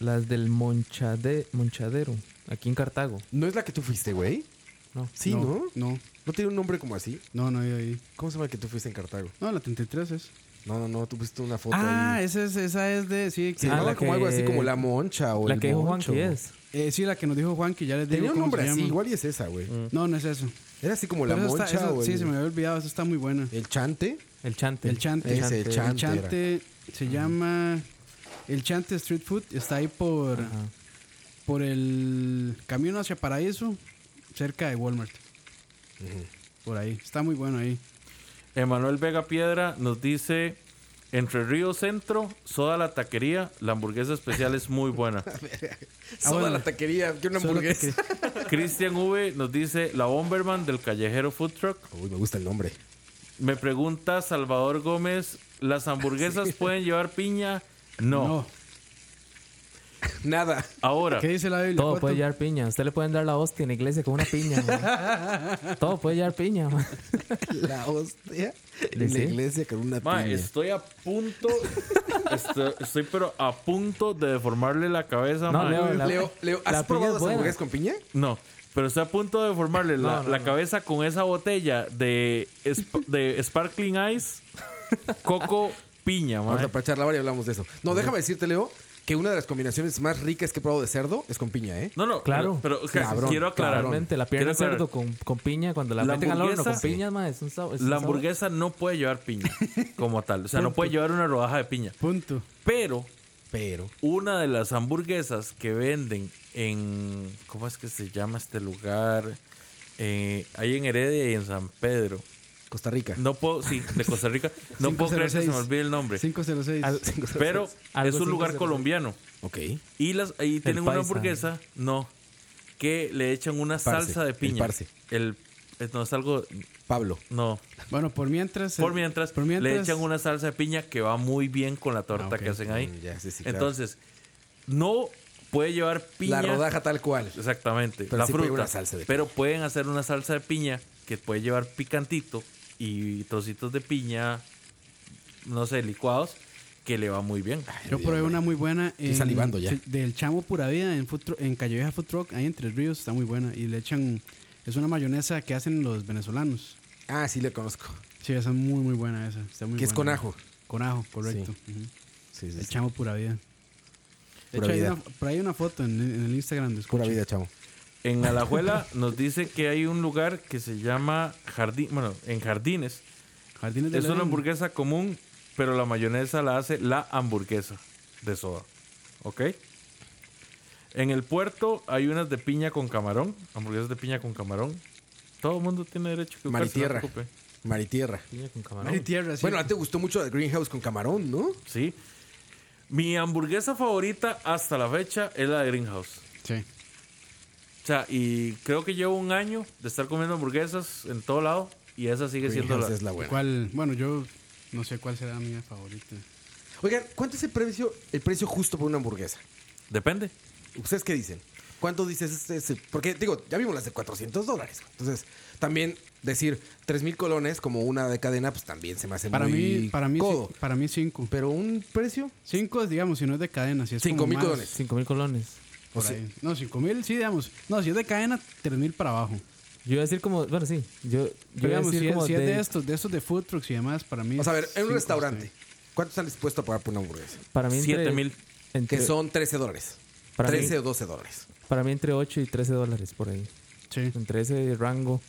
Speaker 8: las del Monchade, Monchadero, aquí en Cartago.
Speaker 1: ¿No es la que tú fuiste, güey?
Speaker 8: No.
Speaker 1: Sí, ¿no? ¿no?
Speaker 3: No,
Speaker 1: tiene un nombre como así?
Speaker 3: no, no, yo ahí.
Speaker 1: ¿Cómo se llama la que tú fuiste en Cartago?
Speaker 3: No, la 33 es.
Speaker 1: No, no, no, tú pusiste una foto
Speaker 3: Ah,
Speaker 1: ahí.
Speaker 3: esa es, esa es de. Sí, que-
Speaker 1: Se
Speaker 8: Ah,
Speaker 1: llamaba
Speaker 8: la
Speaker 1: como
Speaker 8: que-
Speaker 1: algo así como la moncha Ah, o
Speaker 8: la
Speaker 1: el
Speaker 8: que dijo Juan
Speaker 1: moncho.
Speaker 8: que es.
Speaker 3: eh, sí, la que nos dijo Juan, que ya les digo
Speaker 1: Tenía un
Speaker 3: cómo
Speaker 1: nombre
Speaker 3: se
Speaker 1: así,
Speaker 3: llama.
Speaker 1: igual y es esa, güey.
Speaker 3: No, no es eso.
Speaker 1: Era así como
Speaker 3: Pero
Speaker 1: la
Speaker 3: esa está-
Speaker 1: moncha
Speaker 3: esa-
Speaker 1: o el,
Speaker 3: Sí, se me Ah, había olvidado. Esa está muy buena.
Speaker 1: el chante.
Speaker 8: El chante.
Speaker 3: El chante.
Speaker 1: Ese, el chante.
Speaker 3: El Chante se llama El Chante Street Food, está ahí por por el camino hacia Paraíso, cerca de Walmart. Por ahí, está muy bueno ahí.
Speaker 2: Emanuel Vega Piedra nos dice: Entre Río Centro, soda la taquería, la hamburguesa especial es muy buena.
Speaker 1: Soda
Speaker 3: bueno.
Speaker 1: la taquería, que una
Speaker 3: Solo que-
Speaker 1: hamburguesa.
Speaker 2: Cristian V nos dice: La Bomberman del Callejero Food Truck.
Speaker 1: Uy, me gusta el nombre.
Speaker 2: Me pregunta Salvador Gómez: ¿Las hamburguesas pueden llevar piña? No.
Speaker 3: No.
Speaker 1: Nada.
Speaker 2: Ahora,
Speaker 3: ¿Qué dice la Biblia?
Speaker 8: Todo
Speaker 3: Joto?
Speaker 8: puede llevar piña. Usted le pueden dar la hostia en la iglesia con una piña. man. Todo puede llevar piña. man.
Speaker 1: La hostia.
Speaker 8: ¿De
Speaker 1: En la
Speaker 8: sí?
Speaker 1: iglesia con una
Speaker 2: ma,
Speaker 1: piña.
Speaker 2: estoy a punto. estoy, estoy pero a punto de deformarle la cabeza.
Speaker 8: No,
Speaker 2: ma.
Speaker 8: Leo, la-
Speaker 1: Leo, Leo,
Speaker 8: la
Speaker 1: ¿has
Speaker 8: piña
Speaker 1: probado
Speaker 8: es
Speaker 1: las
Speaker 8: buena.
Speaker 1: hamburguesas con piña?
Speaker 2: No, pero estoy a punto de deformarle la,
Speaker 8: No, no,
Speaker 2: la
Speaker 8: no.
Speaker 2: cabeza con esa botella de, sp- de Sparkling Ice, Coco Piña, mae.
Speaker 1: Ahorita para charlar y hablamos de eso. No, déjame decirte, Leo, que una de las combinaciones más ricas que he probado de cerdo es con piña, ¿eh?
Speaker 2: No, no,
Speaker 8: Claro.
Speaker 2: Pero, pero, o sea,
Speaker 1: Cabrón,
Speaker 2: quiero aclarar.
Speaker 8: Realmente, la pierna
Speaker 2: quiero
Speaker 8: de cerdo
Speaker 2: aclarar.
Speaker 8: con, con piña, cuando la,
Speaker 2: La
Speaker 8: meten al horno con
Speaker 2: hamburguesa-
Speaker 8: piña, man, es un sabor. es un
Speaker 2: La
Speaker 8: sabor.
Speaker 2: hamburguesa no puede llevar piña como tal. O sea, no puede llevar una rodaja de piña.
Speaker 3: Punto.
Speaker 2: Pero
Speaker 1: Pero.
Speaker 2: una de las hamburguesas que venden en. ¿Cómo es que se llama este lugar? Eh, ahí en Heredia y en San Pedro.
Speaker 1: Costa Rica.
Speaker 2: No puedo, sí, de Costa Rica. No puedo creer que se me
Speaker 3: 506.
Speaker 2: olvide el nombre.
Speaker 3: 506.
Speaker 8: Al-
Speaker 2: Pero
Speaker 8: Algo
Speaker 2: es un lugar
Speaker 8: 506.
Speaker 2: colombiano.
Speaker 1: Ok.
Speaker 2: Y las ahí tienen una
Speaker 8: paisa.
Speaker 2: hamburguesa, no, que le echan una
Speaker 1: Parce,
Speaker 2: salsa de
Speaker 1: el
Speaker 2: piña.
Speaker 1: parce.
Speaker 2: El, es- no es algo,
Speaker 1: Pablo.
Speaker 2: no.
Speaker 3: Bueno, por mientras.
Speaker 2: Por mientras,
Speaker 3: por mientras-
Speaker 2: le echan una salsa de piña que va muy bien con la torta
Speaker 3: Ah, ok.
Speaker 2: que hacen ahí.
Speaker 1: Mm, ya, sí, sí, claro.
Speaker 2: Entonces, no puede llevar piña.
Speaker 1: La rodaja tal cual.
Speaker 2: Exactamente,
Speaker 1: Pero
Speaker 2: la
Speaker 1: sí puede
Speaker 2: fruta.
Speaker 1: una salsa de
Speaker 2: pero pueden hacer una salsa de piña que puede llevar picantito y trocitos de piña no sé, licuados, que le va muy bien.
Speaker 3: Yo probé una muy buena. en-
Speaker 1: salivando ya.
Speaker 3: Del Chamo Pura Vida en, food tru- en Calle Vieja Food Truck, ahí en Tres Ríos, está muy buena. Y le echan. Es una mayonesa que hacen los venezolanos.
Speaker 1: Ah, sí, le conozco.
Speaker 3: Sí, esa es muy, muy buena esa. Está muy
Speaker 1: Que es
Speaker 3: buena.
Speaker 1: con ajo.
Speaker 3: Con ajo, correcto. Ujú.
Speaker 1: Sí, sí,
Speaker 3: El
Speaker 1: sí.
Speaker 3: Chamo Pura Vida. De
Speaker 1: Pura
Speaker 3: hecho, hay
Speaker 1: vida.
Speaker 3: una- por ahí hay una foto en, en el Instagram de
Speaker 1: Pura
Speaker 3: Escucha.
Speaker 1: vida, chamo.
Speaker 2: En Alajuela nos dice que hay un lugar que se llama Jardín, bueno, en Jardines.
Speaker 3: Jardines de
Speaker 2: Es una
Speaker 3: Edén.
Speaker 2: hamburguesa común, pero la mayonesa la hace la hamburguesa de soda. ¿Ok? En el puerto hay unas de piña con camarón, hamburguesas de piña con camarón. Todo el mundo tiene derecho que
Speaker 1: Maritierra. Maritierra.
Speaker 8: Piña con camarón.
Speaker 3: Mar y tierra, sí.
Speaker 1: Bueno, a ti te gustó mucho la Greenhouse con camarón, ¿no?
Speaker 2: Sí. Mi hamburguesa favorita hasta la fecha es la de Greenhouse.
Speaker 3: Sí.
Speaker 2: O sea, y creo que llevo un año de estar comiendo hamburguesas en todo lado y esa sigue siendo la...
Speaker 1: Greenhouse es la buena.
Speaker 3: ¿Cuál? Bueno, yo no sé cuál será mi favorita.
Speaker 1: Oigan, ¿cuánto es el precio, el precio justo por una hamburguesa?
Speaker 2: Depende.
Speaker 1: ¿Ustedes qué dicen? ¿Cuánto dices? Este, este? Porque, digo, ya vimos las de 400 dólares. güey. Entonces, también decir 3 mil colones como una de cadena, pues también se me hace
Speaker 3: Para
Speaker 1: muy
Speaker 3: mí, para mí,
Speaker 1: codo.
Speaker 3: sí- para mí cinco.
Speaker 1: Pero un precio,
Speaker 3: Cinco, digamos, si no es de cadena, si es
Speaker 1: Cinco
Speaker 3: como
Speaker 1: mil
Speaker 3: más
Speaker 1: colones.
Speaker 8: Cinco mil colones.
Speaker 1: o
Speaker 3: por
Speaker 1: sea,
Speaker 3: ahí. No, cinco mil, sí, digamos. No, si es de cadena, tres mil para abajo.
Speaker 8: Yo iba a decir como, bueno, sí. Yo, yo
Speaker 3: Pero
Speaker 8: iba a
Speaker 3: digamos,
Speaker 8: decir
Speaker 3: si, es-
Speaker 8: como
Speaker 3: si es de
Speaker 8: de-
Speaker 3: estos, de estos de food trucks y demás, para mí.
Speaker 1: o sea, a ver,
Speaker 3: es
Speaker 1: en un
Speaker 3: cinco,
Speaker 1: restaurante,
Speaker 3: sí.
Speaker 1: ¿cuánto están dispuestos a pagar por una hamburguesa?
Speaker 8: Para mí entre...
Speaker 2: 7.000.
Speaker 8: entre-
Speaker 1: Que son 13 dólares.
Speaker 8: Para
Speaker 1: 13
Speaker 8: mí-
Speaker 1: o 12 dólares.
Speaker 8: Para mí entre 8 y 13 dólares por ahí.
Speaker 3: Sí.
Speaker 8: Entre ese rango.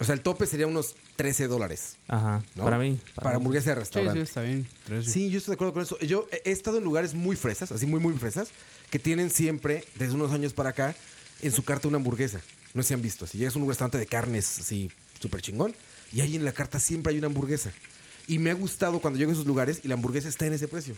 Speaker 1: O sea, el tope sería unos 13 dólares.
Speaker 8: Ajá.
Speaker 1: ¿no?
Speaker 8: Para mí.
Speaker 1: Para, hamburguesa de
Speaker 3: Sí, sí,
Speaker 1: restaurante.
Speaker 3: está bien. Tres,
Speaker 1: Sí, yo estoy de acuerdo con eso. Yo he he estado en lugares muy fresas, así muy, muy fresas, que tienen siempre, desde unos años para acá, en su carta una hamburguesa. No se han visto. Si llegas a un restaurante de carnes así súper chingón, y ahí en la carta siempre hay una hamburguesa. Y me ha gustado cuando llego a esos lugares y la hamburguesa está en ese precio.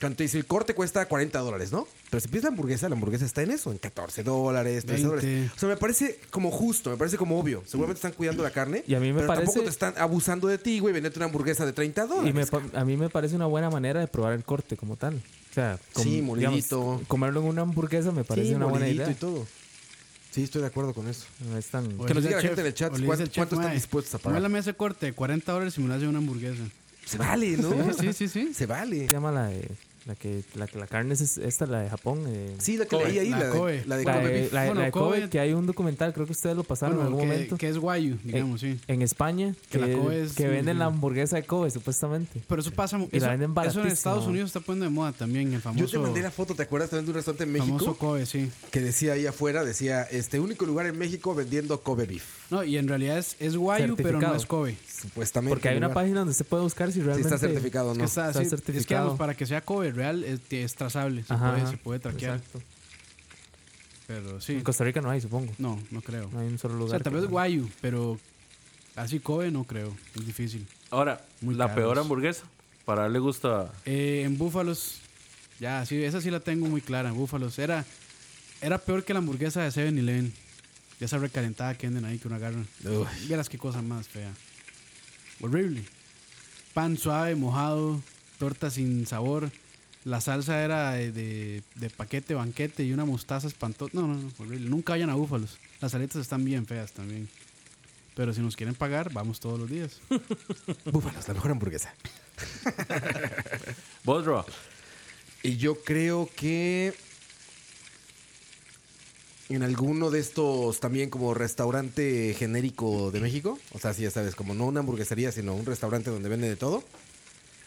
Speaker 1: Cuando te dice, el corte cuesta 40 dólares, ¿no? Pero si pides la hamburguesa, la hamburguesa está en eso, en 14 dólares, 13 dólares.
Speaker 3: 20.
Speaker 1: O sea, me parece como justo, me parece como obvio. Seguramente están cuidando la carne.
Speaker 8: Y a mí me
Speaker 1: pero tampoco
Speaker 8: parece-
Speaker 1: te están abusando de ti, güey, venderte una hamburguesa de 30 dólares.
Speaker 8: Y me pa- a mí me parece una buena manera de probar el corte como tal. O sea,
Speaker 1: Sí,
Speaker 8: digamos,
Speaker 1: molidito.
Speaker 8: comerlo en una hamburguesa me parece
Speaker 1: Sí,
Speaker 8: una buena
Speaker 1: molidito
Speaker 8: idea.
Speaker 1: y todo. Sí, estoy de acuerdo con eso.
Speaker 8: No es tan...
Speaker 3: O
Speaker 1: Que
Speaker 3: le
Speaker 1: nos
Speaker 3: dice
Speaker 1: diga la
Speaker 3: al
Speaker 1: gente en el chat
Speaker 3: o le dice
Speaker 1: cuánto-
Speaker 3: al chef,
Speaker 1: cuánto están
Speaker 3: "Mae,
Speaker 1: dispuestos a pagar".
Speaker 3: muélame ese corte de 40 dólares y me lo hace una hamburguesa.
Speaker 1: Se vale, ¿no?
Speaker 3: Sí, sí, sí.
Speaker 1: Se vale.
Speaker 8: se llama la de... La que la, que- la carne es esta, la de Japón. eh,
Speaker 1: Sí, la que leí ahí,
Speaker 3: la
Speaker 1: la,
Speaker 3: Kobe.
Speaker 1: de, la de
Speaker 8: la,
Speaker 1: Kobe
Speaker 8: de,
Speaker 1: Beef.
Speaker 8: la de-
Speaker 3: Bueno,
Speaker 8: la de Kobe,
Speaker 3: Kobe-
Speaker 8: que hay un documental, creo que ustedes lo pasaron en
Speaker 3: Bueno,
Speaker 8: algún
Speaker 3: que,
Speaker 8: momento.
Speaker 3: que es
Speaker 1: Eh.
Speaker 3: guayu, digamos,
Speaker 8: en,
Speaker 3: sí.
Speaker 8: en España,
Speaker 3: Que
Speaker 8: que,
Speaker 3: la Kobe es-
Speaker 8: que venden la
Speaker 3: ujú.
Speaker 8: hamburguesa de Kobe, supuestamente.
Speaker 3: Pero eso pasa. mu-
Speaker 8: Y
Speaker 3: Eso,
Speaker 8: la venden
Speaker 3: eso en
Speaker 8: baratísimo,
Speaker 3: Estados
Speaker 8: mae.
Speaker 3: Unidos está poniendo de moda también el famoso.
Speaker 1: Yo te mandé la foto, ¿te acuerdas también de un restaurante en
Speaker 3: famoso
Speaker 1: México?
Speaker 3: Kobe, sí.
Speaker 1: Que decía ahí afuera, decía, este único lugar en México vendiendo Kobe Beef,
Speaker 3: No, y en realidad es, es guayu, pero no
Speaker 8: Certificado.
Speaker 3: es Kobe.
Speaker 1: supuestamente.
Speaker 8: Porque hay
Speaker 1: el
Speaker 8: una
Speaker 1: lugar.
Speaker 8: página donde se puede buscar si
Speaker 1: Si
Speaker 8: realmente...
Speaker 1: está certificado o
Speaker 3: Es
Speaker 1: no.
Speaker 3: que está,
Speaker 8: está
Speaker 3: así, Es que
Speaker 8: certificado.
Speaker 3: digamos, para que sea Kobe real es, es trazable, se,
Speaker 8: Ajá,
Speaker 3: puede,
Speaker 8: ajá.
Speaker 3: se puede traquear.
Speaker 8: Exacto.
Speaker 3: Pero sí.
Speaker 8: En Costa Rica no hay, supongo.
Speaker 3: No, no creo.
Speaker 8: No hay un solo
Speaker 3: O
Speaker 8: lugar.
Speaker 3: sea, tal
Speaker 8: que
Speaker 3: vez
Speaker 8: no.
Speaker 3: guayu, pero así Kobe no creo. Es difícil.
Speaker 2: Ahora,
Speaker 3: Muy
Speaker 2: la
Speaker 3: caros.
Speaker 2: peor hamburguesa, para darle gusto a...
Speaker 3: Eh, en Búfalos, ya, sí, esa sí la tengo muy clara. En Búfalos, era, era peor que la hamburguesa de 7-Eleven. Ya esa recalentada que venden ahí que uno agarra. Verás qué cosa más fea. Horrible. Pan suave, mojado, torta sin sabor. La salsa era de, de- de paquete, banquete y una mostaza espantosa. No, no, no, horrible. Nunca vayan a Búfalos. Las aletas están bien feas también. Pero si nos quieren pagar, vamos todos los días.
Speaker 1: Búfalos, la mejor hamburguesa.
Speaker 2: Vos, Roa,
Speaker 1: Y yo creo que en alguno de estos también como restaurante genérico de México, o sea, sí, ya sabes, como no una hamburguesería, sino un restaurante donde vende de todo.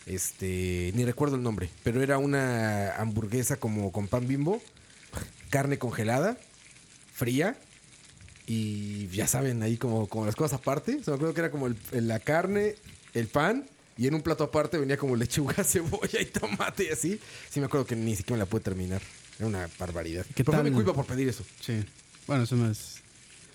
Speaker 1: Este, ni recuerdo el nombre, pero era una hamburguesa como con pan bimbo, carne congelada, fría y ya saben, ahí como, como las cosas aparte. O sea, me acuerdo que era como el- el- la carne, el pan y en un plato aparte venía como lechuga, cebolla y tomate y así. Sí, me acuerdo que ni siquiera me la pude terminar. Era una barbaridad.
Speaker 3: ¿Qué
Speaker 1: pero fue mi
Speaker 3: tal?
Speaker 1: culpa por pedir eso.
Speaker 3: Sí. Bueno, eso no es.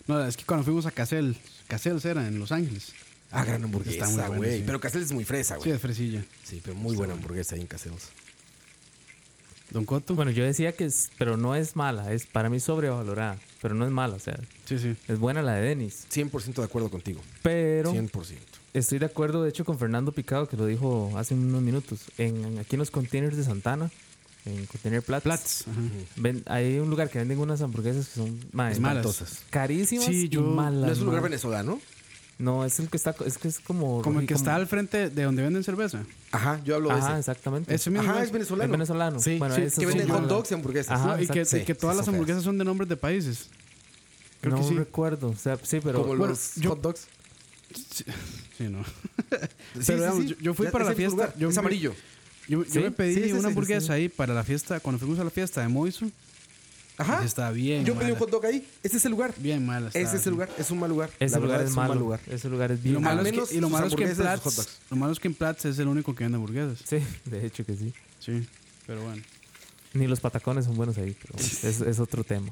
Speaker 3: No, es que cuando fuimos a Casel, Casel era en Los Ángeles.
Speaker 1: Ah, gran
Speaker 3: Está muy
Speaker 1: hamburguesa,
Speaker 3: buena,
Speaker 1: güey.
Speaker 3: sí.
Speaker 1: Pero Caseles es muy fresa,
Speaker 3: Sí,
Speaker 1: güey.
Speaker 3: de Fresilla.
Speaker 1: Sí, pero muy buena hamburguesa ahí en Caseles.
Speaker 3: Don Coto.
Speaker 8: Bueno, yo decía que es, pero no es mala, es para mí sobrevalorada, pero no es mala, o sea,
Speaker 3: Sí, sí.
Speaker 8: es buena la de Denis.
Speaker 1: 100% de acuerdo contigo.
Speaker 8: Pero
Speaker 1: 100%.
Speaker 8: estoy de acuerdo, de hecho, con Fernando Picado, que lo dijo hace unos minutos, en, en- aquí en los containers de Santana, en Container Plats,
Speaker 3: Plats. ajá.
Speaker 8: ven- hay un lugar que venden unas hamburguesas que son mae,
Speaker 3: Es malas.
Speaker 8: espantosas, carísimas
Speaker 3: Sí, yo-
Speaker 8: y malas.
Speaker 1: ¿No es un lugar
Speaker 8: mae.
Speaker 1: venezolano?
Speaker 8: No, es el que está, es que es como.
Speaker 3: Como el que
Speaker 8: como-
Speaker 3: está al frente de donde venden cerveza.
Speaker 1: Ajá, yo hablo de
Speaker 8: Ajá,
Speaker 1: ese.
Speaker 8: exactamente.
Speaker 3: Ese mismo.
Speaker 1: Ajá,
Speaker 3: es.
Speaker 1: es venezolano.
Speaker 8: Es venezolano.
Speaker 3: Sí,
Speaker 8: bueno,
Speaker 3: sí,
Speaker 8: esos
Speaker 1: Que
Speaker 8: son
Speaker 1: venden
Speaker 8: yo-
Speaker 1: hot dogs y hamburguesas.
Speaker 8: Ajá,
Speaker 3: No, y que,
Speaker 1: exacto.
Speaker 3: y que
Speaker 1: Ah, Sí,
Speaker 3: todas
Speaker 1: sí,
Speaker 3: las
Speaker 1: son
Speaker 3: hamburguesas son de nombres de países. Creo
Speaker 8: no
Speaker 3: que sí.
Speaker 8: recuerdo. O sea, sí, pero.
Speaker 1: Como
Speaker 3: Bueno,
Speaker 1: los
Speaker 3: yo-
Speaker 1: hot dogs.
Speaker 3: Sí, no.
Speaker 1: Sí,
Speaker 3: Pero
Speaker 1: sí,
Speaker 3: vamos,
Speaker 1: sí.
Speaker 3: yo- yo fui
Speaker 1: Ya-
Speaker 3: para
Speaker 1: es
Speaker 3: la
Speaker 1: el
Speaker 3: fiesta,
Speaker 1: lugar.
Speaker 3: yo
Speaker 1: es
Speaker 3: me-
Speaker 1: amarillo.
Speaker 3: Yo, yo
Speaker 1: ¿Sí?
Speaker 3: me pedí
Speaker 1: Sí, sí, sí, sí,
Speaker 3: una hamburguesa
Speaker 1: sí.
Speaker 3: ahí para la fiesta, cuando fuimos a la fiesta de Moiso.
Speaker 1: Ajá.
Speaker 3: Ese estaba bien
Speaker 1: Yo pedí un
Speaker 3: mala.
Speaker 1: hot dog ahí. Ese es el lugar.
Speaker 3: Bien mala. estaba,
Speaker 1: Ese es
Speaker 3: sí.
Speaker 1: el lugar. Es un mal lugar.
Speaker 8: ese
Speaker 1: La
Speaker 8: lugar
Speaker 1: verdad,
Speaker 8: es
Speaker 1: un mal
Speaker 8: malo.
Speaker 1: lugar.
Speaker 8: Ese lugar es
Speaker 3: Y lo
Speaker 8: bien
Speaker 3: malo
Speaker 8: malo.
Speaker 3: es
Speaker 1: menos
Speaker 3: que, y lo
Speaker 1: sus
Speaker 3: malo es que en
Speaker 1: hamburguesas y sus hot
Speaker 3: Platts, lo malo es que en Platts es el único que vende hamburguesas.
Speaker 8: Sí, de hecho que sí.
Speaker 3: Sí, pero bueno.
Speaker 8: Ni los patacones son buenos ahí, pero es, es otro tema.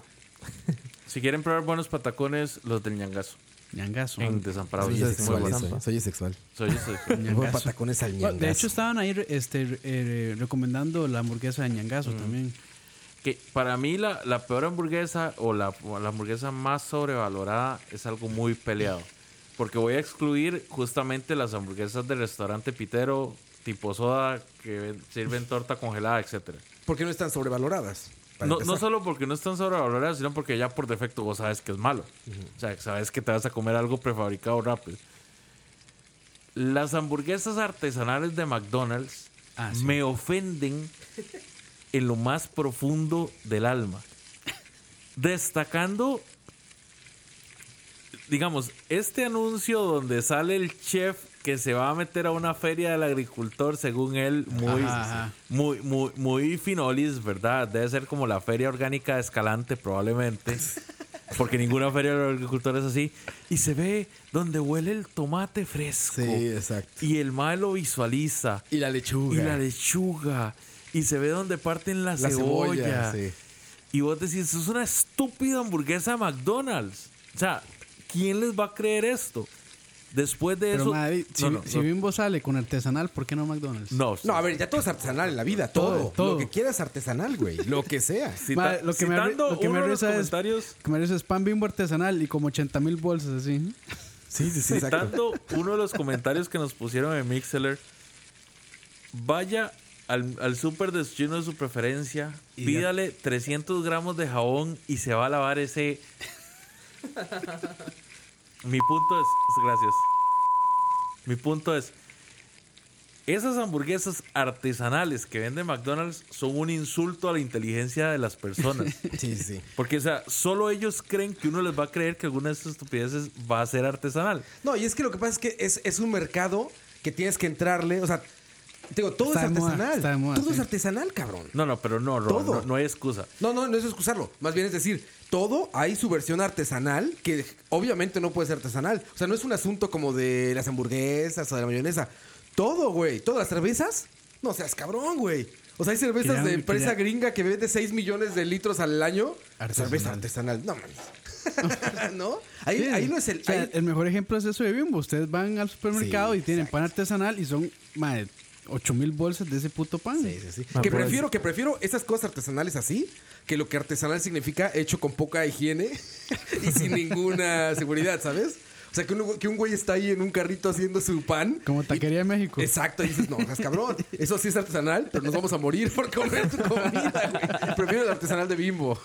Speaker 2: Si quieren probar buenos patacones, los del ñangazo.
Speaker 3: Ñangazo.
Speaker 2: En
Speaker 3: man.
Speaker 2: Desamparado.
Speaker 8: Sí,
Speaker 2: Muy
Speaker 8: sí, sí.
Speaker 2: bueno.
Speaker 8: eso, eh.
Speaker 1: Soy asexual.
Speaker 2: Soy ese.
Speaker 1: Mejor
Speaker 3: Ñangazo.
Speaker 1: patacones al
Speaker 3: Bueno,
Speaker 1: ñangazo.
Speaker 3: de hecho estaban ahí re- este, re- eh, recomendando la hamburguesa de Ñangazo también.
Speaker 2: Que para mí la, la peor hamburguesa o la, o la hamburguesa más sobrevalorada es algo muy peleado. Porque voy a excluir justamente las hamburguesas de restaurante pitero, tipo soda, que ven- sirven torta congelada, etcétera.
Speaker 1: ¿Por qué no están sobrevaloradas? Para
Speaker 2: No, no
Speaker 1: empezar.
Speaker 2: solo porque no están sobrevaloradas, sino porque ya por defecto vos sabes que es malo. O sea, que sabes que te vas a comer algo prefabricado rápido. Las hamburguesas artesanales de McDonald's
Speaker 3: Ah, sí.
Speaker 2: me ofenden en lo más profundo del alma. Destacando, digamos, este anuncio donde sale el chef que se va a meter a una feria del agricultor, según él, muy,
Speaker 3: Ajá, ajá.
Speaker 2: muy, muy, muy finolis, ¿verdad? Debe ser como la feria orgánica de Escalante, probablemente. Porque ninguna feria del agricultor es así. Y se ve donde huele el tomate fresco.
Speaker 1: Sí, exacto.
Speaker 2: Y el malo lo visualiza.
Speaker 1: Y la lechuga.
Speaker 2: Y la lechuga. Y se ve donde parten la,
Speaker 1: La cebolla,
Speaker 2: cebolla.
Speaker 1: sí.
Speaker 2: Y vos decís, eso es una estúpida hamburguesa de McDonald's. O sea, ¿quién les va a creer esto? Después de
Speaker 3: Pero
Speaker 2: eso.
Speaker 3: madre, si,
Speaker 2: no, no,
Speaker 3: si
Speaker 2: no,
Speaker 3: Bimbo sale con artesanal, ¿por qué no McDonald's?
Speaker 2: no,
Speaker 1: No, a ver, ya todo es artesanal en la vida.
Speaker 3: Todo,
Speaker 1: Todo.
Speaker 3: todo.
Speaker 1: Lo que quieras es artesanal, güey. Lo que sea.
Speaker 2: cita-
Speaker 3: Madre, lo que me arri-
Speaker 2: citando
Speaker 3: lo que me
Speaker 2: uno de los
Speaker 3: risa es-
Speaker 2: comentarios.
Speaker 3: Que merece es pan bimbo artesanal y como 80 mil bolsas así.
Speaker 1: Sí, sí, sí. Exacto.
Speaker 2: citando uno de los comentarios que nos pusieron en Mixler, vaya al, al súper de su chino de su preferencia, pídale 300 gramos de jabón y se va a lavar ese... Mi punto es... Gracias. Mi punto es... Esas hamburguesas artesanales que vende McDonald's son un insulto a la inteligencia de las personas.
Speaker 1: Sí, sí.
Speaker 2: Porque, o sea, solo ellos creen que uno les va a creer que alguna de estas estupideces va a ser artesanal.
Speaker 1: No, y es que lo que pasa es que es, es un mercado que tienes que entrarle. O sea, te digo, todo
Speaker 3: Está
Speaker 1: es
Speaker 3: de moda,
Speaker 1: artesanal.
Speaker 3: está de moda,
Speaker 1: todo
Speaker 3: sí.
Speaker 1: es artesanal, cabrón.
Speaker 2: No, no, pero no, Ro,
Speaker 1: Todo.
Speaker 2: No, no hay excusa.
Speaker 1: No, no, no es excusarlo. Más bien es decir, todo hay su versión artesanal que obviamente no puede ser artesanal. O sea, no es un asunto como de las hamburguesas o de la mayonesa. Todo, güey. Todas las cervezas. No seas cabrón, güey. O sea, hay cervezas
Speaker 3: Que ya-
Speaker 1: de empresa
Speaker 3: que ya-
Speaker 1: gringa que vende 6 millones de litros al año.
Speaker 3: Artesanal.
Speaker 1: Cerveza artesanal. No mames. ¿No? Ahí,
Speaker 3: Sí.
Speaker 1: ahí no es el.
Speaker 3: O sea,
Speaker 1: ahí-
Speaker 3: El mejor ejemplo es eso de Bimbo. Ustedes van al supermercado
Speaker 1: Sí,
Speaker 3: y tienen pan artesanal y son, madre, 8 mil bolsas de ese puto pan.
Speaker 1: Sí, sí, sí.
Speaker 8: Ah,
Speaker 1: que
Speaker 8: pero
Speaker 1: prefiero,
Speaker 8: es-
Speaker 1: que prefiero esas cosas artesanales así, que lo que artesanal significa hecho con poca higiene y sin ninguna seguridad, ¿sabes? O sea, que un, que un güey está ahí en un carrito haciendo su pan.
Speaker 3: Como taquería de México.
Speaker 1: Exacto, y dices, no, seas cabrón, eso sí es artesanal, pero nos vamos a morir por comer tu comida, güey. Prefiero el artesanal de Bimbo.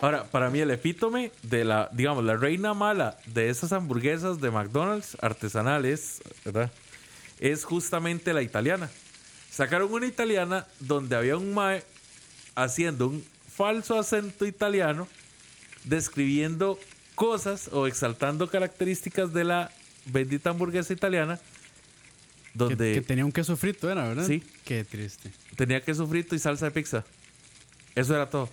Speaker 2: Ahora, para mí el epítome de la, digamos, la reina mala de esas hamburguesas de McDonald's artesanales, ¿verdad? Es justamente la italiana. Sacaron una italiana donde había un mae haciendo un falso acento italiano, describiendo cosas o exaltando características de la bendita hamburguesa italiana,
Speaker 3: que,
Speaker 2: donde
Speaker 3: que tenía un queso frito, era, ¿verdad?
Speaker 2: Sí.
Speaker 3: Qué triste.
Speaker 2: Tenía queso frito y salsa de pizza. Eso era todo.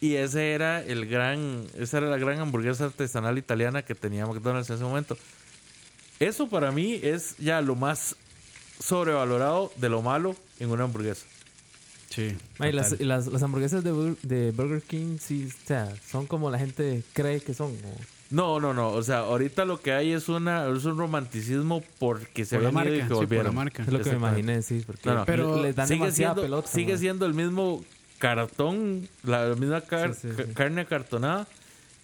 Speaker 2: Y ese era el gran, esa era la gran hamburguesa artesanal italiana que tenía McDonald's en ese momento. Eso para mí es ya lo más sobrevalorado de lo malo en una hamburguesa.
Speaker 3: Sí.
Speaker 8: Ma, y las,
Speaker 3: total.
Speaker 8: y las, las hamburguesas de, Bur- de Burger King, sí, o sea, son como la gente cree que son. o-
Speaker 2: No, no, no. O sea, ahorita lo que hay es una es un romanticismo porque se
Speaker 3: Por la
Speaker 2: habían ido y que
Speaker 3: marca, sí, por la
Speaker 2: volvieron.
Speaker 3: marca.
Speaker 8: Es lo que me
Speaker 2: Exactamente.
Speaker 8: imaginé, sí, porque
Speaker 2: No, no.
Speaker 8: pero
Speaker 3: Pero
Speaker 8: les dan
Speaker 2: sigue
Speaker 8: demasiada
Speaker 2: siendo,
Speaker 8: pelota.
Speaker 2: sigue
Speaker 8: ma.
Speaker 2: siendo el mismo cartón, la misma car-
Speaker 8: Sí, sí,
Speaker 2: ca-
Speaker 8: sí.
Speaker 2: carne acartonada,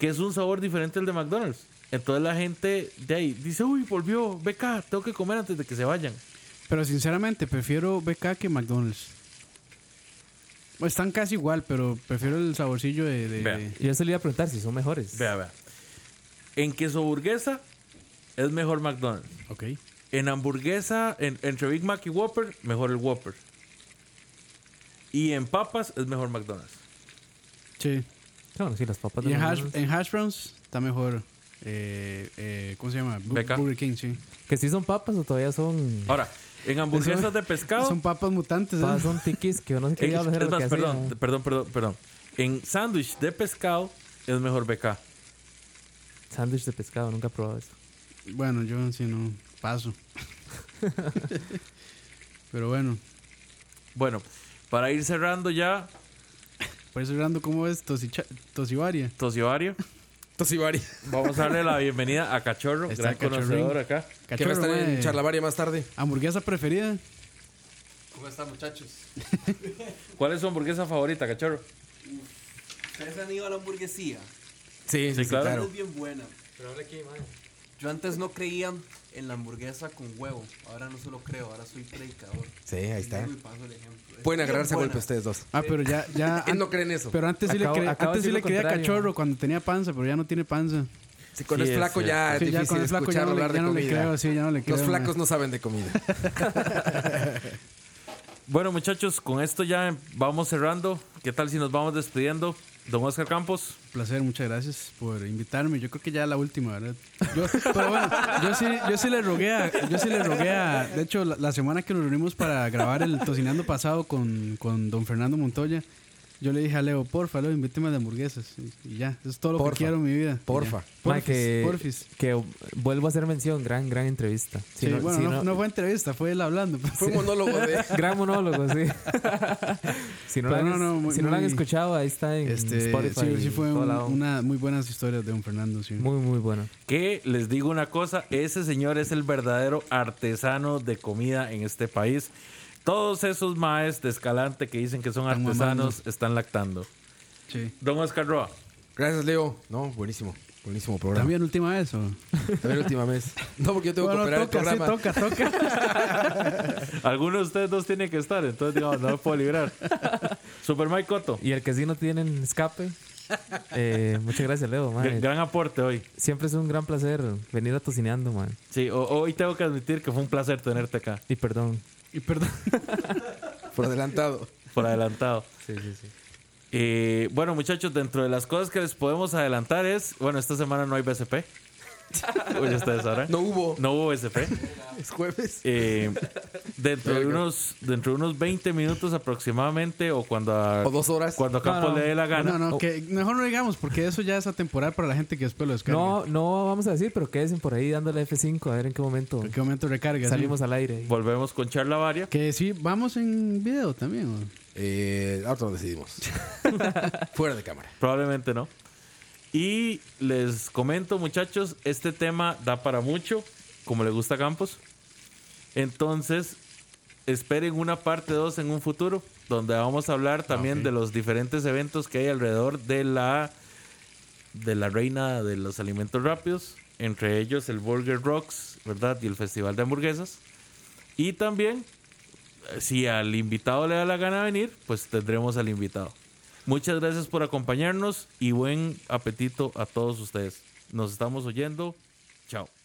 Speaker 2: que es un sabor diferente al de McDonald's. Entonces la gente de ahí dice, uy, volvió, beca, tengo que comer antes de que se vayan.
Speaker 3: Pero sinceramente, prefiero BK que McDonald's. Bueno, Están casi igual, pero prefiero el saborcillo de... de-
Speaker 2: Vea.
Speaker 3: de-
Speaker 8: Yo se le iba a preguntar si son mejores.
Speaker 2: Vea, vea. En queso burguesa es mejor McDonald's.
Speaker 3: Ok.
Speaker 2: En hamburguesa, en- entre Big Mac y Whopper, mejor el Whopper. Y en papas es mejor McDonald's.
Speaker 3: Sí.
Speaker 8: Claro, sí, las papas de
Speaker 3: Y eh, en hash,
Speaker 8: McDonald's.
Speaker 3: en hash browns está mejor. eh, eh, ¿Cómo se llama? Bu-
Speaker 2: Beca.
Speaker 3: Burger King, sí.
Speaker 8: Que sí son papas o todavía son.
Speaker 2: Ahora, en hamburguesas de pescado.
Speaker 3: Son papas mutantes. ¿eh?
Speaker 8: Papas son tiquis que no sé qué
Speaker 2: en-
Speaker 8: diablos era
Speaker 2: es
Speaker 8: lo
Speaker 2: más,
Speaker 8: que
Speaker 2: perdón,
Speaker 8: hacían.
Speaker 2: perdón, perdón, perdón. En sándwich de pescado es mejor BK.
Speaker 8: Sándwich de pescado, nunca he probado eso.
Speaker 3: Bueno, yo sí no paso. Pero bueno,
Speaker 2: Bueno, para ir cerrando ya,
Speaker 3: por eso Rando, ¿cómo es Tosicha- Tosibaria?
Speaker 2: Tosivario,
Speaker 1: Tosivari.
Speaker 2: vamos a darle la bienvenida a Cachorro,
Speaker 3: Está
Speaker 2: gran conocedor acá.
Speaker 1: Que va a
Speaker 3: Cachorro,
Speaker 1: estar en
Speaker 3: mae.
Speaker 1: Charlavaria más tarde.
Speaker 3: ¿Hamburguesa preferida?
Speaker 9: ¿Cómo están, muchachos?
Speaker 2: ¿Cuál es su hamburguesa favorita, Cachorro?
Speaker 9: ¿Ustedes han ido a la hamburguesía?
Speaker 1: Sí,
Speaker 2: sí, claro.
Speaker 9: Es bien buena.
Speaker 8: Pero aquí,
Speaker 9: Yo antes no creía en la hamburguesa con huevo. Ahora no se lo creo, ahora soy predicador.
Speaker 1: Sí, ahí está.
Speaker 9: Y paso el ejemplo. Es
Speaker 1: Pueden
Speaker 9: bien
Speaker 1: agarrarse a
Speaker 9: buena.
Speaker 1: golpe ustedes dos.
Speaker 3: Ah, pero ya. ya
Speaker 1: Él no cree en eso.
Speaker 3: Pero antes sí
Speaker 8: Acabo-
Speaker 3: le, cre-
Speaker 8: acabo de
Speaker 3: antes sí
Speaker 8: decir
Speaker 3: le
Speaker 8: lo
Speaker 3: creía
Speaker 8: contrario.
Speaker 3: cachorro cuando tenía panza, pero ya no tiene panza.
Speaker 1: Si con
Speaker 2: Sí,
Speaker 1: el
Speaker 2: es
Speaker 1: flaco ya es
Speaker 3: Sí, ya
Speaker 1: Ah, difícil
Speaker 3: con el flaco ya
Speaker 1: escuchar
Speaker 3: no le-
Speaker 1: hablar de
Speaker 3: ya no le
Speaker 1: comida.
Speaker 3: creo, sí, ya no le creo,
Speaker 1: Los flacos
Speaker 3: mae.
Speaker 1: no saben de comida.
Speaker 2: Bueno, muchachos, con esto ya vamos cerrando. ¿Qué tal si nos vamos despidiendo? Don Oscar Campos.
Speaker 3: Un placer, muchas gracias por invitarme. Yo creo que ya la última, ¿verdad? Yo, pero bueno, yo sí, yo sí le rogué a, yo sí le rogué a- de hecho, la, la semana que nos reunimos para grabar el Tocinando Pasado con, con don Fernando Montoya, yo le dije a Leo, porfa, Leo, invíteme de hamburguesas. Y, y ya, eso es todo lo
Speaker 1: Porfa.
Speaker 3: que quiero en mi vida. Y
Speaker 1: Porfa.
Speaker 3: ya. Porfis,
Speaker 8: que,
Speaker 3: porfis.
Speaker 8: que vuelvo a hacer mención, gran, gran entrevista.
Speaker 3: Sí,
Speaker 8: Si no-
Speaker 3: bueno,
Speaker 8: si
Speaker 3: no,
Speaker 8: no-
Speaker 3: no fue entrevista, fue él hablando. pues.
Speaker 1: Fue un monólogo de...
Speaker 8: Gran monólogo, sí. si no, lo
Speaker 3: Pero
Speaker 8: han,
Speaker 3: no, no, muy-
Speaker 8: si no lo han
Speaker 3: muy-
Speaker 8: escuchado, ahí está en
Speaker 3: Este,
Speaker 8: Spotify.
Speaker 3: sí, sí fue
Speaker 8: en todo
Speaker 3: un-
Speaker 8: lado.
Speaker 3: una muy buenas historias de don Fernando, sí.
Speaker 8: Muy, muy bueno.
Speaker 2: Que les digo una cosa, ese señor es el verdadero artesano de comida en este país. Todos esos maes de Escalante que dicen que son
Speaker 3: Están
Speaker 2: artesanos están lactando.
Speaker 3: Sí.
Speaker 2: Don Oscar Roa.
Speaker 1: Gracias, Leo. No, buenísimo. Buenísimo programa.
Speaker 3: También última vez o
Speaker 1: También última vez. No, porque yo tengo
Speaker 3: Bueno,
Speaker 1: que operar
Speaker 3: toca,
Speaker 1: el
Speaker 3: sí,
Speaker 1: programa.
Speaker 3: toca, toca.
Speaker 2: Alguno de ustedes dos tiene que estar, entonces digamos, no me puedo librar. Super Mike Cotto.
Speaker 8: Y el que sí no tienen escape, eh, muchas gracias, Leo. man.
Speaker 2: gr- Gran aporte hoy.
Speaker 8: Siempre es un gran placer venir a tocineando, man.
Speaker 2: Sí, ho- hoy tengo que admitir que fue un placer tenerte acá,
Speaker 8: Y perdón.
Speaker 3: Y perdón.
Speaker 1: Por adelantado.
Speaker 2: por adelantado.
Speaker 8: Sí, sí, sí.
Speaker 2: Eh, bueno, muchachos, dentro de las cosas que les podemos adelantar es, bueno, esta semana no hay BSP. Uy, ya ustedes sabrán.
Speaker 1: No hubo.
Speaker 2: No hubo BSP.
Speaker 1: Es jueves.
Speaker 2: Eh, dentro, de unos, dentro de unos 20 minutos aproximadamente o cuando a,
Speaker 1: O dos horas.
Speaker 2: cuando a Campos
Speaker 8: No, no.
Speaker 2: le dé la gana.
Speaker 3: No, no,
Speaker 8: Oh.
Speaker 3: que mejor no digamos, porque eso ya es atemporal para la gente que después lo descarga.
Speaker 8: No, no vamos a decir, pero quédense por ahí dándole F5 a ver en qué momento
Speaker 3: ¿En qué momento recarga? sí?
Speaker 8: salimos al aire.
Speaker 2: Volvemos con charla varia.
Speaker 3: Que sí, vamos en video también. ¿o?
Speaker 1: Eh, ahora lo decidimos. Fuera de cámara.
Speaker 2: Probablemente no. Y les comento, muchachos, este tema da para mucho, como le gusta a Campos. Entonces, esperen una parte 2 en un futuro, donde vamos a hablar también de los diferentes eventos que hay alrededor de la de la reina de los alimentos rápidos, entre ellos el Burger Rocks, ¿verdad? Y el Festival de Hamburguesas. Y también, eh, si al invitado le da la gana venir, pues tendremos al invitado. Muchas gracias por acompañarnos y buen apetito a todos ustedes. Nos estamos oyendo. Chao.